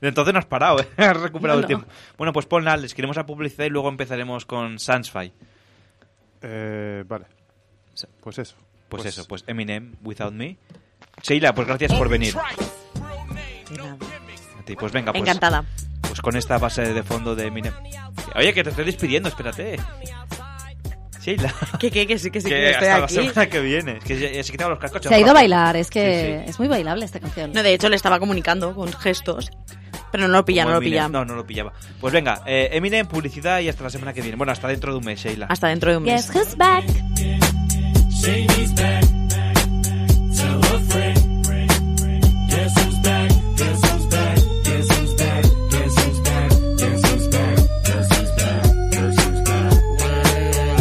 Speaker 6: De entonces no has parado, ¿eh? has
Speaker 7: No,
Speaker 6: recuperado el
Speaker 7: no.
Speaker 6: tiempo. Bueno, pues ponla, les queremos a publicidad y luego empezaremos con Sansfy.
Speaker 9: Eh, vale. Pues eso.
Speaker 6: Pues, eso, pues Eminem, Without Me. Sheila, pues gracias por venir. A ti, Pues venga, pues,
Speaker 13: Encantada.
Speaker 6: Pues con esta base de fondo de Eminem. Oye, que te estoy despidiendo, espérate. Sheila.
Speaker 11: Que, que, que sí, que sí, que,
Speaker 6: Que
Speaker 11: estoy
Speaker 6: hasta
Speaker 11: aquí.
Speaker 6: la semana que viene. Es que ya, ya se quitaba los cascos.
Speaker 7: Se ha ido a bailar, es que es muy bailable esta canción.
Speaker 11: No, de hecho le estaba comunicando con gestos, pero no lo pilla, no
Speaker 6: Como
Speaker 11: lo
Speaker 6: Eminem.
Speaker 11: pilla.
Speaker 6: No, no lo pillaba. Pues venga, eh, Eminem, publicidad y hasta la semana que viene. Bueno, hasta dentro de un mes, Sheila.
Speaker 11: Hasta dentro de un mes.
Speaker 7: Guess who's back?
Speaker 5: Shady's back. Tell a friend. Guess who's back? Guess who's back? Guess who's back? Guess who's back? Guess who's back? Guess who's back? Guess who's back?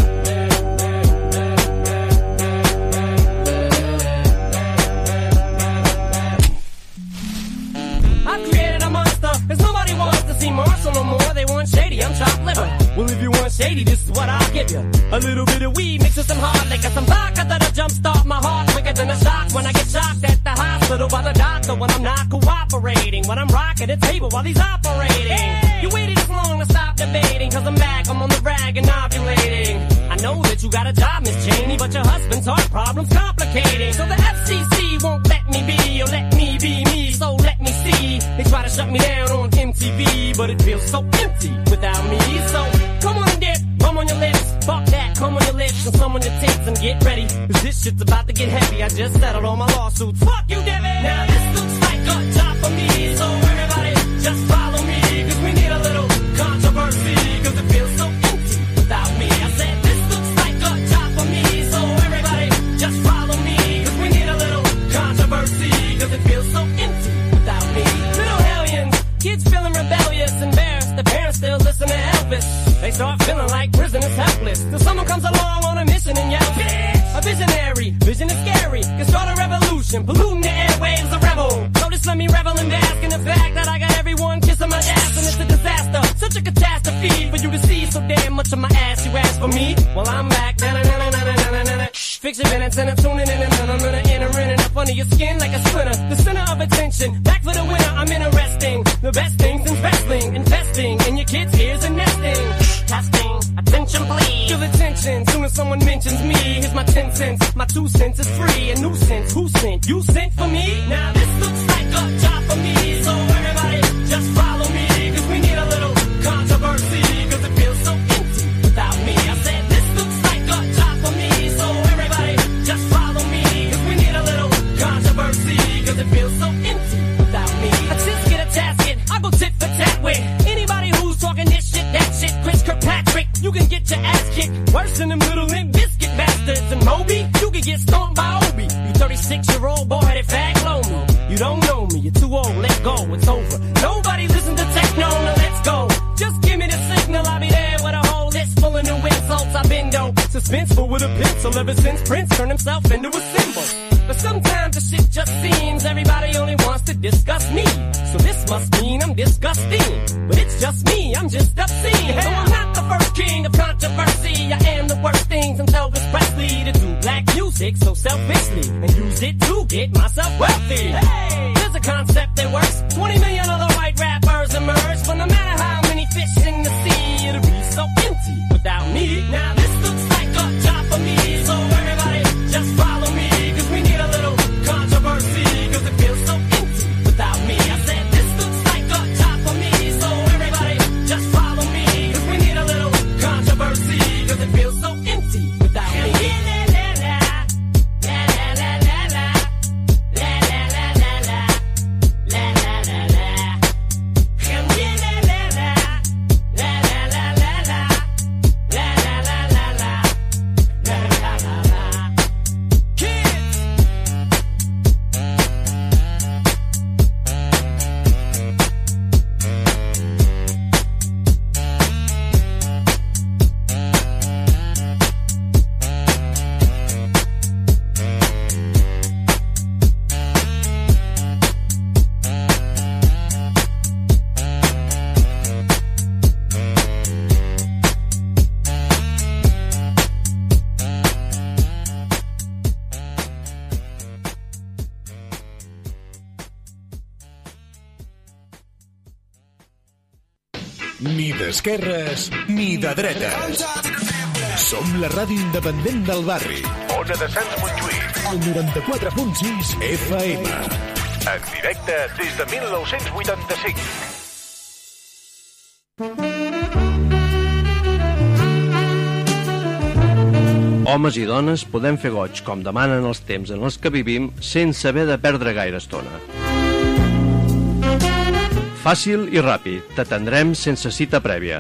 Speaker 30: I created a monster, cause nobody wants to see Marshall no more. They want shady, I'm chopped liver. Well, if you want shady, this is what I'll give you. A little bit of weed mixed with some hard liquor, some vodka that'll jumpstart my heart quicker than a shock when I get shocked at the hospital by the doctor when I'm not cooperating. When I'm rocking the table while he's operating. You waited this long to stop debating, cause I'm back, I'm on the rag and ovulating. I know that you got a job, Miss Cheney, but your husband's heart problem's complicating. So the FCC won't let me be, or let me be me, so let me see. They try to shut me down on MTV, but it feels so empty without me. So come on and dip, bum on your lips, fuck that, come on your lips, and some on your tits, and get ready. 'cause this shit's about to get heavy, I just settled all my lawsuits. Fuck you, Devin! Now this looks like a job for me, so everybody just follow me, cause we need a little controversy, cause it feels so empty without me. I said this looks like a job for me, so everybody just follow me, cause we need a little controversy, cause it feels so empty without me. Little hellions, kids feeling rebellious, embarrassed, the parents still listen to Elvis. They start feeling like prison is helpless, till someone comes along on a mission and yells, "Bitch!" A visionary, vision is scary, can start a revolution, polluting the airwaves, a rebel. So just let me revel and bask in the fact that I got everyone kissing my ass, and it's a disaster, such a catastrophe for you to see so damn much of my ass. You ask for me, well I'm back. Na-na-na-na-na-na-na-na. Fix your minutes and I'm tuning in and I'm gonna enter in and up under your skin like a splinter. The center of attention, back for the winner. I'm interesting. The best things in wrestling, investing in your kids' ears and nesting. Testing, attention please. Give attention soon as someone mentions me. Here's my ten cents, my two cents is free. A nuisance, who sent? You sent for me? Now this looks like a job for me. So everybody just follow me, cause we need a little controversy, cause it feels so empty without me. I said this looks like a job for me, so everybody just follow me, cause we need a little controversy, cause it feels so empty without me. I just get a tasket, I go tit for tat with anybody who's talking this shit, that shit, Chris Kirkpatrick, you can get your ass kicked worse than them little limp biscuit bastards and Moby, you can get stomped by Obi. You 36 year old boy that fag low me. You don't know me, you're too old, let go, it's over. Nobody listen to techno, now let's go. Just give me the signal, I'll be there with a whole list full of new insults. I've been though suspenseful with a pencil ever since Prince turned himself into a symbol. But sometimes the shit just seems everybody only wants to discuss me. So this must mean I'm disgusting. But it's just me, I'm just obscene. So I'm not the first king of controversy. I am the worst thing since Elvis Presley to do black music so selfishly and use it to get myself wealthy. Hey, there's a concept that works. 20 million other white rappers emerge, but no matter how many fish in the sea, it'll be so empty without me. Now this looks like a job for me, so everybody just follow me, cause we need a little controversy, cause it feels so empty without me. I said this looks like a job for me, so everybody just follow me, cause we need a little controversy, cause it feels so empty without me. La la la la la la la la la la la la la la
Speaker 1: Ni d'esquerres ni de dretes. Som la ràdio independent del barri.
Speaker 31: Ona de Sants Montjuïc,
Speaker 1: El 94.6 FM.
Speaker 31: en directe des de 1985.
Speaker 13: Homes i dones podem fer goig, com demanen els temps en els que vivim, sense haver de perdre gaire estona. Fàcil i ràpid, t'atendrem sense cita prèvia.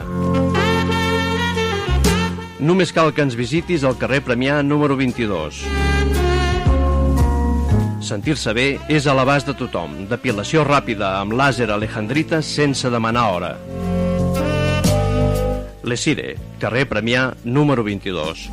Speaker 13: Només cal que ens visitis al carrer Premià número 22. Sentir-se bé és a l'abast de tothom. Depilació ràpida amb làser alejandrita sense demanar hora. Lesire, carrer Premià número 22.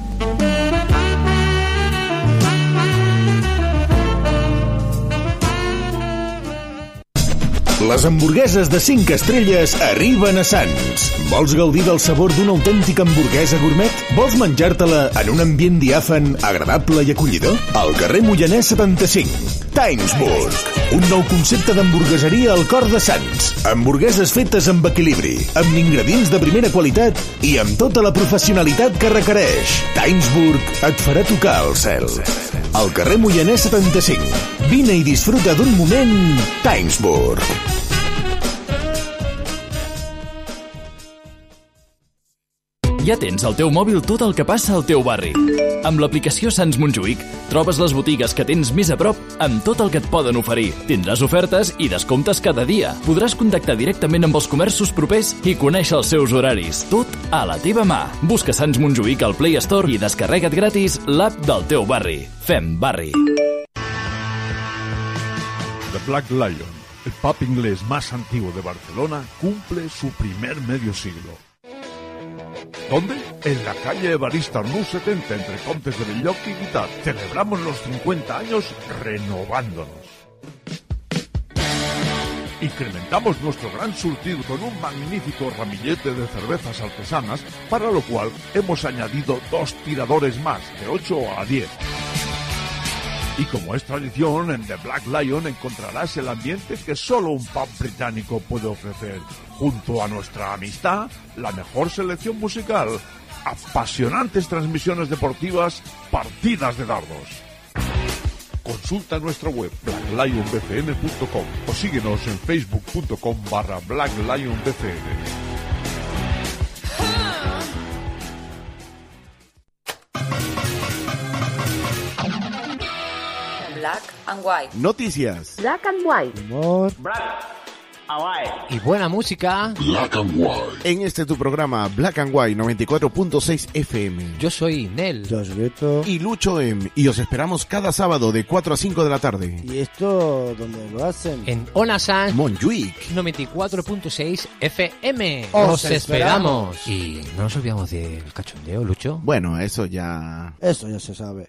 Speaker 1: Les hamburgueses de 5 estrelles arriben a Sants. Vols gaudir del sabor d'una autèntica hamburguesa gourmet? Vols menjar-te-la en un ambient diàfan, agradable i acollidor? Al carrer Moianès 75. Timesburg, un nou concepte d'hamburgueseria al cor de Sants. Hamburgueses fetes amb equilibri, amb ingredients de primera qualitat i amb tota la professionalitat que requereix. Timesburg et farà tocar el cel. Al carrer Moianès 75. Vine i disfruta d'un moment Timesburg.
Speaker 14: Ja tens al teu mòbil tot el que passa al teu barri. Amb l'aplicació Sants Montjuïc trobes les botigues que tens més a prop amb tot el que et poden oferir. Tindràs ofertes i descomptes cada dia. Podràs contactar directament amb els comerços propers i conèixer els seus horaris. Tot a la teva mà. Busca Sants Montjuïc al Play Store i descarrega't gratis l'app del teu barri. Fem barri.
Speaker 15: The Black Lion, el pub inglés más antiguo de Barcelona, cumple su primer medio siglo. ¿Dónde? En la calle Evarista Arnús 70, entre Contes de Belloc y Guitar. Celebramos los 50 años renovándonos. Incrementamos nuestro gran surtido con un magnífico ramillete de cervezas artesanas, para lo cual hemos añadido dos tiradores más, de 8 a 10. Y como es tradición, en The Black Lion encontrarás el ambiente que solo un pub británico puede ofrecer. Junto a nuestra amistad, la mejor selección musical, apasionantes transmisiones deportivas, partidas de dardos. Consulta nuestra web blacklionbcn.com o síguenos en facebook.com barra blacklionbcn.
Speaker 9: Black and white.
Speaker 17: Noticias.
Speaker 9: Black and white.
Speaker 17: Humor.
Speaker 18: Y buena música.
Speaker 17: Black and White. En este tu programa Black and White 94.6 FM. Yo soy Nel. Yo soy Y Lucho M. Y os esperamos cada sábado de 4 a 5 de la tarde.
Speaker 18: ¿Y esto dónde lo hacen? En Ona Sans. Monjuic. 94.6 FM.
Speaker 17: Os esperamos.
Speaker 18: Y no nos olvidamos del cachondeo, Lucho.
Speaker 17: Bueno, eso ya.
Speaker 18: Eso ya se sabe.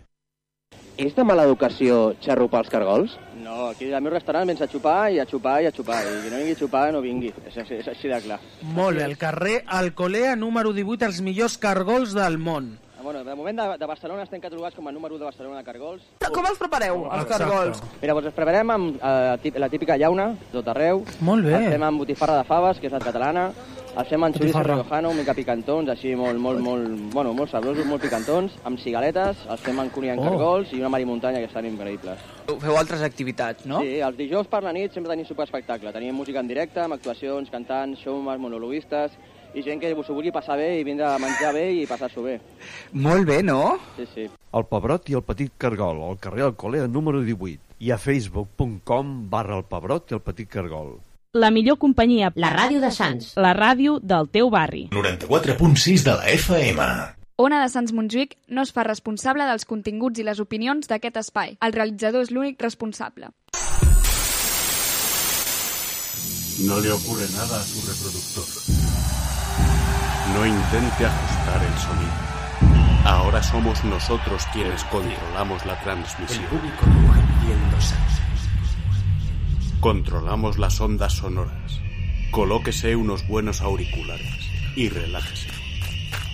Speaker 21: És de mala educació xarrupar els cargols? No, aquí al meu restaurant vens a xupar i a xupar i a xupar. I qui no vingui a xupar no vingui. És, és, és així de clar.
Speaker 5: Molt bé, al carrer Alcolea, número 18, els millors cargols del món.
Speaker 21: Ah, Bueno, de moment de, de Barcelona estem catalogats com a número u de Barcelona de cargols.
Speaker 5: Però com els prepareu, els cargols?
Speaker 21: Mira, doncs els preparem amb eh, tip- la típica llauna, tot arreu.
Speaker 5: Molt bé.
Speaker 21: El fem amb botifarra de faves, que és la catalana. El fem amb xoriço
Speaker 5: Botifarra.
Speaker 21: riojano, una mica picantons, així molt, molt, molt, bueno, molt sabrosos, molt picantons, amb cigaletes, els fem amb cuni en
Speaker 32: Oh.
Speaker 21: cargols i una marimuntanya que estan increïbles.
Speaker 32: Feu altres activitats, no?
Speaker 21: Sí, els dijous per la nit sempre tenim superespectacle. Tenim música en directe, amb actuacions, cantants, showmans, monologuistes i gent que s'ho vulgui passar bé i vindre a menjar bé i passar-s'ho bé.
Speaker 32: Molt bé, no?
Speaker 21: Sí, sí.
Speaker 24: El Pebrot i el Petit Cargol, al carrer Alcolea número 18 i a facebook.com barra el Pebrot i el Petit Cargol.
Speaker 33: La millor companyia.
Speaker 32: La ràdio de Sants.
Speaker 33: La ràdio del teu barri.
Speaker 1: 94.6 de la FM.
Speaker 25: Ona de Sants Montjuïc no es fa responsable dels continguts i les opinions d'aquest espai. El realitzador és l'únic responsable.
Speaker 34: No le ocurre nada a su reproductor. No intente ajustar el sonido. Ahora somos nosotros quienes controlamos la transmisión. Controlamos las ondas sonoras. Colóquese unos buenos auriculares y relájese.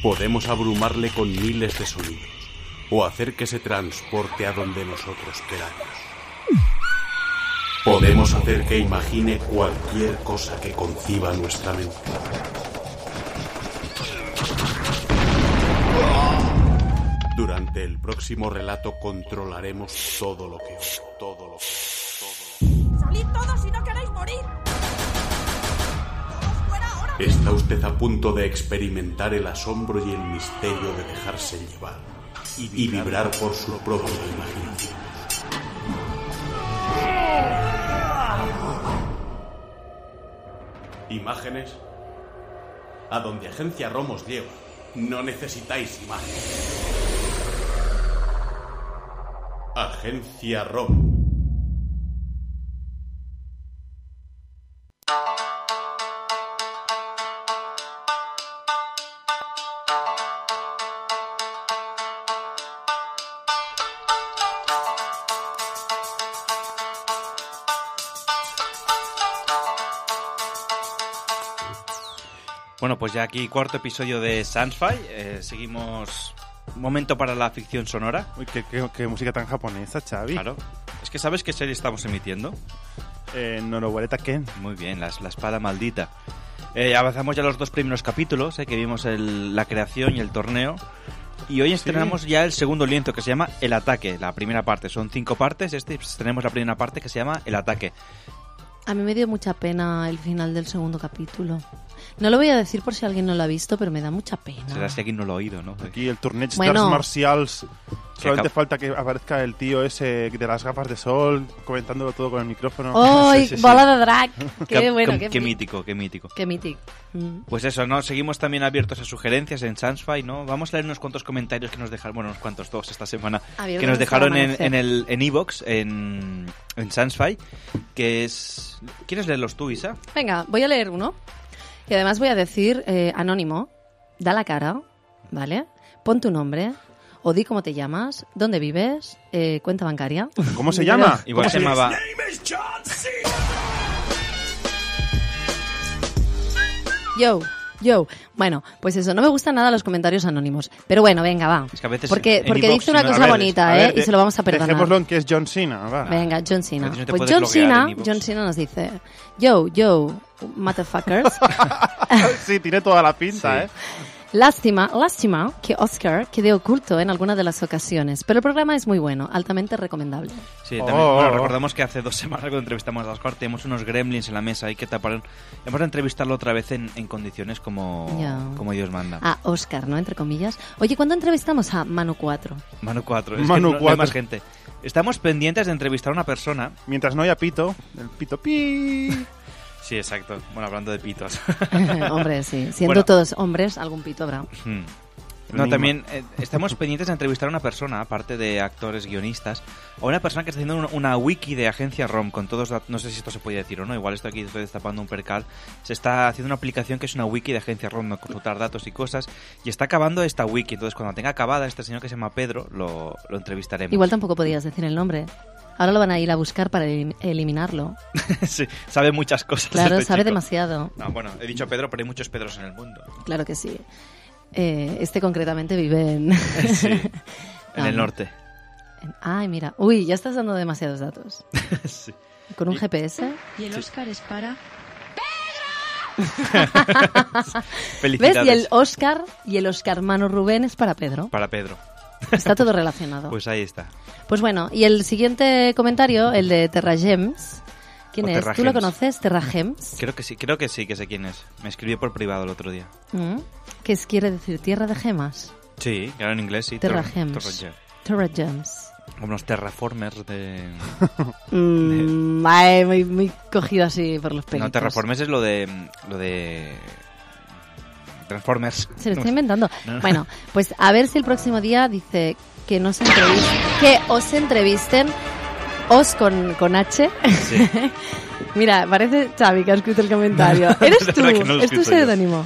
Speaker 34: Podemos abrumarle con miles de sonidos o hacer que se transporte a donde nosotros queramos. Podemos hacer que imagine cualquier cosa que conciba nuestra mente. Durante el próximo relato controlaremos todo lo que os, todo lo que os- ¡Salid todos si no queréis morir! Está usted a punto de experimentar el asombro y el misterio de dejarse llevar y vibrar por su propia imaginación. Imágenes a donde Agencia Romos lleva. No necesitáis imágenes. Agencia Rom.
Speaker 6: Bueno, pues ya aquí cuarto episodio de Sansfy. Eh, seguimos. Momento para la ficción sonora.
Speaker 8: Uy, qué, qué- qué música tan japonesa, Xavi.
Speaker 6: Claro. Es que sabes qué serie estamos emitiendo.
Speaker 8: Eh, Norobureta Ken.
Speaker 6: Muy bien, las- la, espada maldita. Eh, avanzamos ya los dos primeros capítulos, eh, que vimos el- la creación y el torneo. Y hoy estrenamos ya el segundo lienzo que se llama El Ataque, la primera parte. Son cinco partes, este tenemos la primera parte que se llama El Ataque.
Speaker 7: A mí me dio mucha pena el final del segundo capítulo. No lo voy a decir por si alguien no lo ha visto, pero me da mucha pena.
Speaker 8: Ah.
Speaker 6: Será si aquí no lo ha oído, ¿no?
Speaker 8: Aquí el torneig
Speaker 7: Bueno.
Speaker 8: d'arts marcials. Solamente
Speaker 6: acab-
Speaker 8: falta que aparezca el tío ese de las gafas de sol comentándolo todo con el micrófono.
Speaker 7: ¡Ay,
Speaker 8: Sí, sí, sí.
Speaker 7: bola de drag! ¡Qué bueno!
Speaker 6: qué,
Speaker 7: ¡Qué, mi-
Speaker 6: mítico, qué mítico.
Speaker 7: qué mítico! Mm.
Speaker 6: Pues eso, ¿no? Seguimos también abiertos a sugerencias en Sansfy, ¿no? Vamos a leer unos cuantos comentarios que nos dejaron, bueno, unos cuantos, dos esta semana,
Speaker 7: Abiertos
Speaker 6: que nos
Speaker 7: hasta
Speaker 6: dejaron
Speaker 7: el
Speaker 6: en,
Speaker 7: amanecer.
Speaker 6: en el en Evox, en, en Sansfy, que es... ¿Quieres leerlos tú, Isa?
Speaker 7: Venga, voy a leer uno. Y además voy a decir, eh, anónimo, da la cara, ¿vale? Pon tu nombre, o di cómo te llamas, dónde vives, eh, cuenta bancaria.
Speaker 8: ¿Cómo se llama?
Speaker 6: Igual se llamaba...
Speaker 7: Yo, yo. Bueno, pues eso, no me gustan nada los comentarios anónimos. Pero bueno, venga, va.
Speaker 6: Es que a veces
Speaker 7: porque
Speaker 8: en
Speaker 7: porque
Speaker 8: inbox,
Speaker 7: dice una
Speaker 8: si no-
Speaker 7: cosa
Speaker 8: a ver,
Speaker 7: bonita,
Speaker 8: a ver,
Speaker 7: ¿eh? y
Speaker 8: de-
Speaker 7: se lo vamos a perdonar.
Speaker 8: Dejémoslo en que es John Cena, va.
Speaker 7: Venga, John Cena.
Speaker 8: Entonces no te
Speaker 7: Pues
Speaker 8: puedes
Speaker 7: John
Speaker 8: bloquear
Speaker 7: Cena,
Speaker 8: en iVoox.
Speaker 7: John Cena nos dice, yo, yo, motherfuckers.
Speaker 8: sí, tiene toda la pinta, ¿eh?
Speaker 7: Lástima, lástima que Oscar quede oculto en alguna de las ocasiones, pero el programa es muy bueno, altamente recomendable.
Speaker 6: Sí,
Speaker 8: Oh,
Speaker 6: también bueno,
Speaker 8: oh, oh.
Speaker 6: recordamos que hace dos semanas cuando entrevistamos a Oscar teníamos unos gremlins en la mesa y que taparon... Vamos a entrevistarlo otra vez en, en condiciones como,
Speaker 7: Ya.
Speaker 6: como Dios manda.
Speaker 7: A Oscar, ¿no? Entre comillas. Oye, ¿cuándo entrevistamos a Manu 4?
Speaker 6: Manu 4.
Speaker 8: Manu
Speaker 6: no, no hay
Speaker 8: cuatro.
Speaker 6: más gente. Estamos pendientes de entrevistar a una persona.
Speaker 8: Mientras no haya pito, el pito pi.
Speaker 6: Sí, exacto. Bueno, hablando de pitos.
Speaker 7: Hombre, sí. Siendo
Speaker 6: Bueno,
Speaker 7: todos hombres, algún pito habrá.
Speaker 6: Hmm. No, también eh, estamos pendientes de entrevistar a una persona, aparte de actores, guionistas, o una persona que está haciendo un- una wiki de agencia ROM con todos los dat- No sé si esto se puede decir o no, igual esto aquí estoy destapando un percal. Se está haciendo una aplicación que es una wiki de agencia ROM, no consultar datos y cosas, y está acabando esta wiki. Entonces, cuando tenga acabada, este señor que se llama Pedro lo, lo entrevistaremos.
Speaker 7: Igual tampoco podías decir el nombre. Ahora lo van a ir a buscar para elim- eliminarlo.
Speaker 6: Sí, sabe muchas cosas.
Speaker 7: Claro,
Speaker 6: este
Speaker 7: sabe
Speaker 6: chico.
Speaker 7: demasiado.
Speaker 6: No, bueno, he dicho Pedro, pero hay muchos Pedros en el mundo.
Speaker 7: Claro que sí. Eh, este concretamente vive en...
Speaker 6: Sí, en
Speaker 7: No,
Speaker 6: el
Speaker 7: no.
Speaker 6: norte.
Speaker 7: En- Ay, mira. Uy, ya estás dando demasiados datos.
Speaker 6: Sí.
Speaker 7: Con un
Speaker 6: Y-
Speaker 7: GPS.
Speaker 9: Y el Oscar es para.
Speaker 7: ¿Ves?
Speaker 6: Felicidades
Speaker 7: Y el Oscar y el Oscar Mano Rubén es para Pedro.
Speaker 6: para Pedro.
Speaker 7: Está todo relacionado.
Speaker 6: Pues ahí está.
Speaker 7: Pues bueno, y el siguiente comentario, el de Terra Gems. ¿Quién
Speaker 6: O
Speaker 7: es?
Speaker 6: Terra
Speaker 7: ¿Tú lo
Speaker 6: Gems.
Speaker 7: conoces? Terra Gems.
Speaker 6: Creo que sí, creo que sí, que sé quién es. Me escribió por privado el otro día.
Speaker 7: Mm. ¿Qué es- quiere decir? Tierra de gemas.
Speaker 6: Sí, claro, en inglés sí.
Speaker 7: Terra
Speaker 6: Terra-
Speaker 7: Gems.
Speaker 6: Terra-
Speaker 7: Terra Gems.
Speaker 6: Como los terraformers de...
Speaker 7: Mm, ay, muy, muy cogido así por los pelitos.
Speaker 6: No, terraformers es lo de... Lo de... Transformers.
Speaker 7: Se lo
Speaker 6: No
Speaker 7: estoy
Speaker 6: sé.
Speaker 7: inventando.
Speaker 6: No, no.
Speaker 7: Bueno, pues a ver si el próximo día dice que nos entrevisten, que os entrevisten, os con, con H.
Speaker 6: Sí.
Speaker 7: Mira, parece Xavi que ha escrito el comentario.
Speaker 9: No, no,
Speaker 7: Eres
Speaker 9: de
Speaker 7: tú,
Speaker 9: verdad que no lo he
Speaker 7: es tu
Speaker 9: escrito yo.
Speaker 7: seudónimo.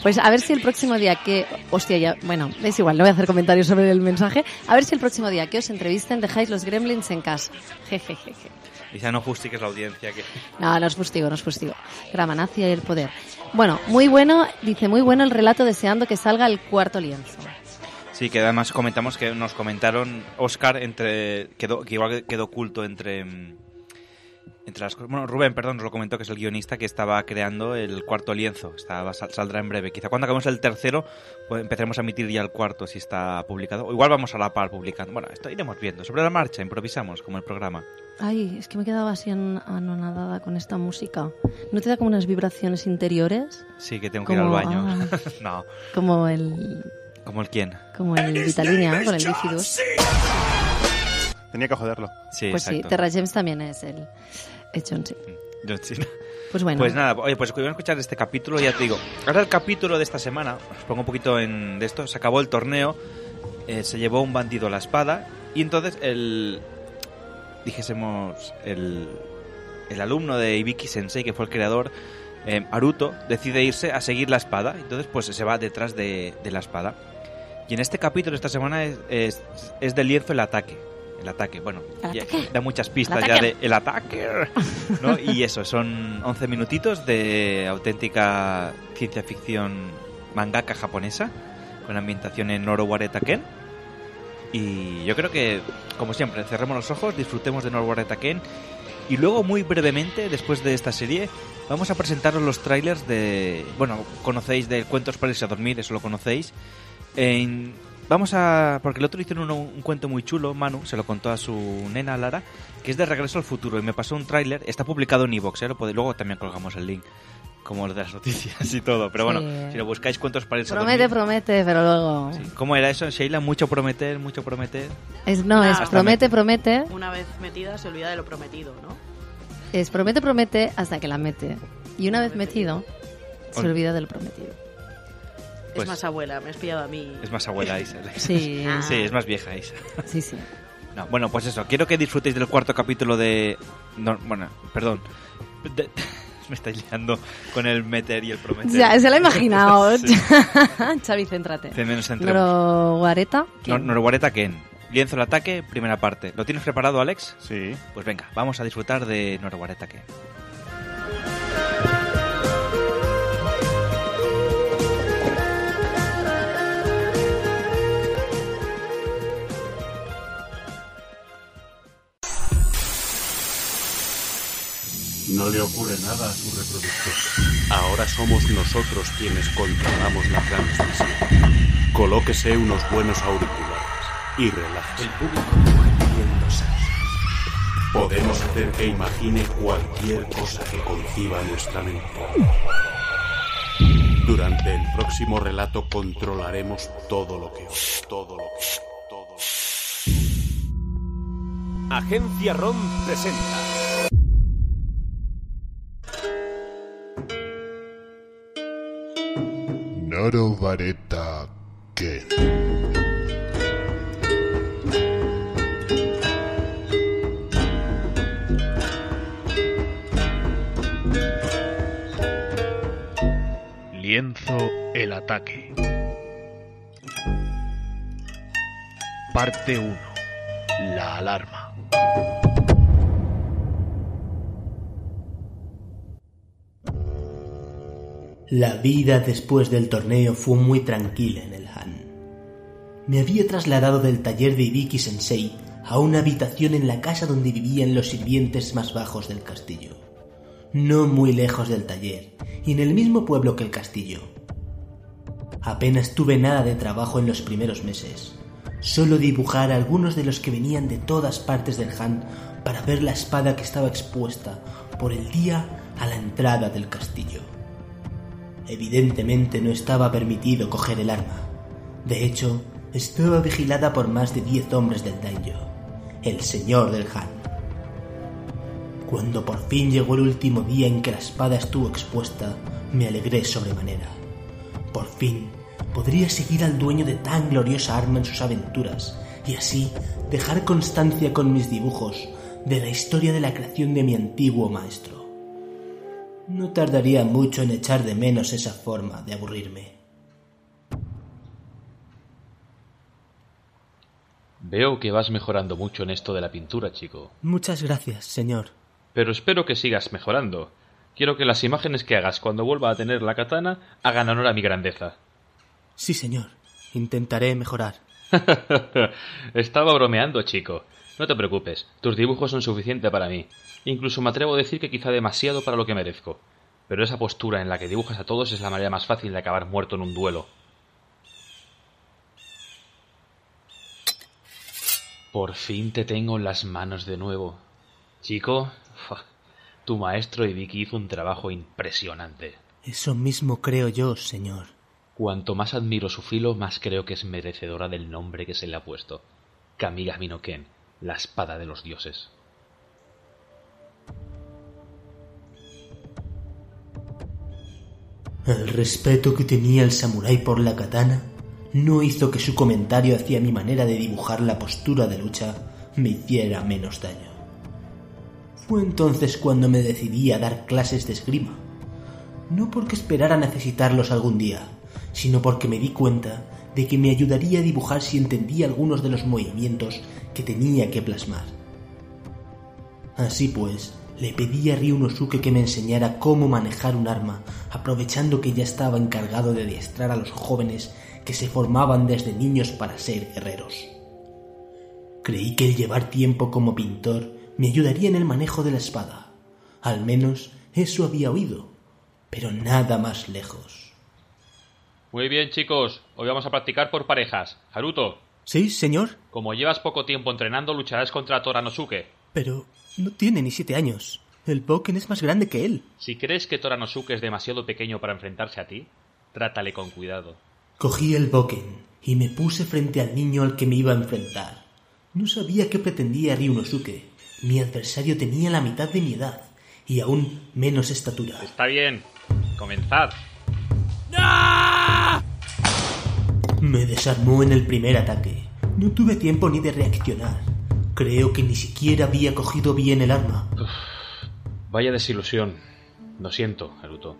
Speaker 7: Pues a ver si el próximo día que... Hostia, ya... Bueno, es igual, no voy a hacer comentarios sobre el mensaje. A ver si el próximo día que os entrevisten dejáis los gremlins en casa. Jejejeje.
Speaker 6: Quizá no justiques la audiencia que...
Speaker 7: No, no os fustigo, no os fustigo. Gramanacia y el poder. Bueno, muy bueno, dice muy bueno el relato deseando que salga el cuarto lienzo.
Speaker 6: Sí, que además comentamos que nos comentaron Oscar entre... Quedó, que igual quedó oculto entre... mm, Entre las cosas- bueno, Rubén, perdón, nos lo comentó que es el guionista que estaba creando el cuarto lienzo. Estaba, sal- saldrá en breve. Quizá cuando acabemos el tercero pues empezaremos a emitir ya el cuarto si está publicado. O igual vamos a la par publicando. Bueno, esto iremos viendo. Sobre la marcha, improvisamos como el programa.
Speaker 7: Ay, es que me quedaba así an- anonadada con esta música. ¿No te da como unas vibraciones interiores?
Speaker 6: Sí, que tengo que ir al
Speaker 7: Como-
Speaker 6: baño.
Speaker 7: ah.
Speaker 6: no.
Speaker 7: Como el,
Speaker 6: ¿Como el quién?
Speaker 7: como el Vitalinia, con el Bifidus.
Speaker 8: Tenía que joderlo.
Speaker 6: Sí,
Speaker 7: Pues sí,
Speaker 6: exacto. Mm.
Speaker 7: Terra James también es el, el John C.
Speaker 6: Yo en China.
Speaker 7: Pues bueno.
Speaker 6: Pues nada, oye, pues voy a escuchar este capítulo, ya te digo. Ahora el capítulo de esta semana, os pongo un poquito en de esto, se acabó el torneo, eh, se llevó un bandido la espada y entonces el, dijésemos, el, el alumno de Ibiki Sensei, que fue el creador, eh, Aruto, decide irse a seguir la espada, entonces pues se va detrás de, de la espada. Y en este capítulo, esta semana, es, es, es del lienzo el ataque. El ataque, bueno,
Speaker 11: ¿El
Speaker 6: ya-
Speaker 11: ataque?
Speaker 6: da muchas
Speaker 11: ¿El
Speaker 6: pistas ya
Speaker 11: ataque?
Speaker 6: de el ataque. ¿no? Y eso, son 11 minutitos de auténtica ciencia ficción mangaka japonesa, con ambientación en Norowareta Ken. Y yo creo que, como siempre, cerremos los ojos, disfrutemos de Norowareta Ken. Y luego, muy brevemente, después de esta serie, vamos a presentaros los trailers de. Bueno, conocéis de Cuentos para irse a dormir, eso lo conocéis. En- vamos a. Porque el otro hicieron uno- un, cuento muy chulo, Manu, se lo contó a su nena Lara, que es de Regreso al Futuro. Y me pasó un tráiler, está publicado en iVoox, ¿eh? Lo podéis- luego también colgamos el link, como el de las noticias y todo. Pero bueno,
Speaker 7: Sí.
Speaker 6: si lo buscáis, Cuentos para irse a dormir.
Speaker 7: Promete, promete, pero luego...
Speaker 6: ¿Cómo era eso, Sheila? Mucho prometer, mucho prometer.
Speaker 7: Es, no, es
Speaker 6: Hasta
Speaker 7: promete, promete,
Speaker 34: Una vez metida se olvida de lo prometido, ¿no?
Speaker 7: es promete, promete hasta que la mete. Y una vez metido, se
Speaker 6: Ol-
Speaker 7: olvida del prometido.
Speaker 6: Pues-
Speaker 34: es más abuela, me has pillado a mí.
Speaker 6: Es más abuela Isa.
Speaker 7: Sí.
Speaker 6: Sí, es más vieja Isa.
Speaker 7: Sí, sí.
Speaker 6: No, bueno, pues eso. Quiero que disfrutéis del cuarto capítulo de... no, bueno, perdón. De- Me estáis liando con el meter y el prometer.
Speaker 7: Ya, se la he imaginado.
Speaker 6: Sí.
Speaker 7: Xavi, céntrate.
Speaker 6: Que menos entremos.
Speaker 7: Pero Guareta,
Speaker 6: Nor- Norwareta Ken. Lienzo el ataque, primera parte. ¿Lo tienes preparado, Alex?
Speaker 8: Sí.
Speaker 6: Pues venga, vamos a disfrutar de Norwareta Ken.
Speaker 34: No le ocurre nada a su reproductor. Ahora somos nosotros quienes controlamos la transmisión. Colóquese unos buenos auriculares y relájese. El público Podemos hacer que imagine cualquier cosa que conciba nuestra mente. Durante el próximo relato controlaremos todo lo que os- todo lo que todo.
Speaker 1: Agencia ROM presenta.
Speaker 9: Noro Vareta Ken.
Speaker 10: Lienzo el ataque. Parte 1. La alarma.
Speaker 27: La vida después del torneo fue muy tranquila en el Han. Me había trasladado del taller de Ibiki Sensei a una habitación en la casa donde vivían los sirvientes más bajos del castillo. No muy lejos del taller, y en el mismo pueblo que el castillo. Apenas tuve nada de trabajo en los primeros meses. Solo dibujar a algunos de los que venían de todas partes del Han para ver la espada que estaba expuesta por el día a la entrada del castillo. Evidentemente no estaba permitido coger el arma. De hecho, estaba vigilada por más de 10 hombres del daimyo, el señor del Han. Cuando por fin llegó el último día en que la espada estuvo expuesta, me alegré sobremanera. Por fin podría seguir al dueño de tan gloriosa arma en sus aventuras y así dejar constancia con mis dibujos de la historia de la creación de mi antiguo maestro. No tardaría mucho en echar de menos esa forma de aburrirme.
Speaker 28: Veo que vas mejorando mucho en esto de la pintura, chico.
Speaker 27: Muchas gracias, señor.
Speaker 28: Pero espero que sigas mejorando. Quiero que las imágenes que hagas cuando vuelva a tener la katana hagan honor a mi grandeza.
Speaker 27: Sí, señor. Intentaré mejorar.
Speaker 28: Estaba bromeando, chico. No te preocupes, tus dibujos son suficiente para mí. Incluso me atrevo a decir que quizá demasiado para lo que merezco. Pero esa postura en la que dibujas a todos es la manera más fácil de acabar muerto en un duelo. Por fin te tengo en las manos de nuevo. Chico, fa, tu maestro y Vicky hizo un trabajo impresionante.
Speaker 27: Eso mismo creo yo, señor.
Speaker 28: Cuanto más admiro su filo, más creo que es merecedora del nombre que se le ha puesto. Kamiga Minoken, la espada de los dioses.
Speaker 27: El respeto que tenía el samurái por la katana no hizo que su comentario hacia mi manera de dibujar la postura de lucha me hiciera menos daño. Fue entonces cuando me decidí a dar clases de esgrima. No porque esperara necesitarlos algún día, sino porque me di cuenta de que me ayudaría a dibujar si entendía algunos de los movimientos que tenía que plasmar. Así pues, le pedí a Ryunosuke que me enseñara cómo manejar un arma, aprovechando que ya estaba encargado de adiestrar a los jóvenes que se formaban desde niños para ser guerreros. Creí que el llevar tiempo como pintor me ayudaría en el manejo de la espada. Al menos eso había oído, pero nada más lejos.
Speaker 28: Muy bien, chicos, hoy vamos a practicar por parejas. Haruto,
Speaker 27: ¿Sí, señor?
Speaker 28: como llevas poco tiempo entrenando, lucharás contra Toranosuke.
Speaker 27: Pero no tiene ni siete años. El Boken es más grande que él.
Speaker 28: Si crees que Toranosuke es demasiado pequeño para enfrentarse a ti, trátale con cuidado.
Speaker 27: Cogí el Boken y me puse frente al niño al que me iba a enfrentar. No sabía qué pretendía Ryunosuke. Mi adversario tenía la mitad de mi edad y aún menos estatura.
Speaker 28: Está bien, comenzad.
Speaker 27: Me desarmó en el primer ataque. No tuve tiempo ni de reaccionar. Creo que ni siquiera había cogido bien el arma.
Speaker 28: Vaya desilusión. Lo siento, Naruto.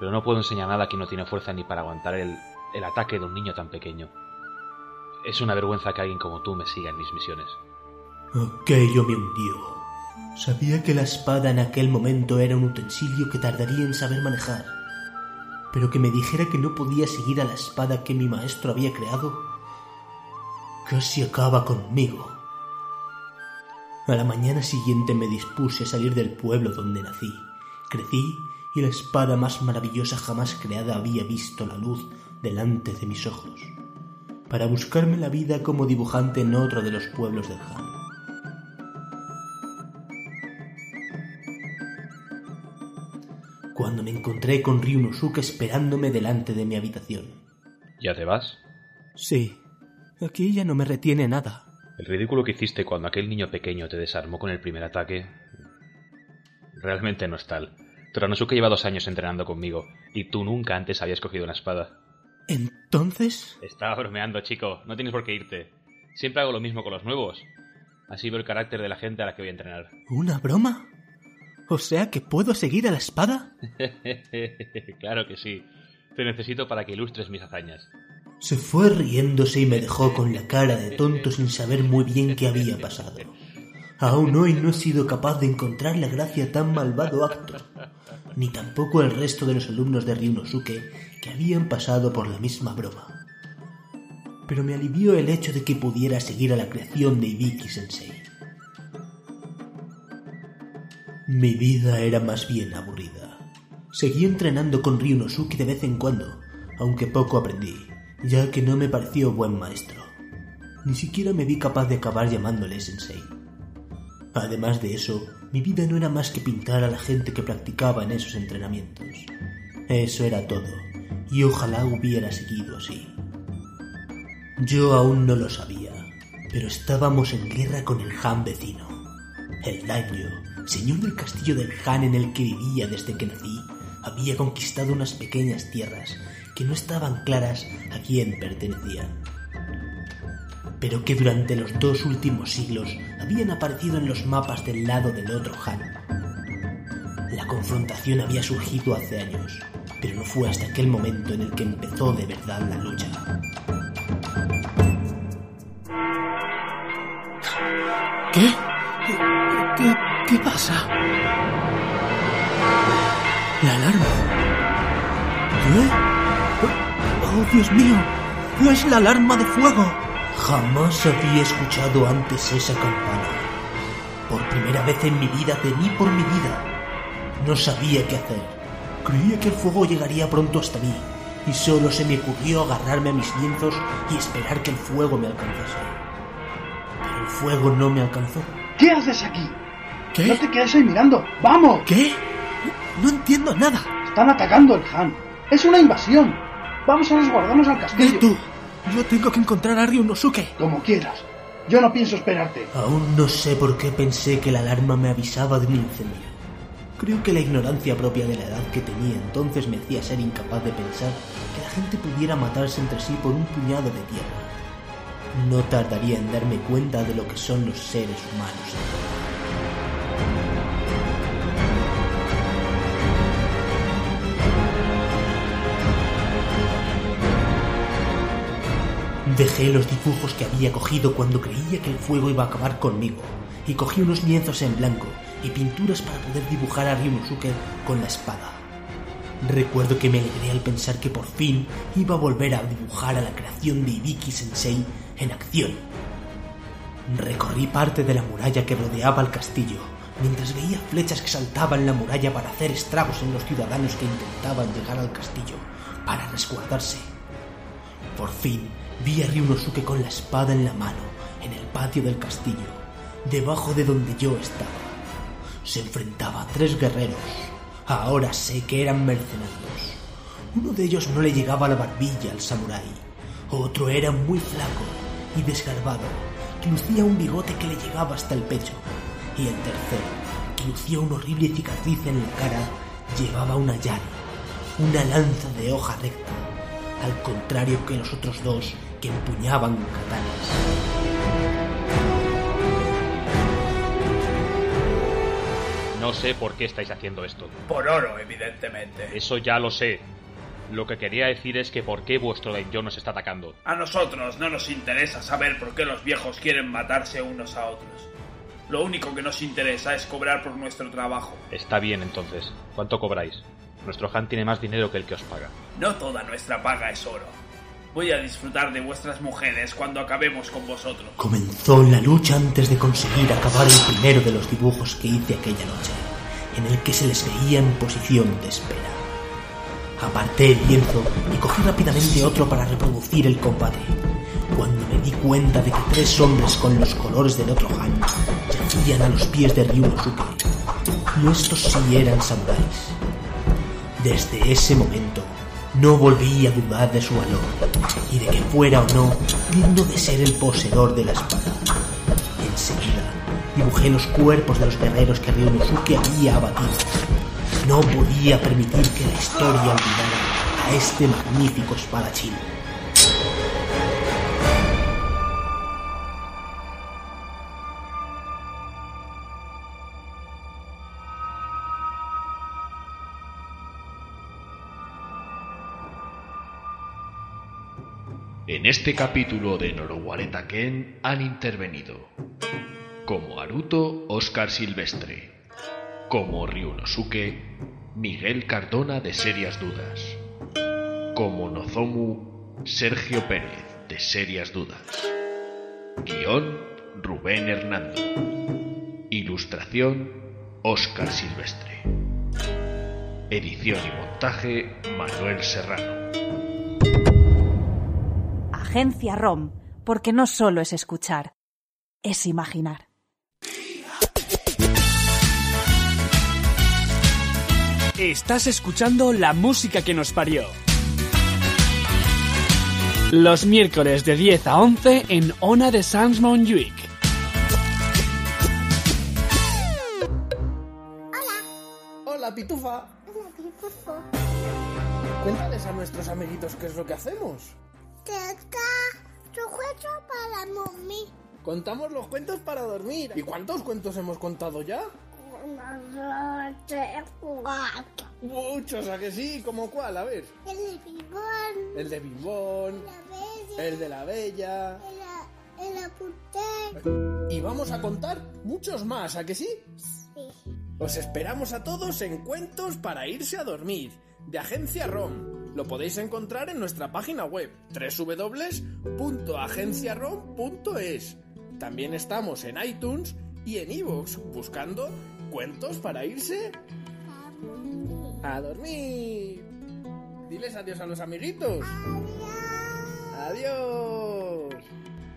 Speaker 28: Pero no puedo enseñar nada que no tiene fuerza ni para aguantar el, el ataque de un niño tan pequeño. Es una vergüenza que alguien como tú me siga en mis misiones.
Speaker 27: Aquello me hundió. Sabía que la espada en aquel momento era un utensilio que tardaría en saber manejar. Pero que me dijera que no podía seguir a la espada que mi maestro había creado, casi acaba conmigo. A la mañana siguiente me dispuse a salir del pueblo donde nací. Crecí y la espada más maravillosa jamás creada había visto la luz delante de mis ojos. Para buscarme la vida como dibujante en otro de los pueblos del Han. Cuando me encontré con Ryunosuke esperándome delante de mi habitación.
Speaker 28: ¿Ya te vas?
Speaker 27: Sí, aquí ya no me retiene nada.
Speaker 28: El ridículo que hiciste cuando aquel niño pequeño te desarmó con el primer ataque realmente no es tal. Toranosuke lleva dos años entrenando conmigo y tú nunca antes habías cogido una espada.
Speaker 27: ¿Entonces?
Speaker 28: Estaba bromeando, chico. No tienes por qué irte. Siempre hago lo mismo con los nuevos. Así veo el carácter de la gente a la que voy a entrenar.
Speaker 27: ¿Una broma? O sea que puedo seguir a la espada?
Speaker 28: claro que sí. Te necesito para que ilustres mis hazañas.
Speaker 27: Se fue riéndose y me dejó con la cara de tonto sin saber muy bien qué había pasado. Aún hoy no he sido capaz de encontrar la gracia a tan malvado acto, ni tampoco el resto de los alumnos de Ryunosuke que habían pasado por la misma broma. Pero me alivió el hecho de que pudiera seguir a la creación de Ibiki Sensei. Mi vida era más bien aburrida. Seguí entrenando con Ryunosuke de vez en cuando, aunque poco aprendí, ya que no me pareció buen maestro. Ni siquiera me vi capaz de acabar llamándole sensei. Además de eso, mi vida no era más que pintar a la gente que practicaba en esos entrenamientos. Eso era todo, y ojalá hubiera seguido así. Yo aún no lo sabía, pero estábamos en guerra con el Han vecino. El daño, señor del castillo del Han en el que vivía desde que nací, había conquistado unas pequeñas tierras que no estaban claras a quién pertenecían, pero que durante los dos últimos siglos habían aparecido en los mapas del lado del otro Han. La confrontación había surgido hace años, pero no fue hasta aquel momento en el que empezó de verdad la lucha. ¿Qué? ¿Qué, qué pasa? La alarma. ¿Eh? Oh, Dios mío, no es la alarma de fuego. Jamás había escuchado antes esa campana. Por primera vez en mi vida temí por mi vida. No sabía qué hacer. Creía que el fuego llegaría pronto hasta mí, y solo se me ocurrió agarrarme a mis lienzos y esperar que el fuego me alcanzase. Pero el fuego no me alcanzó.
Speaker 11: ¿Qué haces aquí?
Speaker 27: ¿Qué?
Speaker 11: No te quedes ahí mirando. ¡Vamos!
Speaker 27: ¿Qué? No entiendo nada.
Speaker 11: Están atacando el Han. Es una invasión. Vamos a resguardarnos al castillo.
Speaker 27: ¿Y tú? Yo tengo que encontrar a Ryunosuke.
Speaker 11: Como quieras. Yo no pienso esperarte.
Speaker 27: Aún no sé por qué pensé que la alarma me avisaba de un incendio. Creo que la ignorancia propia de la edad que tenía entonces me hacía ser incapaz de pensar que la gente pudiera matarse entre sí por un puñado de tierra. No tardaría en darme cuenta de lo que son los seres humanos. Dejé los dibujos que había cogido cuando creía que el fuego iba a acabar conmigo, y cogí unos lienzos en blanco y pinturas para poder dibujar a Ryunosuke con la espada. Recuerdo que me alegré al pensar que por fin iba a volver a dibujar a la creación de Ibiki Sensei en acción. Recorrí parte de la muralla que rodeaba el castillo, mientras veía flechas que saltaban la muralla para hacer estragos en los ciudadanos que intentaban llegar al castillo para resguardarse. Por fin vi a Ryunosuke con la espada en la mano, en el patio del castillo, debajo de donde yo estaba. Se enfrentaba a tres guerreros. Ahora sé que eran mercenarios. Uno de ellos no le llegaba la barbilla al samurái. Otro era muy flaco y desgarbado, que lucía un bigote que le llegaba hasta el pecho. Y el tercero, que lucía una horrible cicatriz en la cara, llevaba una llave, una lanza de hoja recta, al contrario que los otros dos que empuñaban katanas.
Speaker 28: No sé por qué estáis haciendo esto.
Speaker 5: Por oro, evidentemente.
Speaker 28: Eso ya lo sé. Lo que quería decir es que por qué vuestro daimyo nos está atacando.
Speaker 5: A nosotros no nos interesa saber por qué los viejos quieren matarse unos a otros. Lo único que nos interesa es cobrar por nuestro trabajo.
Speaker 28: Está bien entonces. ¿Cuánto cobráis? Nuestro Han tiene más dinero que el que os paga.
Speaker 5: No toda nuestra paga es oro. Voy a disfrutar de vuestras mujeres cuando acabemos con vosotros.
Speaker 27: Comenzó la lucha antes de conseguir acabar el primero de los dibujos que hice aquella noche, en el que se les veía en posición de espera. Aparté el lienzo y cogí rápidamente otro para reproducir el combate. Cuando me di cuenta de que tres hombres con los colores del otro Han yacían a los pies de Ryunosuke, y estos sí eran samuráis. Desde ese momento, no volví a dudar de su valor y de que fuera o no digno de ser el poseedor de la espada. Enseguida dibujé los cuerpos de los guerreros que Ryunosuke había abatido. No podía permitir que la historia olvidara a este magnífico espadachín.
Speaker 29: En este capítulo de Norowareta Ken han intervenido como Aruto Oscar Silvestre, como Ryunosuke Miguel Cardona de Serias Dudas, como Nozomu Sergio Pérez de Serias Dudas, guión Rubén Hernando, ilustración Oscar Silvestre, edición y montaje Manuel Serrano.
Speaker 13: Agencia ROM, porque no solo es escuchar, es imaginar.
Speaker 30: Estás escuchando la música que nos parió. Los miércoles de 10 a 11 en Ona de Sans Montjuic.
Speaker 22: Hola, pitufa. Cuéntales a nuestros amiguitos qué es lo que hacemos.
Speaker 3: para mami.
Speaker 22: Contamos los cuentos para dormir. ¿Y cuántos cuentos hemos contado ya? Muchos, ¿a que sí? ¿Como cuál? A ver.
Speaker 3: El bimbón,
Speaker 22: El de Bimbón, el de la Bella.
Speaker 3: el
Speaker 22: Y vamos a contar muchos más, ¿a que sí? Os esperamos a todos en Cuentos para irse a dormir, de Agencia ROM. Lo podéis encontrar en nuestra página web www.agenciarom.es. También estamos en iTunes y en iVoox buscando cuentos para irse a dormir. Diles adiós a los amiguitos. Adiós.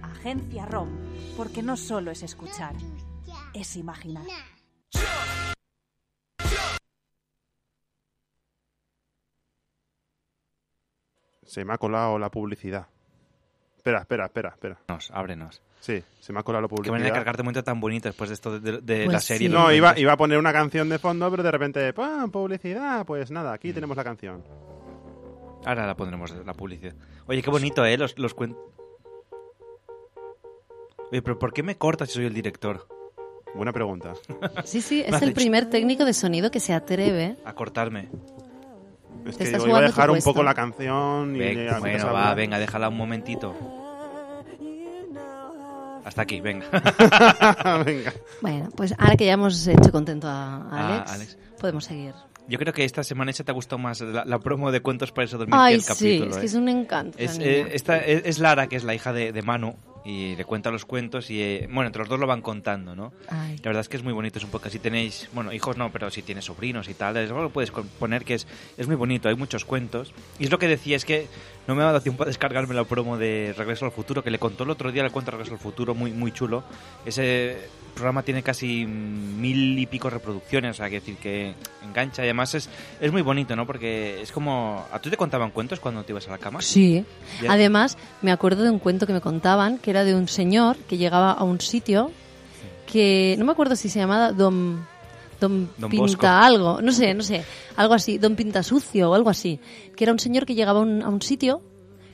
Speaker 13: Agencia ROM, porque no solo es escuchar, es imaginar.
Speaker 8: Se me ha colado la publicidad. Espera, espera, espera, espera.
Speaker 6: Nos, ábrenos.
Speaker 8: Sí, se me ha colado la
Speaker 6: Qué
Speaker 8: publicidad.
Speaker 6: manera de cargarte un momento tan bonito después de esto de, de- de
Speaker 7: Pues
Speaker 6: la serie.
Speaker 8: No, iba, iba a poner una canción de fondo, pero de repente, ¡pam! Publicidad. Pues nada,
Speaker 6: Mm.
Speaker 8: aquí tenemos la canción.
Speaker 6: Ahora la pondremos, la publicidad. Oye, qué bonito, ¿eh? Los, los cuen- Oye, pero ¿por qué me cortas si soy el director?
Speaker 8: Buena pregunta.
Speaker 7: Sí, sí,
Speaker 6: Me
Speaker 7: es
Speaker 6: has
Speaker 7: el
Speaker 6: dicho-
Speaker 7: primer técnico de sonido que se atreve.
Speaker 6: A cortarme.
Speaker 8: Es
Speaker 7: Te
Speaker 8: que
Speaker 7: estás
Speaker 8: yo iba a
Speaker 7: jugando tu
Speaker 8: dejar un
Speaker 7: puesto.
Speaker 8: poco la canción y...
Speaker 6: Venga,
Speaker 8: ya,
Speaker 6: bueno,
Speaker 8: mientras
Speaker 6: va,
Speaker 8: habla.
Speaker 6: venga, déjala un momentito. Hasta aquí, venga.
Speaker 8: venga.
Speaker 7: Bueno, pues ahora que ya hemos hecho contento a a
Speaker 6: Ah,
Speaker 7: Alex,
Speaker 6: Alex.
Speaker 7: podemos seguir.
Speaker 6: Yo creo que esta semana esa te ha gustado más la, la promo de Cuentos para eso dormir que
Speaker 7: Ay,
Speaker 6: el
Speaker 7: sí,
Speaker 6: capítulo.
Speaker 7: es
Speaker 6: ¿eh?
Speaker 7: que es un encanto. esa
Speaker 6: Es,
Speaker 7: niña.
Speaker 6: eh, esta- es, es Lara, que es la hija de, de Manu, y le cuenta los cuentos y, eh, bueno, entre los dos lo van contando, ¿no?
Speaker 7: Ay.
Speaker 6: La verdad es que es muy bonito, es un podcast. Si tenéis, bueno, hijos no, pero si tienes sobrinos y tal, es, lo puedes con- poner que es, es muy bonito, hay muchos cuentos. Y es lo que decía, es que no me ha dado tiempo a descargarme la promo de Regreso al Futuro, que le contó el otro día el cuento de Regreso al Futuro, muy, muy chulo. Ese programa tiene casi mm, mil y pico reproducciones, o sea, que decir que engancha y además es, es muy bonito, ¿no? Porque es como... ¿A tú te contaban cuentos cuando te ibas a la cama?
Speaker 7: Sí.
Speaker 6: Ya-
Speaker 7: Además, me acuerdo de un cuento que me contaban, que era de un señor que llegaba a un sitio que no me acuerdo si se llamaba Don Don,
Speaker 26: Don
Speaker 7: Pinta
Speaker 26: Bosco.
Speaker 7: algo, no sé, no sé, algo así, Don Pinta Sucio o algo así, que era un señor que llegaba a un, a un sitio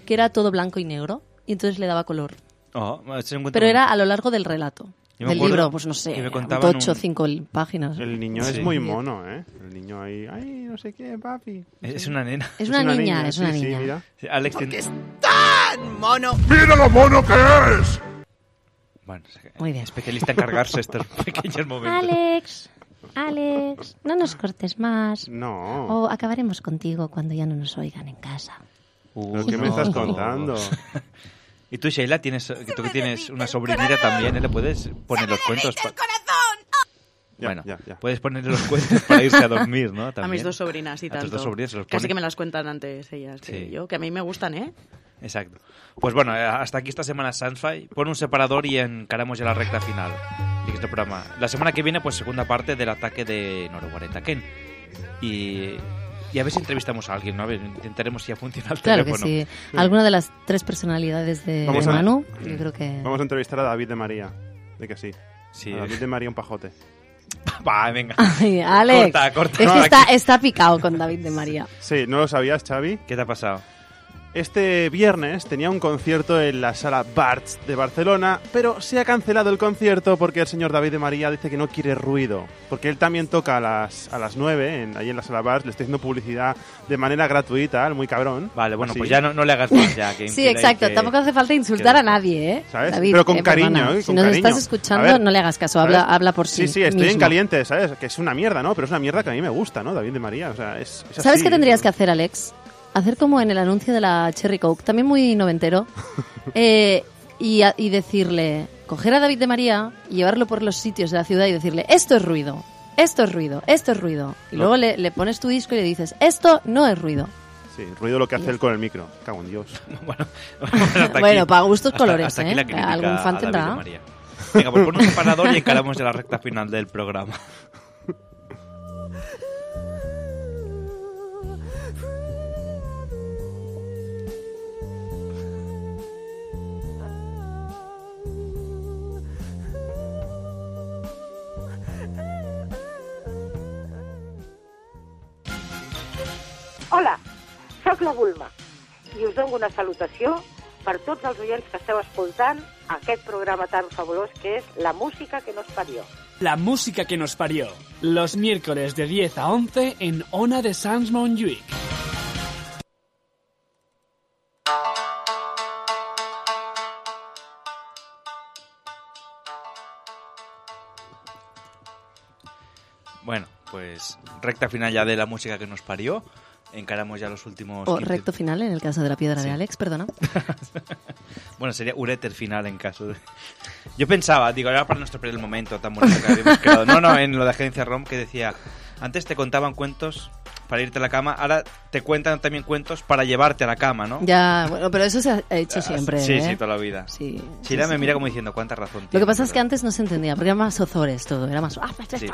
Speaker 7: que era todo blanco y negro y entonces le daba color.
Speaker 6: Oh, ese es un cuento
Speaker 7: Pero era
Speaker 6: bonito.
Speaker 7: a lo largo del relato,
Speaker 6: Yo me
Speaker 7: del
Speaker 6: acuerdo
Speaker 7: libro, pues no sé,
Speaker 6: que me
Speaker 7: un
Speaker 6: contaban
Speaker 7: tocho,
Speaker 6: un-
Speaker 7: cinco l- páginas.
Speaker 8: El niño
Speaker 6: Sí.
Speaker 8: es muy mono, ¿eh? El niño ahí... ¡Ay, no sé qué, papi!
Speaker 6: Es una nena.
Speaker 7: Es una niña, es una
Speaker 8: sí, sí,
Speaker 7: niña.
Speaker 8: mira.
Speaker 6: Sí, Alex tiene-
Speaker 26: ¡Tan mono!
Speaker 8: ¡Mira lo mono que es!
Speaker 6: Bueno, es que-
Speaker 7: Muy bien.
Speaker 6: especialista en cargarse estos pequeños momentos.
Speaker 7: Alex, Alex, no nos cortes más.
Speaker 8: No.
Speaker 7: O acabaremos contigo cuando ya no nos oigan en casa. Oh.
Speaker 8: ¿Pero qué me estás contando?
Speaker 6: Y tú, Sheila, tienes, tú que tienes una sobrinita también, ¿eh? ¿le puedes poner los cuentos? pa- bueno, puedes ponerle los cuentos para irse a dormir, ¿no?
Speaker 15: A mis
Speaker 6: También.
Speaker 15: dos sobrinas y
Speaker 6: A tus
Speaker 15: tanto.
Speaker 6: dos sobrinas se los
Speaker 15: Casi
Speaker 6: pone.
Speaker 15: que me las cuentan antes ellas que
Speaker 6: Sí.
Speaker 15: yo, que a mí me gustan, ¿eh?
Speaker 6: Exacto. Pues bueno, eh, hasta aquí esta semana Sansfy. Pon un separador y encaramos ya la recta final de este programa. La semana que viene, pues segunda parte del ataque de Noroguareta Ken. Y, y a ver si entrevistamos a alguien, ¿no? A ver, intentaremos si ya funciona el
Speaker 7: Claro que
Speaker 6: teléfono.
Speaker 7: sí. Alguna de las tres personalidades de,
Speaker 8: Vamos
Speaker 7: Eh, de
Speaker 8: a-
Speaker 7: Manu, yo creo que...
Speaker 8: Vamos a entrevistar a David de María. De que sí.
Speaker 6: Sí.
Speaker 8: A David de María un pajote.
Speaker 6: Va, venga.
Speaker 7: Ay, Alex,
Speaker 8: Corta, corta.
Speaker 7: es
Speaker 8: No,
Speaker 7: que está,
Speaker 8: aquí-
Speaker 7: está picado con David de María.
Speaker 8: Sí, ¿no lo sabías, Xavi?
Speaker 6: ¿Qué te ha pasado?
Speaker 8: Este viernes tenía un concierto en la sala Barts de Barcelona, pero se ha cancelado el concierto porque el señor David de María dice que no quiere ruido. Porque él también toca a las, a las 9 en, ahí en la sala Barts, le estoy haciendo publicidad de manera gratuita, el muy cabrón.
Speaker 6: Vale, bueno,
Speaker 8: Así.
Speaker 6: pues ya no, no le hagas más ya. Que
Speaker 7: Sí, exacto. Tampoco hace falta insultar a nadie, ¿eh?
Speaker 8: ¿Sabes?
Speaker 7: David,
Speaker 8: Pero con
Speaker 7: eh,
Speaker 8: cariño,
Speaker 7: perdona,
Speaker 8: ¿eh?
Speaker 7: Si
Speaker 8: Con
Speaker 7: nos
Speaker 8: cariño.
Speaker 7: estás
Speaker 8: A
Speaker 7: escuchando,
Speaker 8: ver,
Speaker 7: no le hagas caso.
Speaker 8: ¿sabes?
Speaker 7: Habla, habla por sí
Speaker 8: Sí, sí, estoy en
Speaker 7: mismo.
Speaker 8: caliente, ¿sabes? Que es una mierda, ¿no? Pero es una mierda que a mí me gusta, ¿no? David de María, o sea, es, es
Speaker 7: ¿Sabes
Speaker 8: así.
Speaker 7: qué tendrías que hacer, Alex? Hacer como en el anuncio de la Cherry Coke, también muy noventero, eh, y, a- y decirle, coger a David de María, y llevarlo por los sitios de la ciudad y decirle, esto es ruido, esto es ruido, esto es ruido. Y
Speaker 8: No.
Speaker 7: luego le, le pones tu disco y le dices, esto no es ruido.
Speaker 8: Sí, ruido lo que hace él con el micro. Cago en Dios.
Speaker 6: bueno,
Speaker 7: Bueno, para gustos colores,
Speaker 6: hasta aquí
Speaker 7: ¿eh?
Speaker 6: la crítica
Speaker 7: Algún fan
Speaker 6: a David
Speaker 7: tendrá.
Speaker 6: de María. Venga, pues pon un separador y encaramos ya la recta final del programa.
Speaker 17: Hola, sóc la Bulma i us dono una salutació per tots els oients que esteu escoltant aquest programa tan fabulós que és La música que nos parió.
Speaker 30: La música que nos parió. Los miércoles de 10 a 11 en Ona de Sans Montjuic.
Speaker 6: Bueno, pues pues recta final ya de la música que nos parió. Encaramos ya los últimos.
Speaker 7: O
Speaker 6: 15
Speaker 7: recto final en el caso de la piedra
Speaker 6: Sí.
Speaker 7: de Alex, perdona.
Speaker 6: Bueno, sería ureter final en caso de... Yo pensaba, digo, era para no perder el momento tan bonito que habíamos creado. No, no, en lo de Agencia ROM que decía, antes te contaban cuentos para irte a la cama, ahora te cuentan también cuentos para llevarte a la cama, ¿no? Ah,
Speaker 7: Ya, bueno, pero eso se ha ha hecho siempre.
Speaker 6: Sí,
Speaker 7: ¿eh?
Speaker 6: sí, toda la vida.
Speaker 7: Sí,
Speaker 6: Sheila
Speaker 7: sí,
Speaker 6: me
Speaker 7: sí.
Speaker 6: mira como diciendo, cuánta razón
Speaker 7: Lo
Speaker 6: tiene.
Speaker 7: que pasa es que antes no se entendía, porque era más ozores todo, era más... "Ah,
Speaker 6: Sí.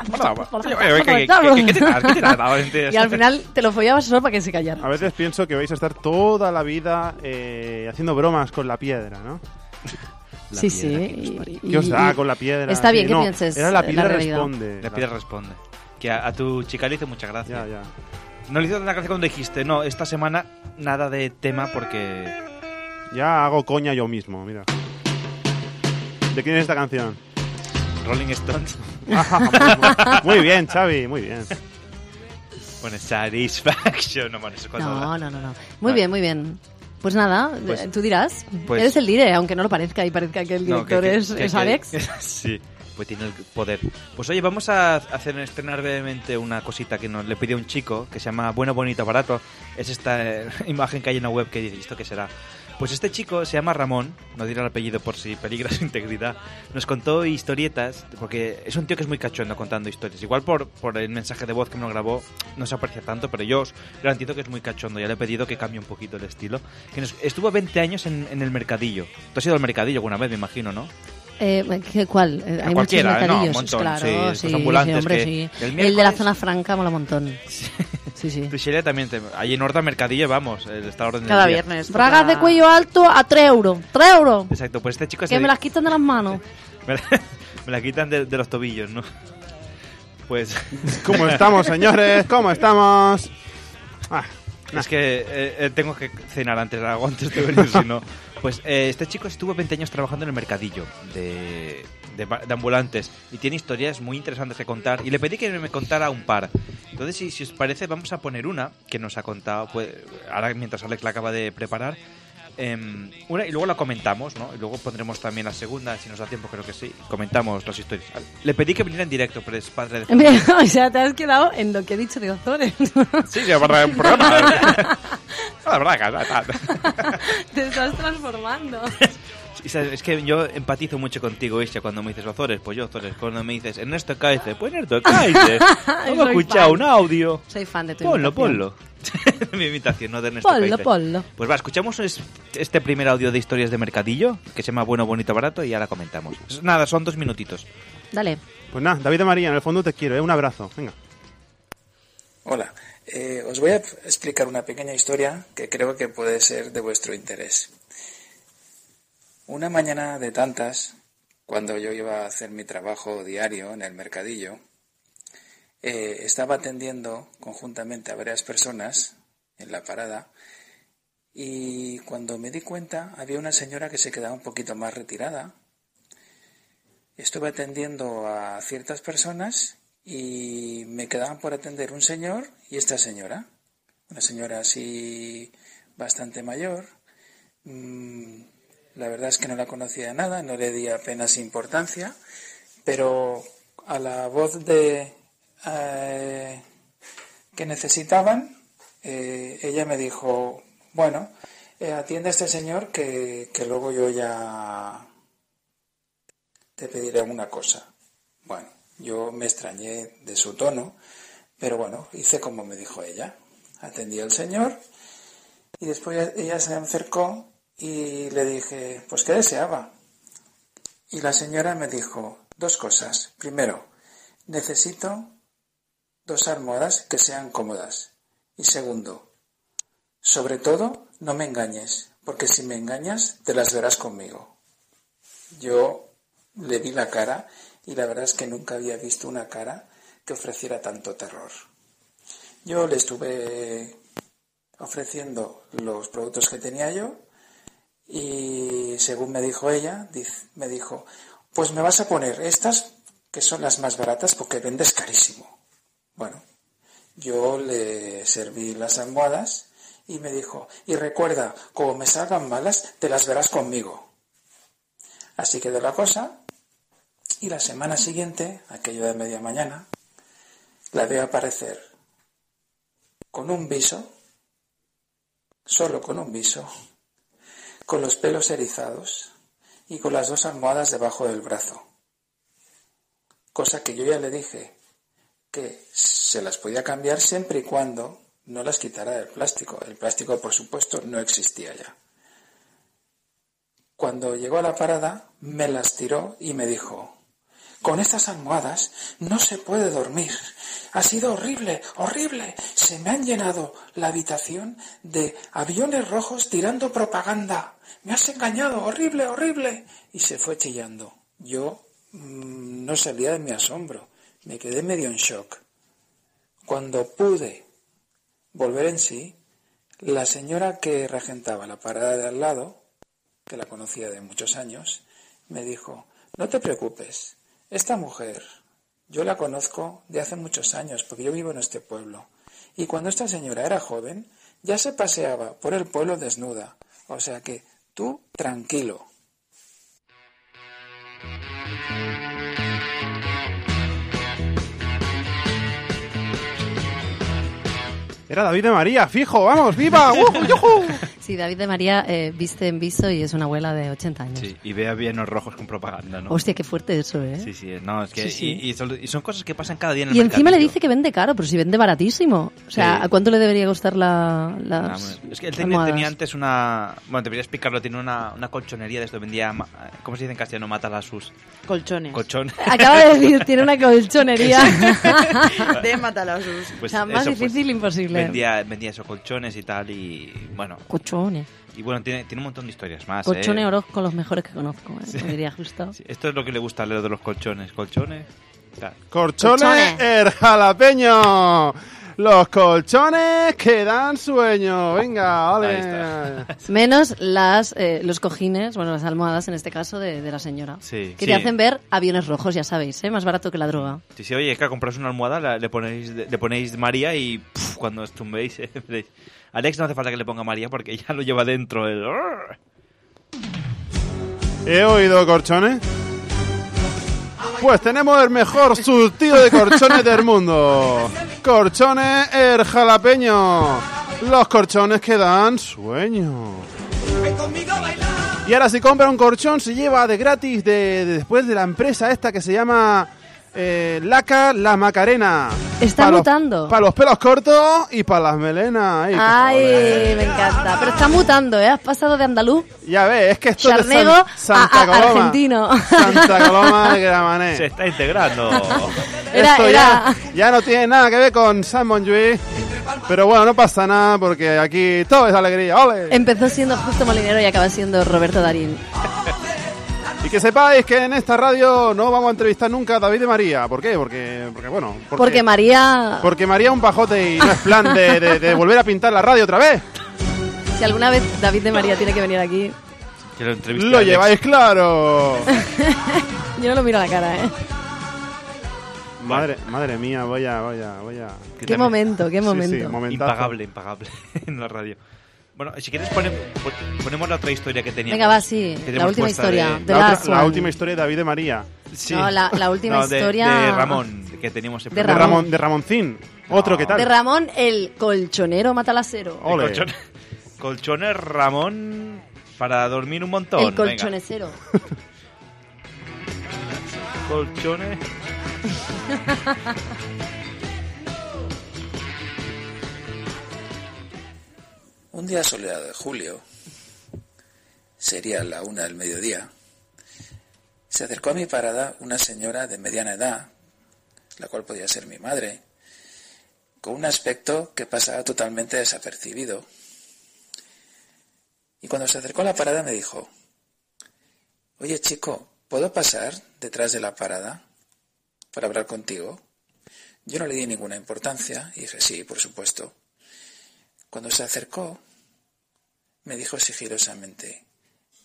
Speaker 6: Oye, oye, ¿qué- qué- qué- qué te pasa? ¿Qué te pasa?
Speaker 7: Y al final te lo follabas solo para que se
Speaker 6: Ah,
Speaker 7: callara.
Speaker 8: A veces pienso que vais a estar toda la vida eh, haciendo bromas con la piedra, ¿no?
Speaker 7: sí, sí. y-
Speaker 8: ¿Qué os da
Speaker 7: y-
Speaker 8: con la piedra?
Speaker 7: Está bien
Speaker 8: Sí,
Speaker 7: que
Speaker 8: no,
Speaker 7: pienses
Speaker 8: Era la
Speaker 7: eh,
Speaker 8: piedra
Speaker 7: realidad.
Speaker 8: responde.
Speaker 6: La piedra responde. Que a, a tu chica le hizo mucha gracia.
Speaker 8: Ya, ya.
Speaker 6: No le hizo tanta gracia cuando dijiste, no, esta semana nada de tema porque...
Speaker 8: Ya hago coña yo mismo, mira. ¿De quién es esta canción?
Speaker 6: Rolling Stones.
Speaker 8: Ah, muy bien, Xavi, muy bien.
Speaker 6: Bueno, Satisfaction. No, bueno, eso es cuando
Speaker 7: No,
Speaker 6: habla.
Speaker 7: no, no, no. Muy bien, muy bien. Pues nada,
Speaker 6: Pues-
Speaker 7: eh, tú dirás.
Speaker 6: pues-
Speaker 7: Eres el líder, aunque no lo parezca y parezca que el
Speaker 6: No,
Speaker 7: director
Speaker 6: que- que-
Speaker 7: es,
Speaker 6: que-
Speaker 7: es
Speaker 6: que-
Speaker 7: Alex.
Speaker 6: sí, pues tiene el poder. Pues oye, vamos a hacer estrenar brevemente una cosita que nos le pidió un chico que se llama Bueno, Bonito, Barato. Es esta eh, imagen que hay en la web que dice, ¿esto qué será? Pues este chico se llama Ramón, no diré el apellido por si peligra su integridad. Nos contó historietas, porque es un tío que es muy cachondo contando historias. Igual por, por el mensaje de voz que me lo grabó no se aprecia tanto, pero yo os garantizo que es muy cachondo. Ya le he pedido que cambie un poquito el estilo. Que nos- estuvo 20 años en, en el mercadillo. Tú has ido al mercadillo alguna vez, me imagino, ¿no?
Speaker 7: Eh, ¿qué- ¿Cuál? Eh, Hay muchos
Speaker 6: cualquiera, ¿eh? No, un
Speaker 7: mercadillos,
Speaker 6: montón, sí,
Speaker 7: claro.
Speaker 6: estos
Speaker 7: Sí,
Speaker 6: ambulantes
Speaker 7: sí, hombre,
Speaker 6: que-
Speaker 7: sí.
Speaker 6: el
Speaker 7: El, de la
Speaker 6: miércoles-
Speaker 7: zona franca mola un montón. Sí, sí.
Speaker 6: Tú, Sheila, también. Te, allí en Horta Mercadillo, vamos, eh, está a orden del
Speaker 15: Cada
Speaker 6: día.
Speaker 15: viernes.
Speaker 7: Bragas de cuello alto pues, a 3 euros. 3 euros.
Speaker 6: Exacto, pues este chico se
Speaker 7: Que me
Speaker 6: dedica-
Speaker 7: las quitan de las manos.
Speaker 6: me la, me la quitan de, de los tobillos, ¿no? Pues.
Speaker 8: ¿Cómo estamos, señores? ¿Cómo estamos? Ah,
Speaker 6: Es que eh, eh, tengo que cenar antes, algo antes de venir, si no. Pues eh, este chico estuvo 20 años trabajando en el mercadillo de, de ba- de ambulantes y tiene historias muy interesantes que contar. Y le pedí que me contara un par. Entonces, si, si os parece, vamos a poner una que nos ha contado, pues, ahora mientras Alex la acaba de preparar. Em, una y luego la comentamos, ¿no? Y luego pondremos también la segunda, si nos da tiempo, creo que sí. Comentamos las historias. Le pedí que viniera en directo, pero es padre de
Speaker 7: Mira, o sea, te has quedado en lo que he dicho de Ozores.
Speaker 6: Sí, sí, para el programa. Ah, La verdad, que-
Speaker 7: te estás transformando.
Speaker 6: Y sabes, Es que yo empatizo mucho contigo, Isha, cuando me dices Ozores, pues yo Ozores. Cuando me dices Ernesto Caice, pues Ernesto Caice. Vamos a
Speaker 7: Soy
Speaker 6: escuchar
Speaker 7: fan.
Speaker 6: un audio.
Speaker 7: Soy fan de tu
Speaker 6: Ponlo,
Speaker 7: imitación.
Speaker 6: ponlo. este Mi imitación, no de Ernesto
Speaker 7: Ponlo,
Speaker 6: Caice.
Speaker 7: ponlo.
Speaker 6: Pues va, escuchamos es- este primer audio de historias de mercadillo, que se llama Bueno, Bonito, Barato, y ahora comentamos. Es- Nada, son dos minutitos.
Speaker 7: Dale.
Speaker 8: Pues nada, David de María, en el fondo te quiero, ¿eh? Un abrazo, venga.
Speaker 35: Hola, eh, os voy a explicar una pequeña historia que creo que puede ser de vuestro interés. Una mañana de tantas, cuando yo iba a hacer mi trabajo diario en el mercadillo, eh, estaba atendiendo conjuntamente a varias personas en la parada y cuando me di cuenta había una señora que se quedaba un poquito más retirada. Estuve atendiendo a ciertas personas y me quedaban por atender un señor y esta señora. Una señora así bastante mayor. Mm, la verdad es que no la conocía de nada, no le di apenas importancia, pero a la voz de eh, que necesitaban, eh, ella me dijo, bueno, eh, atiende a este señor que, que luego yo ya te pediré una cosa. Bueno, yo me extrañé de su tono, pero bueno, hice como me dijo ella. Atendí al señor y después ella se acercó y le dije, pues ¿qué deseaba? Y la señora me dijo dos cosas. Primero, necesito dos almohadas que sean cómodas. Y segundo, sobre todo, no me engañes, porque si me engañas, te las verás conmigo. Yo le vi la cara y la verdad es que nunca había visto una cara que ofreciera tanto terror. Yo le estuve ofreciendo los productos que tenía yo y según me dijo ella, diz- me dijo, pues me vas a poner estas que son las más baratas porque vendes carísimo. Bueno, yo le serví las almohadas y me dijo, y recuerda, como me salgan malas, te las verás conmigo. Así quedó la cosa. Y la semana siguiente, aquello de media mañana, la veo aparecer con un viso, solo con un viso, con los pelos erizados y con las dos almohadas debajo del brazo. Cosa que yo ya le dije que se las podía cambiar siempre y cuando no las quitara del plástico. El plástico, por supuesto, no existía ya. Cuando llegó a la parada, me las tiró y me dijo, con estas almohadas no se puede dormir. Ha sido horrible, horrible. Se me han llenado la habitación de aviones rojos tirando propaganda. Me has engañado, horrible, horrible. Y se fue chillando. Yo mmm, no salía de mi asombro. Me quedé medio en shock. Cuando pude volver en sí, la señora que regentaba la parada de al lado, que la conocía de muchos años, me dijo, no te preocupes, esta mujer, yo la conozco de hace muchos años, porque yo vivo en este pueblo, y cuando esta señora era joven, ya se paseaba por el pueblo desnuda, o sea que tú tranquilo.
Speaker 8: Era David de María, fijo, vamos, viva, ¡Ujú, yujú!
Speaker 7: Sí, David de María eh, viste en viso y es una abuela de 80 años.
Speaker 6: Sí, y ve a bienes rojos con propaganda, ¿no?
Speaker 7: Hostia, qué fuerte eso, ¿eh?
Speaker 6: Sí, sí, no, es que.
Speaker 7: Sí, sí.
Speaker 6: Y, y son, y son cosas que pasan cada día en el
Speaker 7: Y encima le
Speaker 6: mercadillo.
Speaker 7: dice que vende caro, pero si vende baratísimo. O sea,
Speaker 6: Sí.
Speaker 7: ¿a cuánto le debería costar la, las
Speaker 6: Ah, bueno. Es que él tenía,
Speaker 7: almohadas?
Speaker 6: tenía antes una. Bueno, debería explicarlo, tiene una, una colchonería de esto, vendía. ma- eh, ¿Cómo se dice en castellano? Matar a sus.
Speaker 15: Colchones.
Speaker 6: Colchón.
Speaker 7: Acaba de decir, tiene una colchonería.
Speaker 15: de Matalasus.
Speaker 6: Pues
Speaker 7: o sea, más
Speaker 6: eso, pues,
Speaker 7: difícil imposible.
Speaker 6: Vendía, vendía esos colchones y tal, y bueno.
Speaker 7: Colchones.
Speaker 6: Y bueno, tiene, tiene un montón de historias más. ¿eh?
Speaker 7: Colchones con los mejores que conozco, ¿eh? Me diría justo.
Speaker 6: Esto es lo que le gusta a Leo de los colchones. Colchones. tal.
Speaker 8: Colchones el jalapeño. Los colchones que dan sueño. Venga, vale.
Speaker 6: Ahí está.
Speaker 7: Menos las, eh, los cojines, bueno, las almohadas en este caso de, de la señora.
Speaker 6: Sí.
Speaker 7: Que
Speaker 6: Sí.
Speaker 7: te hacen ver aviones rojos, ya sabéis, ¿eh? más barato que la droga.
Speaker 6: Si se oye, que compras una almohada, la- le ponéis le ponéis María y puf, cuando os tumbéis, eh, veréis. Alex no hace falta que le ponga María porque ya lo lleva dentro. El...
Speaker 8: ¿He oído corchones? Pues tenemos el mejor surtido de corchones del mundo. Corchones el jalapeño. Los corchones que dan sueño. Y ahora si compra un corchón se lleva de gratis de, de- después de la empresa esta que se llama eh, Laca La Macarena.
Speaker 7: Está
Speaker 8: Pa' los-
Speaker 7: mutando.
Speaker 8: Para los pelos cortos y para las melenas. eh, Ay, eh. qué
Speaker 7: Ay, me encanta. Pero está mutando, ¿eh? Has pasado de andaluz,
Speaker 8: Ya ves, es que esto es de
Speaker 7: charnego,
Speaker 8: San- Santa
Speaker 7: a, a-
Speaker 8: Coloma.
Speaker 7: argentino.
Speaker 8: Santa Coloma de Gramanet.
Speaker 6: Se está integrando.
Speaker 7: Era-
Speaker 8: Esto
Speaker 7: era-
Speaker 8: Ya, ya no tiene nada que ver con San Monjuí. Pero bueno, no pasa nada porque aquí todo es alegría. ¡Ole!
Speaker 7: Empezó siendo Justo Molinero y acaba siendo Roberto Darín.
Speaker 8: Y que sepáis que en esta radio no vamos a entrevistar nunca a David y María. ¿Por qué? Porque, porque bueno. Porque,
Speaker 7: Porque María,
Speaker 8: porque María es un pajote y no es plan de, de- de volver a pintar la radio otra vez.
Speaker 7: si alguna vez David de María tiene que venir aquí,
Speaker 6: Que lo entreviste
Speaker 8: Lo
Speaker 6: Alex.
Speaker 8: lleváis claro.
Speaker 7: yo no lo miro a la cara, ¿eh?
Speaker 8: madre, madre mía, vaya, vaya, vaya.
Speaker 7: Qué también- momento, qué momento.
Speaker 8: momentazo.
Speaker 6: Impagable, impagable en la radio. Bueno, si quieres pone- pon- ponemos la otra historia que teníamos.
Speaker 7: Venga, va, sí,
Speaker 6: Que
Speaker 7: la
Speaker 6: tenemos
Speaker 7: última
Speaker 6: puesta
Speaker 7: historia,
Speaker 6: de-
Speaker 7: The
Speaker 8: La, otra-
Speaker 7: last
Speaker 8: la
Speaker 7: one.
Speaker 8: última historia de David de María.
Speaker 6: Sí.
Speaker 7: No, la- la última
Speaker 6: No, de-
Speaker 7: historia-
Speaker 6: De Ramón, que teníamos en
Speaker 7: De
Speaker 8: De,
Speaker 6: programa.
Speaker 8: Ramón, de Ramoncín. Otro que tal.
Speaker 7: De Ramón, el colchonero matalacero.
Speaker 8: Ole.
Speaker 6: Colchón- colchones Ramón para dormir un montón.
Speaker 7: El
Speaker 6: venga.
Speaker 7: colchonecero.
Speaker 6: Colchones.
Speaker 35: Un día soleado de julio, sería la una del mediodía, se acercó a mi parada una señora de mediana edad, la cual podía ser mi madre, con un aspecto que pasaba totalmente desapercibido. Y cuando se acercó a la parada me dijo, Oye chico, ¿puedo pasar detrás de la parada para hablar contigo? Yo no le di ninguna importancia y dije, sí, por supuesto. Cuando se acercó, me dijo sigilosamente,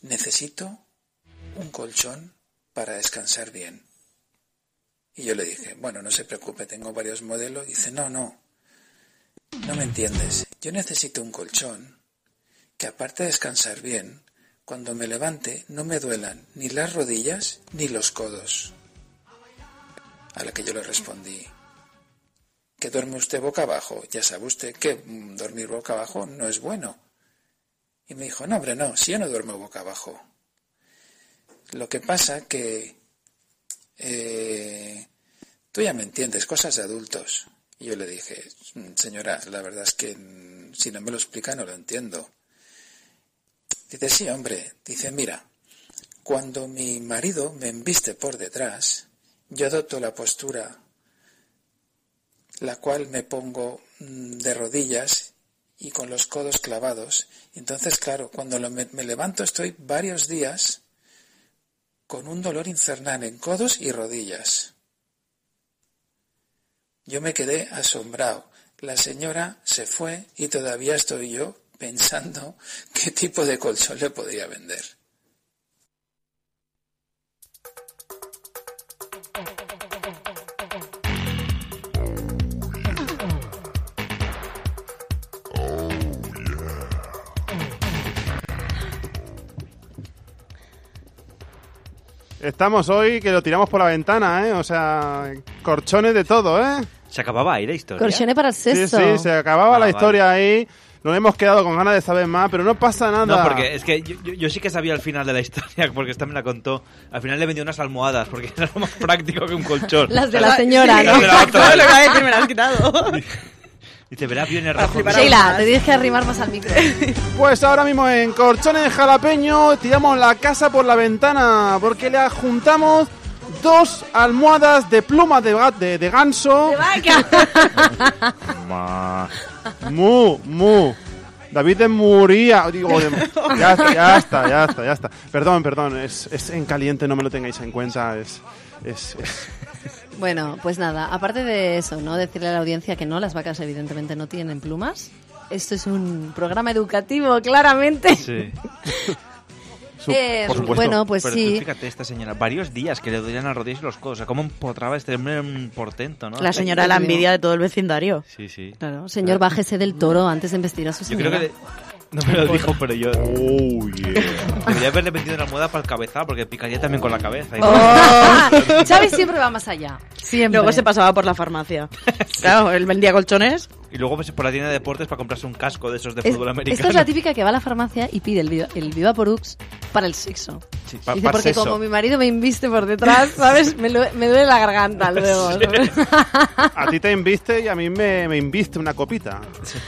Speaker 35: necesito un colchón para descansar bien. Y yo le dije, bueno, no se preocupe, tengo varios modelos. dice, no, no, no me entiendes. Yo necesito un colchón que aparte de descansar bien, cuando me levante no me duelan ni las rodillas ni los codos. A la que yo le respondí, que duerme usted boca abajo. Ya sabe usted que mm, dormir boca abajo no es bueno. Y me dijo, no, hombre, no, si yo no duermo boca abajo. Lo que pasa que... eh, tú ya me entiendes, cosas de adultos. Y yo le dije, "Mm, señora, la verdad es que mm, si no me lo explica no lo entiendo. Dice, sí, hombre. Dice, mira, cuando mi marido me embiste por detrás, yo adopto la postura la cual me pongo mm, de rodillas y con los codos clavados. Y Entonces, claro, cuando lo- me, me levanto estoy varios días con un dolor infernal en codos y rodillas. Yo me quedé asombrado. La señora se fue y todavía estoy yo pensando qué tipo de colchón le podría vender.
Speaker 8: Estamos hoy que lo tiramos por la ventana, ¿eh? O sea, corchones de todo, ¿eh?
Speaker 6: Se acababa ahí la historia.
Speaker 7: Corchones para el sexo.
Speaker 8: Sí, sí, se acababa
Speaker 6: Ah,
Speaker 8: la
Speaker 6: vale.
Speaker 8: historia ahí. Nos hemos quedado con ganas de saber más, pero no pasa nada.
Speaker 6: No, porque es que yo, yo- yo sí que sabía el final de la historia, porque esta me la contó. Al final le vendió unas almohadas, porque era lo más práctico que un colchón.
Speaker 7: Las de
Speaker 6: ¿Sabes?
Speaker 7: la señora,
Speaker 6: Las
Speaker 7: ¿no?
Speaker 6: de la otra.
Speaker 7: Exacto, lo que iba a decir,
Speaker 15: me las has quitado.
Speaker 6: Dice, verá, viene rojo.
Speaker 7: Sheila, te tienes que arrimar más al micro.
Speaker 8: Pues ahora mismo en Corchones Jalapeño tiramos la casa por la ventana porque le juntamos dos almohadas de plumas de, ga- de, de ganso.
Speaker 6: Ma.
Speaker 8: Mu, mu. David de Muría. Digo, de- ya está, ya está, ya está, ya está. Perdón, perdón, es, es en caliente, no me lo tengáis en cuenta. Es, es, es-
Speaker 7: Bueno, pues nada, aparte de eso, ¿no? Decirle a la audiencia que no, las vacas evidentemente no tienen plumas. Esto es un programa educativo, claramente.
Speaker 6: Sí.
Speaker 7: Su- Eh, por supuesto. bueno, pues
Speaker 6: Pero
Speaker 7: sí.
Speaker 6: tú fíjate, esta señora, varios días que le dolían las rodillas y los codos. O sea, cómo empotraba este hombre un portento, ¿no? Este
Speaker 15: La señora la envidia de todo el vecindario.
Speaker 6: Sí, sí.
Speaker 7: Claro, señor, bájese del toro antes de embestir a su
Speaker 6: Yo
Speaker 7: señora.
Speaker 6: creo que. de- No me lo dijo, pero yo. Oh, Debería haberle vendido una moda para el cabezal, porque picaría también con la cabeza.
Speaker 7: Oh, Xavi siempre va más allá. Siempre.
Speaker 15: Luego se pasaba por la farmacia. Claro, él vendía colchones.
Speaker 6: Y luego pues, por la tienda de deportes para comprarse un casco de esos de
Speaker 7: Es-
Speaker 6: fútbol americano.
Speaker 7: esta es la típica que va a la farmacia y pide el, Viva- el Viva Porux para el sexo.
Speaker 6: Sí, pa-
Speaker 7: Dice,
Speaker 6: pa'
Speaker 7: porque
Speaker 6: sexo.
Speaker 7: como mi marido me inviste por detrás, ¿sabes? Me, lo- me duele la garganta luego. ¿sabes?
Speaker 8: a ti te inviste y a mí me, me inviste una copita.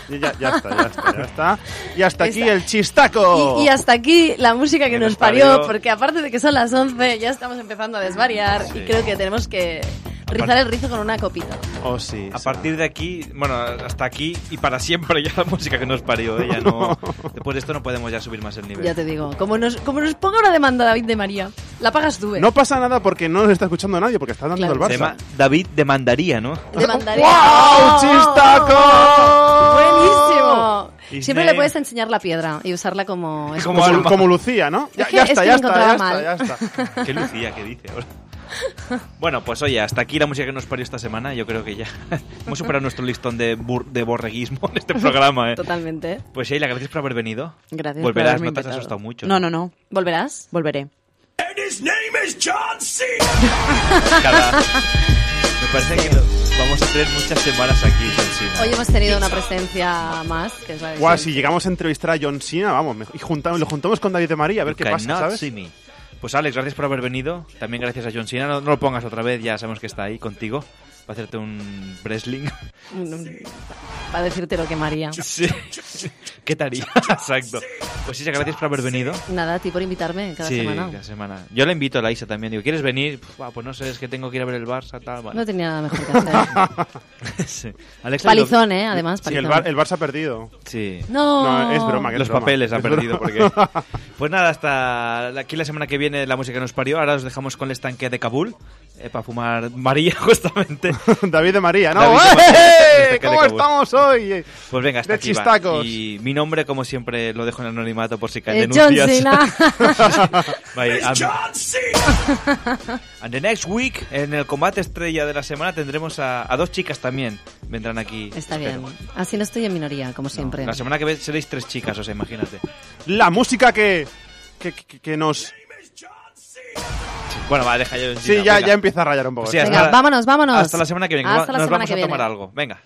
Speaker 8: Y ya, ya está, ya está, ya está. Y hasta aquí el chistaco.
Speaker 7: Y, y hasta aquí la música que
Speaker 8: Oh. Que
Speaker 7: nos
Speaker 8: nos parió.
Speaker 7: parió, porque aparte de que son las 11, ya estamos empezando a desvariar
Speaker 6: Sí.
Speaker 7: y creo que tenemos que rizar el rizo con una copita.
Speaker 8: Oh, sí.
Speaker 6: A partir de aquí, bueno, hasta aquí y para siempre ya la música que nos parió. ¿eh? Ya no, después de esto no podemos ya subir más el nivel.
Speaker 7: Ya te digo, como nos, como nos ponga una demanda David de María, la pagas tú, ¿eh?
Speaker 8: No pasa nada porque no nos está escuchando nadie, porque está dando el Barça.
Speaker 6: Dema- David demandaría, ¿no?
Speaker 7: Demandaré.
Speaker 8: ¡Guau,
Speaker 7: ¡Buenísimo!
Speaker 6: His
Speaker 7: Siempre
Speaker 6: name.
Speaker 7: le puedes enseñar la piedra y usarla como...
Speaker 8: Como,
Speaker 7: excusa.
Speaker 8: como Lucía, ¿no? Ya,
Speaker 7: Es que-
Speaker 8: ya
Speaker 7: es
Speaker 8: está,
Speaker 7: que
Speaker 8: ya
Speaker 7: lo
Speaker 8: está, ya
Speaker 7: encontraba mal.
Speaker 8: está, ya está.
Speaker 6: Qué Lucía que dice ahora. Bueno, pues oye, hasta aquí la música que nos parió esta semana. Yo creo que ya hemos superado nuestro listón de, bur- de borreguismo en este programa. ¿eh?
Speaker 7: Totalmente.
Speaker 6: Pues Sheila, gracias por haber venido.
Speaker 15: Gracias por
Speaker 6: Volverás,
Speaker 15: haberme
Speaker 6: no te has
Speaker 15: invitado.
Speaker 6: asustado mucho.
Speaker 15: No, no, no.
Speaker 7: ¿Volverás?
Speaker 15: Volveré.
Speaker 6: Cada- Me parece que lo- vamos a tener muchas semanas aquí, John Cena.
Speaker 7: Hoy hemos tenido una presencia más, que es la de...
Speaker 8: Guau, si llegamos a entrevistar a John Cena, vamos, me- y juntamos, lo juntamos con David de María, a ver qué
Speaker 6: Cannot
Speaker 8: pasa, ¿sabes?
Speaker 6: see me. Pues Alex, gracias por haber venido. También gracias a John Cena. No, no lo pongas otra vez, ya sabemos que está ahí contigo. Va a hacerte un wrestling.
Speaker 7: Mm, Para decirte lo que María.
Speaker 6: Sí. ¿Qué te haría? Exacto. Pues Isa, gracias por haber venido.
Speaker 7: Nada, a ti por invitarme cada
Speaker 6: sí,
Speaker 7: semana.
Speaker 6: cada semana. Yo le invito a la Isa también. Digo, ¿quieres venir? Puf, ah, pues no sé, es que tengo que ir a ver el Barça, tal. vale.
Speaker 7: No tenía nada mejor que hacer.
Speaker 6: Sí. Alex,
Speaker 7: Palizón, ¿eh? Además,
Speaker 8: Sí, el,
Speaker 7: palizón.
Speaker 8: Bar- el Barça ha perdido.
Speaker 6: Sí.
Speaker 7: No.
Speaker 8: No, es broma, que es
Speaker 6: Los
Speaker 8: broma.
Speaker 6: papeles ha
Speaker 8: Es broma.
Speaker 6: perdido porque... Pues nada, hasta la- aquí la semana que viene la música nos parió. Ahora os dejamos con el estanque de Kabul eh, para fumar María, justamente.
Speaker 8: David de María, ¿no?
Speaker 6: David de
Speaker 8: ¡Eh!
Speaker 6: María, que
Speaker 8: ¿Cómo
Speaker 6: acabó.
Speaker 8: estamos hoy? eh?
Speaker 6: Pues venga, hasta
Speaker 8: De
Speaker 6: aquí va.
Speaker 8: chistacos.
Speaker 6: Y mi nombre, como siempre, lo dejo en anonimato por si caen
Speaker 7: Eh, John
Speaker 6: denuncias.
Speaker 7: Cena.
Speaker 6: Bye, am- And the next week, en el combate estrella de la semana, tendremos a, a dos chicas también. Vendrán aquí.
Speaker 7: Está
Speaker 6: espero.
Speaker 7: bien. Así no estoy en minoría, como siempre.
Speaker 6: La semana que viene seréis tres chicas, o sea, imagínate.
Speaker 8: La música que, que, que- que nos...
Speaker 6: Bueno, va, deja yo.
Speaker 8: Sí, ya, ya empieza a rayar un poco.
Speaker 6: Sí,
Speaker 28: Venga,
Speaker 6: hasta la-
Speaker 28: vámonos, vámonos.
Speaker 6: Hasta la semana que viene.
Speaker 28: Hasta la
Speaker 6: Nos
Speaker 28: semana
Speaker 6: vamos
Speaker 28: que
Speaker 6: a
Speaker 28: viene.
Speaker 6: tomar algo. Venga.